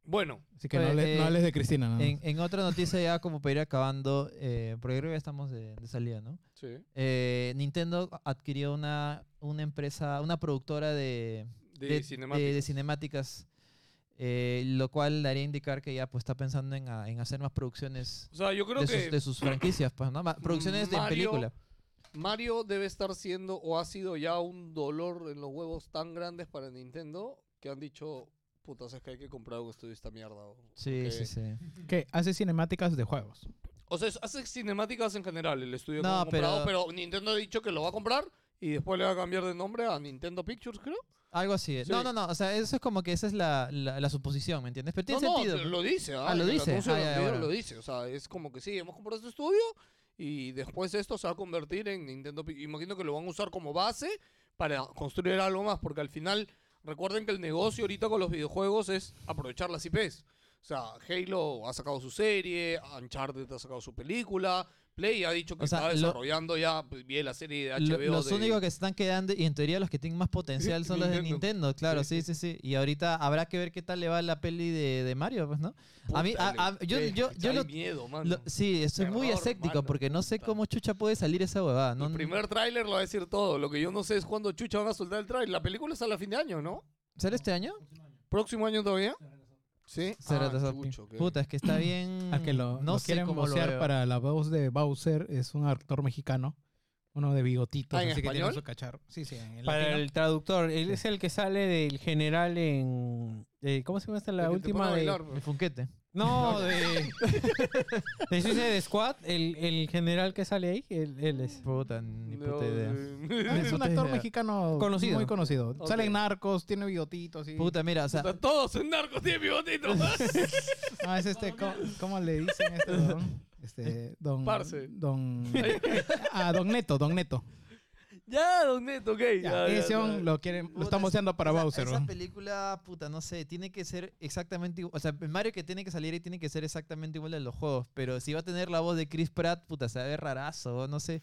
Bueno, Así que Oye, no, hables, no eh, hables de Cristina, nada más. En, en otra noticia ya como para ir acabando, eh, porque creo que ya estamos de, de salida, ¿no? sí. Eh, Nintendo adquirió una, una empresa, una productora de, De, de- cinemáticas. de- de cinemáticas, eh, lo cual daría a indicar que ya pues está pensando en, a- en hacer más producciones O sea, yo creo de que sus, de sus franquicias, pues, ¿no? Ma- Producciones de Mario- película. Mario debe estar siendo o ha sido ya un dolor en los huevos tan grandes para Nintendo que han dicho, putas, es que hay que comprar un estudio esta mierda. o- Sí, porque- sí, sí. ¿Qué? Hace cinemáticas de juegos. O sea, es- hace cinemáticas en general el estudio que No, han comprado, pero- pero Nintendo ha dicho que lo va a comprar y después le va a cambiar de nombre a Nintendo Pictures, creo. Algo así. Sí. No, no, no. O sea, eso es como que esa es la, la, la suposición, ¿me entiendes? Pero tiene no, sentido. No, lo dice. Ah, lo en el dice. anuncio Ah, del ya, video ahora. lo dice. O sea, es como que sí, hemos comprado este estudio y después esto se va a convertir en Nintendo. Pi- Imagino que lo van a usar como base para construir algo más, porque al final, recuerden que el negocio ahorita con los videojuegos es aprovechar las IPs. O sea, Halo ha sacado su serie, Uncharted ha sacado su película, Play ha dicho que O sea, está lo- desarrollando ya pues, bien la serie de Lo- HBO. los de- únicos que se están quedando y en teoría los que tienen más potencial son los de Nintendo. Nintendo, claro, Sí, sí, sí, sí. Y ahorita habrá que ver qué tal le va la peli de, de Mario, pues, ¿no? a mí- a- a- yo- Puta, yo- le- yo hay lo- miedo, mano. Lo- sí, estoy muy Terror, escéptico mano, porque no sé puta. cómo chucha puede salir esa huevada. No, El primer tráiler lo va a decir todo. Lo que yo no sé es cuándo chucha van a soltar el tráiler. La película sale a fin de año, ¿no? ¿Sale este año? Ah, ¿Próximo año todavía? Sí. Se Ah, retrasó. chucho, qué- Puta, es que está bien. Al que lo, Mm, no lo sé quieren cómo lo vocear veo. para la voz de Bowser. Es un actor mexicano. Uno de bigotitos. Ah, ¿en así que tiene español? su cacharro. Sí, sí, en Para latino. el traductor, él es el que sale del general en. eh, ¿Cómo se llama esta? La El que te pone última a de. bailar, El pues. funquete. No, de. de Suicide Squad, el, el general que sale ahí, él, él es. Puta, ni No, puta idea. sí. Ah, Es un puta actor idea. mexicano Conocido. muy conocido. Ok. Sale en narcos, tiene bigotitos. y- Puta, mira, o sea, Puta, Todos en narcos tienen bigotitos. Ah, es este, ¿cómo, cómo le dicen a este don? Este, don. Parce. Don. Ah, don Neto, don Neto. ya, don Neto, ok. Ya, ya, ya, ese ya. on lo quieren, lo Puta, están boceando para esa, Bowser. esa ¿no? película, puta, no sé, tiene que ser exactamente igual. O sea, el Mario que tiene que salir y tiene que ser exactamente igual a los juegos. Pero si va a tener la voz de Chris Pratt, puta, se va a ver rarazo, no sé.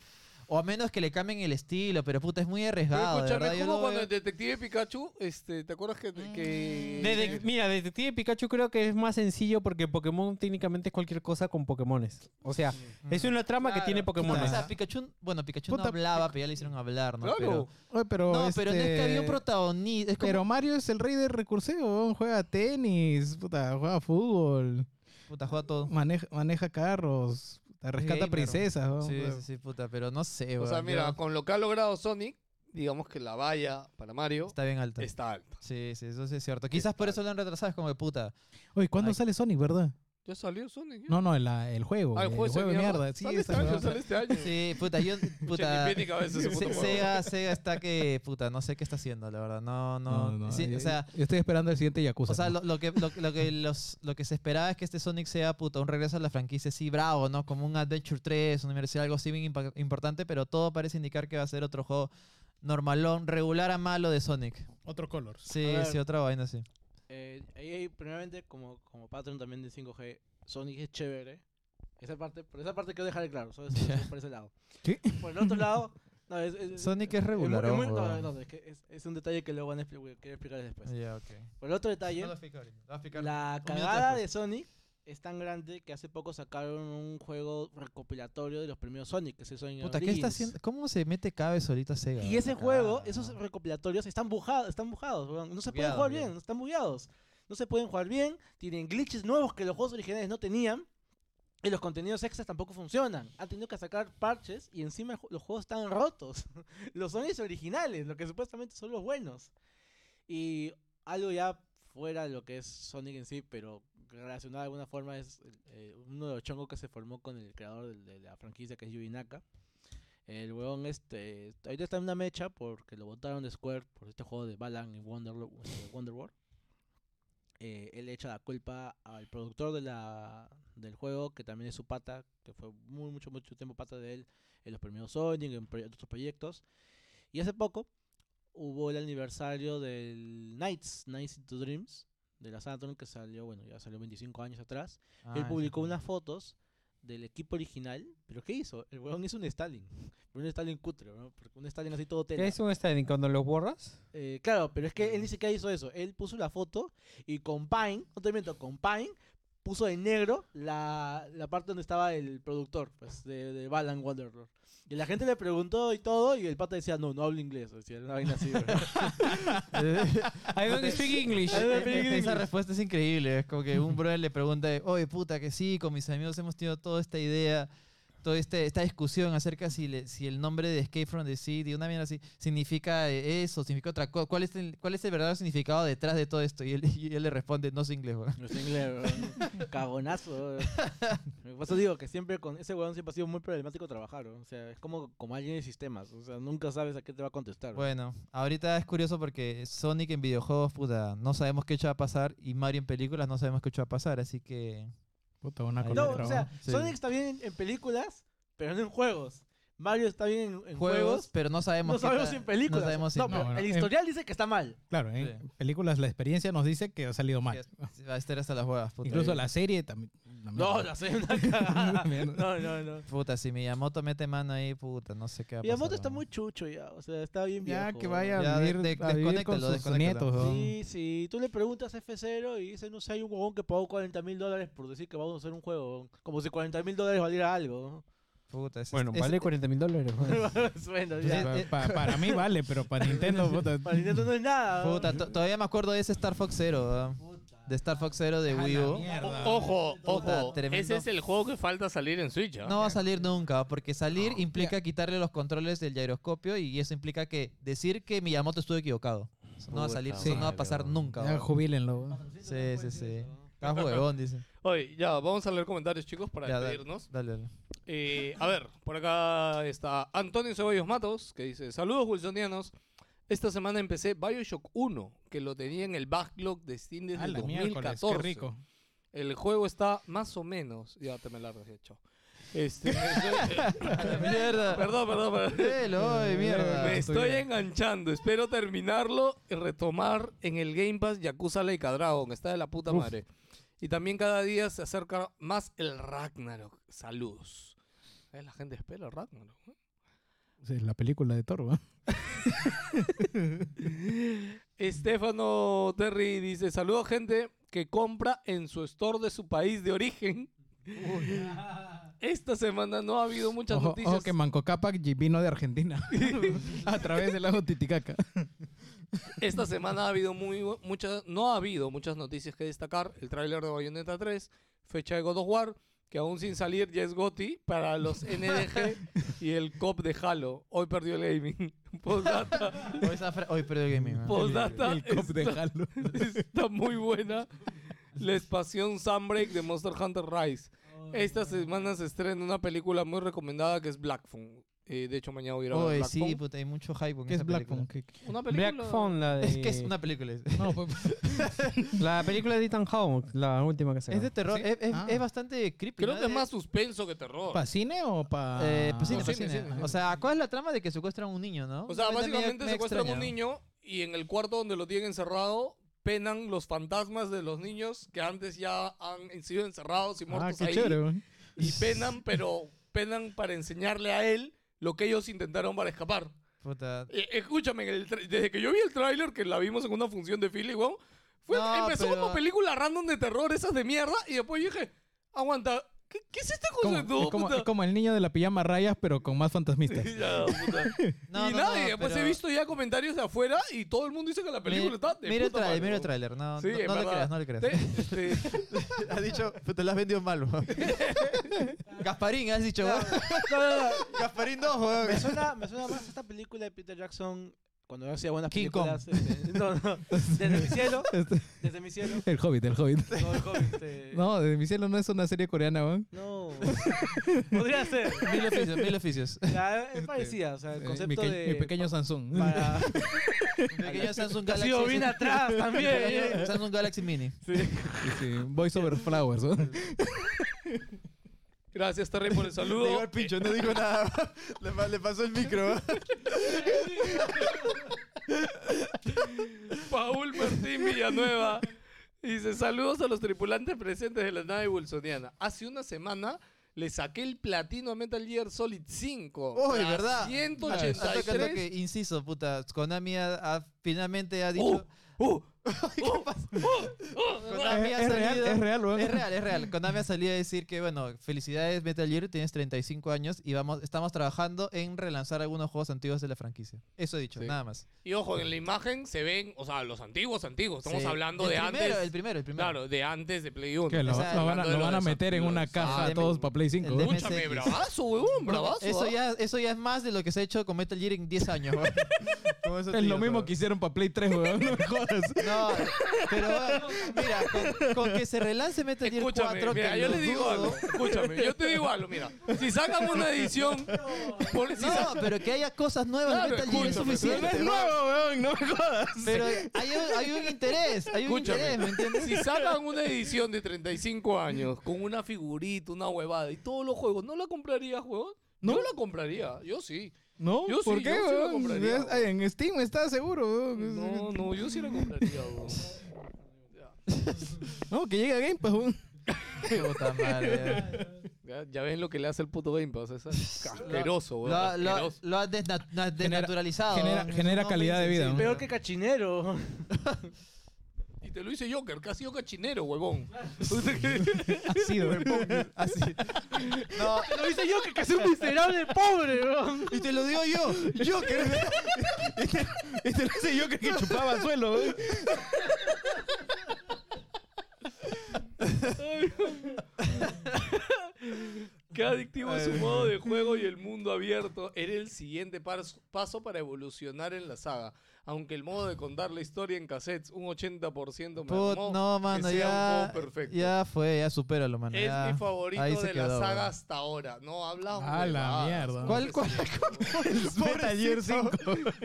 O a menos que le cambien el estilo, pero puta, es muy Pero arriesgado. de escúchame, verdad, yo como lo cuando veo- el detective Pikachu, este, ¿te acuerdas que, que- Dede- mira, Detective Pikachu creo que es más sencillo porque Pokémon técnicamente es cualquier cosa con Pokémones. O sea, Mm. es una Ah, trama que Claro, tiene O Pokémones. sea, Pikachu, bueno, Pikachu no Puta, hablaba, pero ya le hicieron hablar, ¿no? Claro. Pero, Oye, pero no, pero no es que este, había un protagonista. Es como, Pero Mario es el rey del recurseo, weón. juega tenis, puta, juega fútbol, puta, juega todo. maneja, maneja carros, puta, rescata gamer. princesas. weón. Sí, Puta, sí, sí, puta, pero no sé, O sea, weón, mira, yo- con lo que ha logrado Sonic, digamos que la valla para Mario Está está, bien alta. alta. Sí, sí, eso sí es cierto. Quizás por eso lo han retrasado, es como de puta. Oye, ¿cuándo Ay. sale Sonic, verdad? ¿Ya salió Sonic? No, no, la- el juego. Ah, el juego, de mierda. Sí, sale este esa año, huevada. sale este año. Sí, puta, yo. Puta, Che, ni pie ni cabeza ese Se- puto juego. Sega, Sega está que, puta, no sé qué está haciendo, la verdad. No, no. No, no, sí, yo- o sea, yo estoy esperando el siguiente Yakuza. o sea ¿no? lo, lo que, lo, lo que los, lo que se esperaba es que este Sonic sea, puta, un regreso a la franquicia así bravo, ¿no? Como un Adventure 3, una universidad, algo así bien impa- importante, pero todo parece indicar que va a ser otro juego normalón, regular a malo de Sonic. Otro Colors. Sí, A ver. sí, otra vaina, sí. Eh, ahí, primeramente, como, como patrón también de 5G, Sonic es chévere. Esa parte, por esa parte quiero dejarle claro, solo eso- Ya. eso por ese lado. ¿Qué? Por el otro lado, no, es, es- Sonic es mu- regular, es ¿o? muy- no, Huevón. no, es, que es- es un detalle que luego van a expli- quiero explicarles después. Ya, ok. Por el otro detalle, No lo explico ahorita, lo voy a explicar la un minuto cagada de después. Sonic es tan grande que hace poco sacaron un juego recopilatorio de los premios Sonic, que se Sonic Puta, ¿qué está Origins. haciendo? ¿Cómo se mete cabe solita Sega? Y ese Acá. juego, esos recopilatorios están bujados, están bujados, weón. no se pueden Bugueados, jugar bugueados. bien, están bugueados. No se pueden jugar bien, tienen glitches nuevos que los juegos originales no tenían. Y los contenidos extras tampoco funcionan. Han tenido que sacar parches y encima el ju- los juegos están rotos. los Sonics originales, lo que supuestamente son los buenos. Y algo ya fuera de lo que es Sonic en sí, pero relacionado de alguna forma es eh, uno de los chongos que se formó con el creador del- de, la franquicia que es Yuji Naka. El weón este, ahorita está en una mecha porque lo botaron de Square por este juego de Balan y Wonder, World. eh, él echa la culpa al productor de la, del juego, que también es su pata, que fue muy, mucho, mucho tiempo pata de él en los premios Sonic, en proye- otros proyectos. Y hace poco hubo el aniversario del Nights, Nights into Dreams, de la Saturn, que salió, bueno, ya salió 25 años atrás. Ah, Él ese publicó juego. unas fotos del equipo original, pero ¿qué hizo? El huevón hizo un Stalin, pero un Stalin cutre, ¿no? Porque un Stalin así todo tela. ¿Qué es un standing cuando los borras? Eh, claro, pero es que él ni siquiera hizo eso. Él puso la foto y con Pine, no te miento, con Pine puso en negro la, la parte donde estaba el productor, pues, de, de Balan Wanderlord. Y la gente le preguntó y todo, y el pata decía, no, no hablo inglés. Decía, una vaina así, bro. I don't speak English. I don't speak Eh, Esa English. respuesta es increíble. Es como que un brother le pregunta, oye, puta, que sí, con mis amigos hemos tenido toda esta idea, toda este- esta discusión acerca si, le- si el nombre de Escape from the City, una mierda así, significa eh, eso, significa otra cosa. ¿Cuál es, el, ¿Cuál es el verdadero significado detrás de todo esto? Y él, y él le responde, no sé inglés, weón". No sé inglés, weón. Cagonazo, weón. Por eso digo que siempre con ese weón siempre ha sido muy problemático trabajar, weón. O sea, es como, como alguien de sistemas. O sea, nunca sabes a qué te va a contestar. weón. Bueno, ahorita es curioso porque Sonic en videojuegos, puta, no sabemos qué hecho va a pasar y Mario en películas no sabemos qué hecho va a pasar, así que... Puta, una No, con No, otra, o sea, weón. Sí. Sonic está bien en películas, pero no en juegos. Mario está bien en, en Juegos, juegos. pero no sabemos No sabemos ta- si en películas. No sabemos si No, en- pero No, no, el en- historial dice que está mal. Claro, en películas la experiencia nos dice que ha salido mal. Sí, Va a estar hasta las huevas, puta. Incluso la serie también. No, la serie es una cagada. Mierda. No, no, no. Puta, si Miyamoto mete mano ahí, puta, no sé qué va a pasar. Miyamoto está weón. muy chucho ya. O sea, está bien Ya viejo, que weón. vaya Ya, a de- vivir, de- a vivir con desconéctalo, sus desconéctalo. nietos. weón. Sí, sí. Tú le preguntas a F0 y dice, no sé, hay un huevón que pagó 40 mil dólares por decir que vamos a hacer un juego. weón. Como si 40 mil dólares valiera algo. Puta, es- Bueno, es- vale 40 mil dólares. bueno, O sea, ya. eh, pa- pa- para mí vale, pero para Nintendo, puta. Para Nintendo no es nada. weón. eh, Puta, to- todavía me acuerdo de ese Star Fox Zero, ¿verdad? De Star Fox Zero de a la Wii U. mierda. O- Ojo, Puta, ojo. tremendo. Ese es el juego que falta salir en Switch. ¿ah? No va a salir nunca, porque salir implica quitarle los controles del giroscopio y eso implica que decir que Miyamoto estuvo equivocado. Eso no va a salir, Puta eso no va a madre, pasar weón. nunca. Ya, weón. jubílenlo. weón. Sí, sí, sí. Estás huevón, dice. Oye, ya, vamos a leer comentarios, chicos, para Ya, dale, despedirnos. dale, dale. Eh, a ver, por acá está Antonio Ceballos Matos, que dice, saludos wilsonianos. Esta semana empecé Bioshock 1, que lo tenía en el backlog de Steam desde A el la miércoles, qué 2014. rico. El juego está más o menos... Ya te me largas, ya, chao. Este, me estoy- Mierda. perdón, perdón, perdón. Velo, ay, mierda. Eh, Me estoy enganchando. Espero terminarlo y retomar en el Game Pass Yakuza Like a Dragon. Está de la puta madre. Y también cada día se acerca más el Ragnarok. Saludos. Eh, La gente espera el Ragnarok. ¿eh? Es la película de Thor, ¿va? Estefano Terry dice, saludo gente que compra en su store de su país de origen. Esta semana no ha habido muchas Oh, Ojo, noticias. ojo que Manco Cápac y vino de Argentina a través del lago Titicaca. Esta semana ha habido muy bu- muchas, no ha habido muchas noticias que destacar. El tráiler de Bayonetta 3, fecha de God of War, que aún sin salir ya es Goti para los NDG y el COP de Halo. Hoy perdió el gaming. Postdata, Hoy, está fra- hoy perdió el gaming. ¿no? postdata El cop de está, Halo. está muy buena. La expansión Sunbreak de Monster Hunter Rise. Esta semana se estrena una película muy recomendada que es Black Phone. Eh, de hecho, mañana voy a ir a ver Oye, Black sí, Phone. puta, hay mucho hype con ¿Qué esa es Black película. Phone? ¿Qué- Una película. pues, Black Phone, la de. Es que es una película. Es, No, pues, La película de Ethan Hawke, la última que se es de terror. Sí. Es, es- Ah. es bastante creepy. Creo ¿no? que es De- más suspenso que terror. ¿Para cine o para...? Eh, pues sí, No, pues cine, sí, cine, ¿no? cine. O sea, ¿cuál es la trama de que secuestran a un niño, no? O sea, Una vaina media- básicamente media secuestran a un extraña. niño y en el cuarto donde lo tienen encerrado penan los fantasmas de los niños que antes ya han sido encerrados y Ah, muertos qué ahí. chévere. güey. Y penan, pero penan para enseñarle a él lo que ellos intentaron para escapar. Puta. Eh, escúchame, en el tra- desde que yo vi el tráiler que la vimos en una función de Philly, weón, fue, No, empezó pero- una película random de terror, esas de mierda, y después dije, aguanta, ¿qué, qué es este Como- concepto? es, como, puta? es como el niño de la pijama rayas, pero con más fantasmistas. Ya, puta. No, y no, nada, no, y después pero- he visto ya comentarios de afuera y todo el mundo dice que la película Mi- está de Mira el trailer, puta madre, mira el weón. trailer. No, Sí, no, en no le verdad. creas, no le creas. Te- este, Has dicho, te lo has vendido mal, weón. Gasparín, has dicho, weón. Gasparín 2, Me weón. suena, me suena más esta película de Peter Jackson cuando yo hacía buenas King Este. películas. este, no, no. Desde mi cielo. Desde mi cielo. El Hobbit, el Hobbit. No, el Hobbit, este, No, de mi cielo no es una serie coreana, weón. No. Podría ser. Mil oficios, mil oficios. Este, Ya, es parecida, o sea, el Eh, concepto mi, que- de. mi pequeño Samsung. para- Pequeño Samsung Ha Galaxy. sido bien atrás también. Samsung- Samsung Galaxy Mini. Sí, sí, Voice over flowers. ¿no? gracias, Terry, por el saludo. pincho, no dijo nada. Le, pasó el micro. Este, Paul Martín Villanueva dice: Saludos a los tripulantes presentes de la nave wilsoniana. Hace una semana le saqué el platino a Metal Gear Solid 5. Uy, Tras Oh, ¿verdad? Hasta que, 183. inciso, puta. Konami ha- ha- finalmente ha ¡Uh! dicho. ¡Uh! Konami ha es real, salido- es real, weón. Es real, es real. Konami ha salido a decir que, bueno, felicidades Metal Gear, tienes 35 años y vamos, estamos trabajando en relanzar algunos juegos antiguos de la franquicia. Eso he dicho, Sí. nada más. Y ojo, en la imagen se ven, o sea, los antiguos, antiguos. Estamos Sí. hablando El de primero, antes. El primero, el primero. Claro, de antes de Play 1. Que lo, O sea, lo van a, hablando de lo van lo a de meter en Samsung, una los- caja ah, a todos el para Play 5. de- ¿no? Escúchame, MSX. bravazo, huevón, bravazo. Eso ¿ah? ya, eso ya es más de lo que se ha hecho con Metal Gear en 10 años. weón. Con eso te Es digo lo mismo todo. que hicieron para Play 3, weón. No me jodas. No, pero weón, mira, con, con que se relance Metal Gear Escúchame, 4, mira, que yo lo le digo dudo. algo. Escúchame, yo te digo algo, mira. Si sacan una edición, por, si No, sa- pero que haya cosas nuevas en Claro, Metal Gear es escúchame, suficiente. pero weón. weón, no me jodas. Pero hay un, hay un interés, hay un Escúchame. interés, ¿me entiendes? si sacan una edición de 35 años con una figurita, una huevada y todos los juegos, ¿no la comprarías, huevón? ¿No? Yo la compraría, yo sí. No, Yo sí, ¿por qué, yo sí lo weón? compraría, Es- ay, en Steam está seguro, weón. No, no, yo sí la compraría, huevón. No, que llegue a Game pues, Pass, weón. Puta madre. Ya, ya ven lo que le hace el puto Game Pass, es asqueroso, Lo, huevón. lo, lo, asqueroso. ha desna- lo ha desnaturalizado. genera- weón. genera Es un hombre calidad de vida, insensible. Peor que cachinero. Y te lo hice Joker, casi yo cachinero, huevón. Ha sido, así. No, Lo hice yo que es un miserable pobre, weón. y te lo digo yo, yo que... Este no sé yo que que chupaba suelo, weón. Qué adictivo es su modo de juego y el mundo abierto. Era el siguiente pas- paso para evolucionar en la saga. Aunque el modo de contar la historia en cassettes, un 80% me Put- armó no, mano, que sea ya, un juego perfecto. ya fue, ya supéralo, mano. es ya. mi favorito Ahí de se la quedó, saga bro. hasta ahora. No habla A la mierda. ¿Cuál, cuál? Metal Gear 5.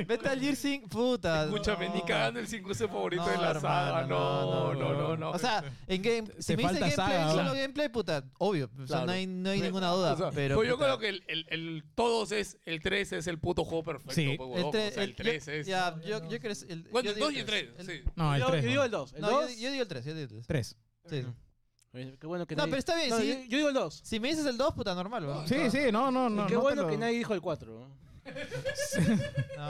Metal Gear 5, puta. Escúchame, no. ni cagando el 5 es el favorito No, de la hermano, saga. Ah, No, no, no, no. O sea, en game, si me dice te falta gameplay, saga, solo ¿no? gameplay, puta, obvio. O sea, Claro. no hay, no hay ninguna duda. O sea, pero, pues yo puta, creo que el, el, el- todos es, el 3 es el puto juego perfecto. Sí. pues, el huevón. tres- o sea, el el- yo- 3 es. Ya, yo, yo creo que es el. Bueno, yo el digo 2 y el 3. Ah, el- Sí. No, el Yo, yo 3. digo el 2. El No, yo, 2. yo digo el 3, yo digo el 3. 3. Sí. Qué bueno que No, nadie- pero está bien, No, sí. yo, yo digo el 2. Si me dices el 2, puta, normal, weón. Sí, sí, no, no, no. Qué no te bueno lo- que nadie dijo el 4. No.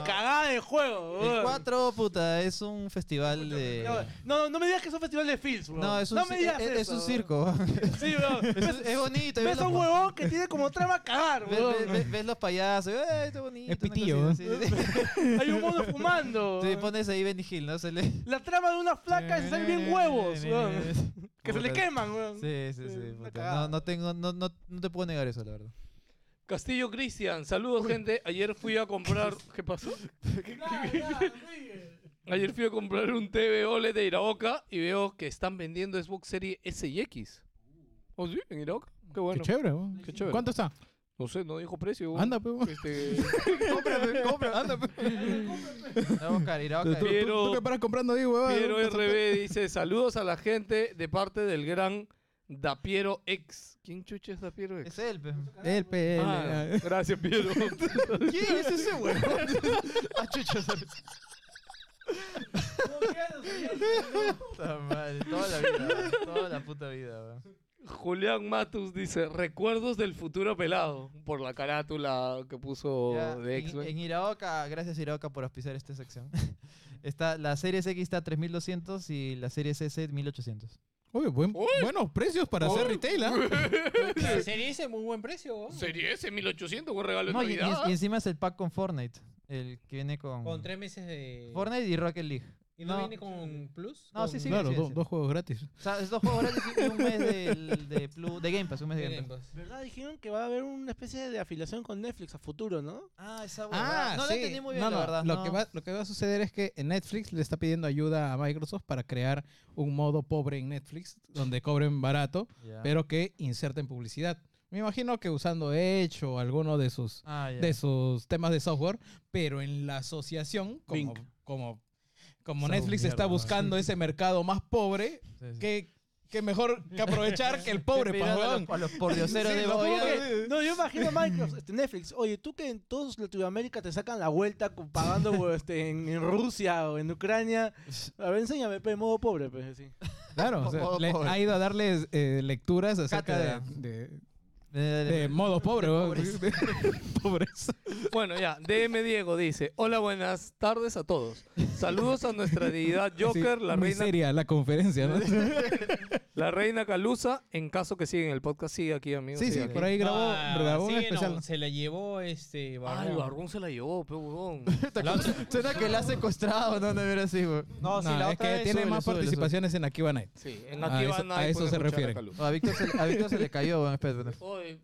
Cagada de juego, El weón. 4, puta, es un festival No, de... no, no me digas que es un festival de films, weón. No, es un, no me ci- digas es, es eso, un weón. circo. Sí, weón. es, es bonito. y Ves ves a un los- huevón que tiene como trama cagar, Ves, ves- weón. ves- ves los payasos, ¡eh, qué bonito! Es una pitillo, cosita así. Hay un mono fumando. Te weón. pones ahí Benny Hill, ¿no? Se le... La trama de una flaca es ser bien huevos, weón. Que se le Puta, queman, weón. Sí, sí, Sí, sí. una puta, cagada. No, no tengo, no, no, no te puedo negar eso, la verdad. Castillo Cristian, saludos gente. Ayer fui a comprar. ¿Qué pasó? Ayer fui a comprar un TV OLED de Iraoka y veo que están vendiendo Xbox Series S y X. ¿Oh, sí? ¿En Iraoka? Qué Qué bueno. chévere, weón. Qué chévere. ¿Cuánto está? No sé, no dijo precio. weón. Anda, pues. Este, Cómprame, cómprame, anda. pues. a buscar, irá a Tú, tú- buscar. Piero- tú que paras comprando ahí, weón. Piero RB dice: Saludos a la gente de parte del gran Dapiero X. ¿Quién chucha es Dapiero X? Es él, pues. pe. El pues, PL. Ah, gracias, Piero. ¿Quién es ese huevón? ah, chucha, sorry. Puta madre, toda la vida, toda la puta vida, weón. Julián Matus dice: Recuerdos del futuro pelado. Por la carátula que puso Oh, Ya, de en, X-Men. en Iraoka, gracias Iraoka por auspiciar esta sección. Está, la serie X está a 3200 y la serie S 1800. Oye, buen- buenos precios para hacer retail, ¿ah? La serie ese muy buen precio, weón. Sería ese 1800 con regalo de No, y, y- Navidad. y encima es el pack con Fortnite, el que viene con, Con tres meses de. Fortnite y Rocket League. ¿Y no, no. viene con Plus? No, Con- sí, sí. claro, do- sí. dos juegos gratis. O sea, es dos juegos gratis y un mes del- de, Plus- de Game Pass, un mes de Game Bien, Pass. pues. ¿Verdad? Dijeron que va a haber una especie de afiliación con Netflix a futuro, ¿no? Ah, esa huevada. no la entendí muy bien, No, la no, verdad. Lo, no. que va, lo que va a suceder es que Netflix le está pidiendo ayuda a Microsoft para crear un modo pobre en Netflix, donde cobren barato, Ya. pero que inserten publicidad. Me imagino que usando Edge o alguno de sus, Ah, ya. de sus temas de software, pero en la asociación, como, Bing. como, como Esa Netflix mierda, está ¿no? buscando ese mercado más pobre, Sí, sí. que, que mejor que aprovechar que el Qué pobre, pirata, pa' a huevón. los- A los pordioseros Sí, de no, Goya. ¿cómo que? No, yo imagino a Microsoft, este, Netflix. Oye, tú que en todos Latinoamérica te sacan la vuelta con- pagando weón, este, en, en Rusia o en Ucrania. A ver, enséñame, pe, modo pobre, pues, sí. Claro, o sea, Modo le- pobre. ha ido a darles eh, lecturas acerca Cátedra. de, De- de- de- de- de modo pobre. ¿no? Pobreza. Bueno, ya, DM Diego dice, hola, buenas tardes a todos. Saludos a nuestra deidad Joker, Sí, la, muy reina, seria la conferencia, ¿no? la reina Calusa, en caso que sigan el podcast, sigue aquí, amigos. sí, sí, por ahí grabó, Ah, grabó un sí, especial. no, se la llevó este. Ay, Barbón. Barbón se la llevó, pe huevón. Suena que la ha secuestrado, no, no era así, güey. No, es que tiene más participaciones en Akiba Night. Sí, en A Akiba eso- a nadie eso puede se escuchar refiere. Calusa. A Víctor, se, le- a Víctor se le cayó, weón, espera, espera. Oye,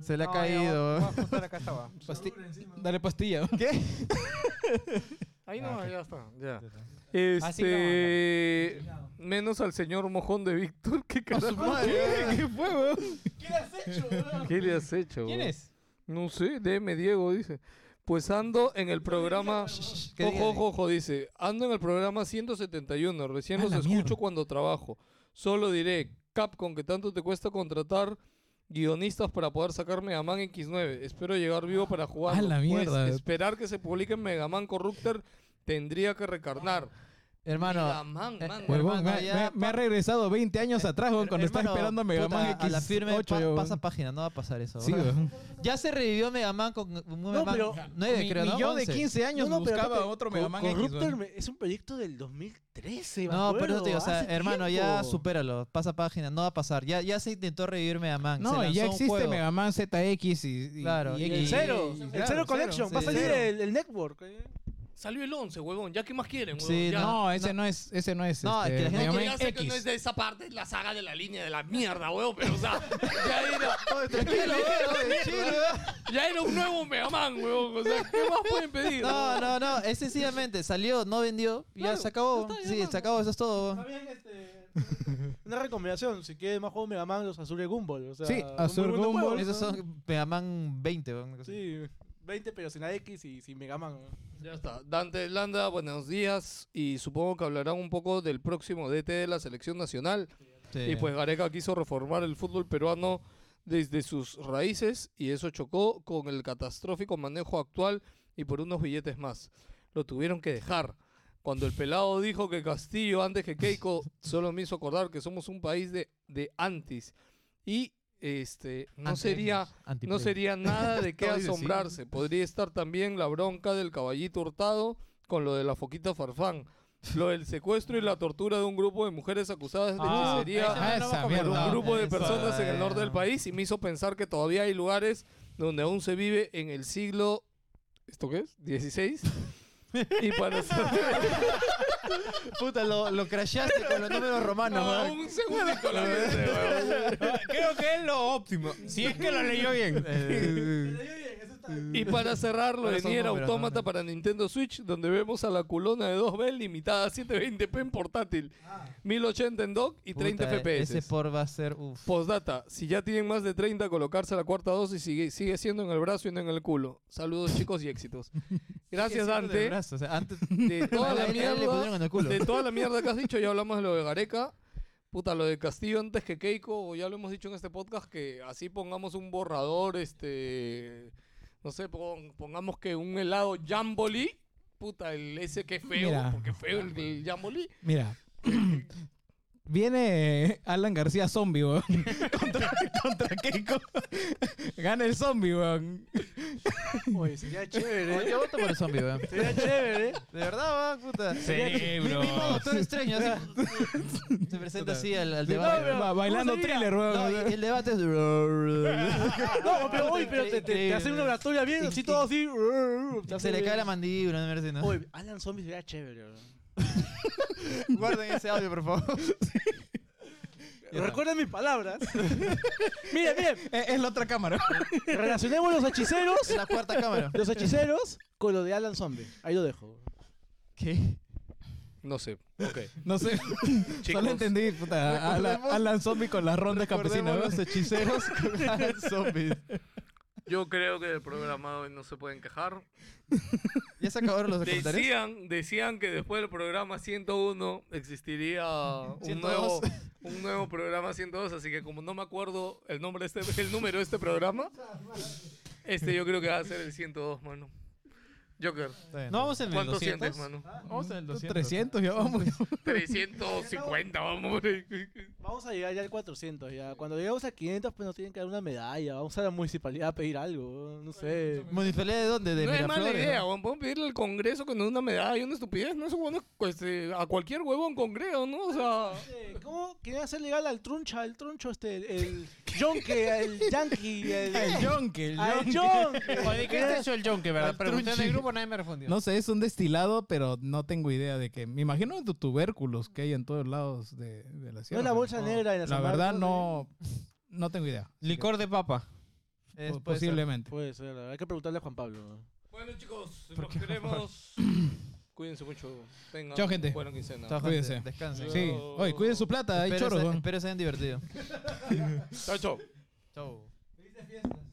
Se le ha No, ya, caído. voy a weón. ajustar acá esta va. Pasti- Dale pastilla. Ahí no, ya está, ya. Así que Este... Menos al señor mojón de Víctor, ¿qué carajo? ¿Qué fue, weón? ¿Qué le has hecho? ¿Quién huevón? es? No sé, DM Diego dice. Pues ando en el programa. ¿Qué diga, Ojo, ojo, ojo, dice. Ando en el programa 171. Recién A los la escucho mierda. cuando trabajo. Solo diré, Capcom, que tanto te cuesta contratar guionistas para poder sacarme Mega Man X9. Espero llegar vivo para jugar. A la mierda. esperar que se publique Mega Man Corrupter tendría que recarnar. Mega Hermano, Man, eh, man. huevo, Huevón, Hermano, me, ya me- pa- Eh, me ha regresado 20 años atrás, weón, cuando estaba hermano, esperando a Mega puta, Man A la firme pa- X8. weón. pasa página, no va a pasar eso. Sí, weón. weón. Ya se revivió Mega Man con un Mega Man pero- 9, Mi- creo, mi ¿no? yo de 11. 15 años No, no, pero buscaba aparte, otro Co- Mega Man X, Corruptor weón. me- es un proyecto del 2013, me No, pero acuerdo, eso te digo, o sea, hace hermano, ya tiempo. supéralo, pasa página, no va a pasar. Ya, ya se intentó revivir Mega Man. se No, y lanzó ya un existe juego. Mega Man ZX y, y- Claro, y y- El X- cero, y- el claro, cero Collection, sí, va a salir cero. el, el network. eh. Salió el 11, huevón. ¿Ya qué más quieren, huevón? Sí, Ya. No, ese no. es, ese no es. No, es que la gente Mega No, que ya Man sé que este, X. no es de esa parte, es la saga de la línea de la mierda, huevón, pero o sea, ya era, Tranquilo, weón, chill, weón. ya era un nuevo Mega Man, huevón, o sea, ¿qué más pueden pedir? No, no, no, es sencillamente salió, no vendió, y ya se acabó. sí, se acabó, eso es todo. Está bien, este, Una recomendación, si quieres más juegos Mega Man, los Azure Gumball. O sea, Sí, son muy Azure buenos Gumball. juegos, Esos ¿no? son Mega Man 20, weón, algo así. Sí, 20 pero sin AX y sin Mega Man. ¿no? Ya está. Dante Landa, buenos días. Y supongo que hablarán un poco del próximo DT de la selección nacional. Sí. Y pues Gareca quiso reformar el fútbol peruano desde sus raíces y eso chocó con el catastrófico manejo actual y por unos billetes más. Lo tuvieron que dejar. Cuando el pelado dijo que Castillo antes que Keiko solo me hizo acordar que somos un país de, de antis y este, no Anti- sería, no antiplay. sería nada de qué Todo dice sí. asombrarse. Podría estar también la bronca del caballito hurtado con lo de la foquita farfán. Lo del secuestro y la tortura de un grupo de mujeres acusadas de Ah, hechicería esa no lo esa voy a por mierda. un comentar. grupo de eso, personas en el norte del eh. país y me hizo pensar que todavía hay lugares donde aún se vive en el siglo ¿esto qué es? 16 y para ser- Puta, lo, lo crasheaste con los números romanos, no, weón. un segundito la mente, weón. Creo que es lo óptimo. Si es que lo leyó Eh, bien. y para cerrar lo Ahora de son Nier números, Automata ¿no? para Nintendo Switch donde vemos a la culona de 2B limitada a 720p en portátil 1080 en dock y 30 Ah. Puta, e-, fps Ese por va a ser. Uf. Postdata, si ya tienen más de 30, colocarse la cuarta dosis sigue, sigue siendo en el brazo y no en el culo. Saludos chicos y éxitos. Gracias De Dante. brazo, o sea, antes. De toda la A él le pusieron mierda, en el culo. de toda la mierda que has dicho, ya hablamos de lo de Gareca. Puta, lo de Castillo antes que Keiko, o ya lo hemos dicho en este podcast, que así pongamos un borrador, este... No sé, pon- pongamos que un helado Jamboli. Puta, el ese que es feo, Mira. porque feo el, el Jamboli. Mira. Viene Alan García zombie, weón. Contra, contra Keiko. Gana el zombie, weón. Oye, sería chévere. Yo voto por el zombie, weón. Sería chévere. De verdad, weón, puta. Cerebro. Mismo doctor extraño, así. Se presenta así al, al debate. pero- Va- bailando ¿cómo sería? thriller, weón. No, y el debate es. Ah, No, pero, oye, pero te, te, te hacen una oratoria bien, así todo así. te Se hacen le bien. cae la mandíbula, no merece, ¿no? Oye, Alan Zombie sería chévere. bro. Guarden ese audio, por favor. Recuerden mis palabras. miren, miren, Eh, Es, es la otra cámara. relacionemos los hechiceros, Es la cuarta cámara. los hechiceros con lo de Alan Zombie. Ahí lo dejo. ¿Qué? No sé, ok. No sé. Chicos. Solo entendí, puta. Alan, Recordemos- Alan zombie con las rondas campesinas, Recordemos weón. los hechiceros con Alan zombies. Yo creo que el programa hoy no se pueden quejar. ¿Ya se acabaron los comentarios? Decían, decían que después del programa 101 existiría un 102. nuevo, un nuevo programa 102, así que como no me acuerdo el nombre de este, el número de este programa, este yo creo que va a ser el 102, mano. Joker, No, No vamos en el ¿cuánto 200. sientes, mano? vamos en el 300, ya vamos. 350, vamos. Vamos a llegar ya al 400. ya. Cuando llegamos a 500, pues nos tienen que dar una medalla. Vamos a la municipalidad a pedir algo. No sé. ¿Municipalidad de dónde? De No es mala Miraflores. idea, weón. Podemos pedirle al Congreso que nos dé una medalla y una estupidez, ¿no? Eso, bueno, este, a cualquier huevón Congreso, ¿no? O sea... Eh, ¿Cómo quieren hacer legal al truncha, al truncho este, el- el yonke, el yankee, el, El yonke, el al yonke. yonke? Oye, ¿qué es eso el Jonke, verdad? Al Pregunté en trunchi. el grupo, nadie me respondió. No sé, es un destilado, pero no tengo idea de que. Me imagino de tubérculos que hay en todos lados de, de la No sierra. es la bolsa pero- negra en la ¿eh? La verdad, no. No tengo idea. Licor de papa. Es, Po- puede ser. posiblemente. Puede ser, la verdad, hay que preguntarle a Juan Pablo. ¿no? Bueno, chicos, los queremos. Cuídense mucho. Tengan Chao, gente. buena quincena. Chao, gente. Cuídense. Descansen. Sí. Sí. Oye, cuiden su plata, hay Espero, choros. se, weón. espero se hayan divertido. Chao, chao. Chau. Felices fiestas.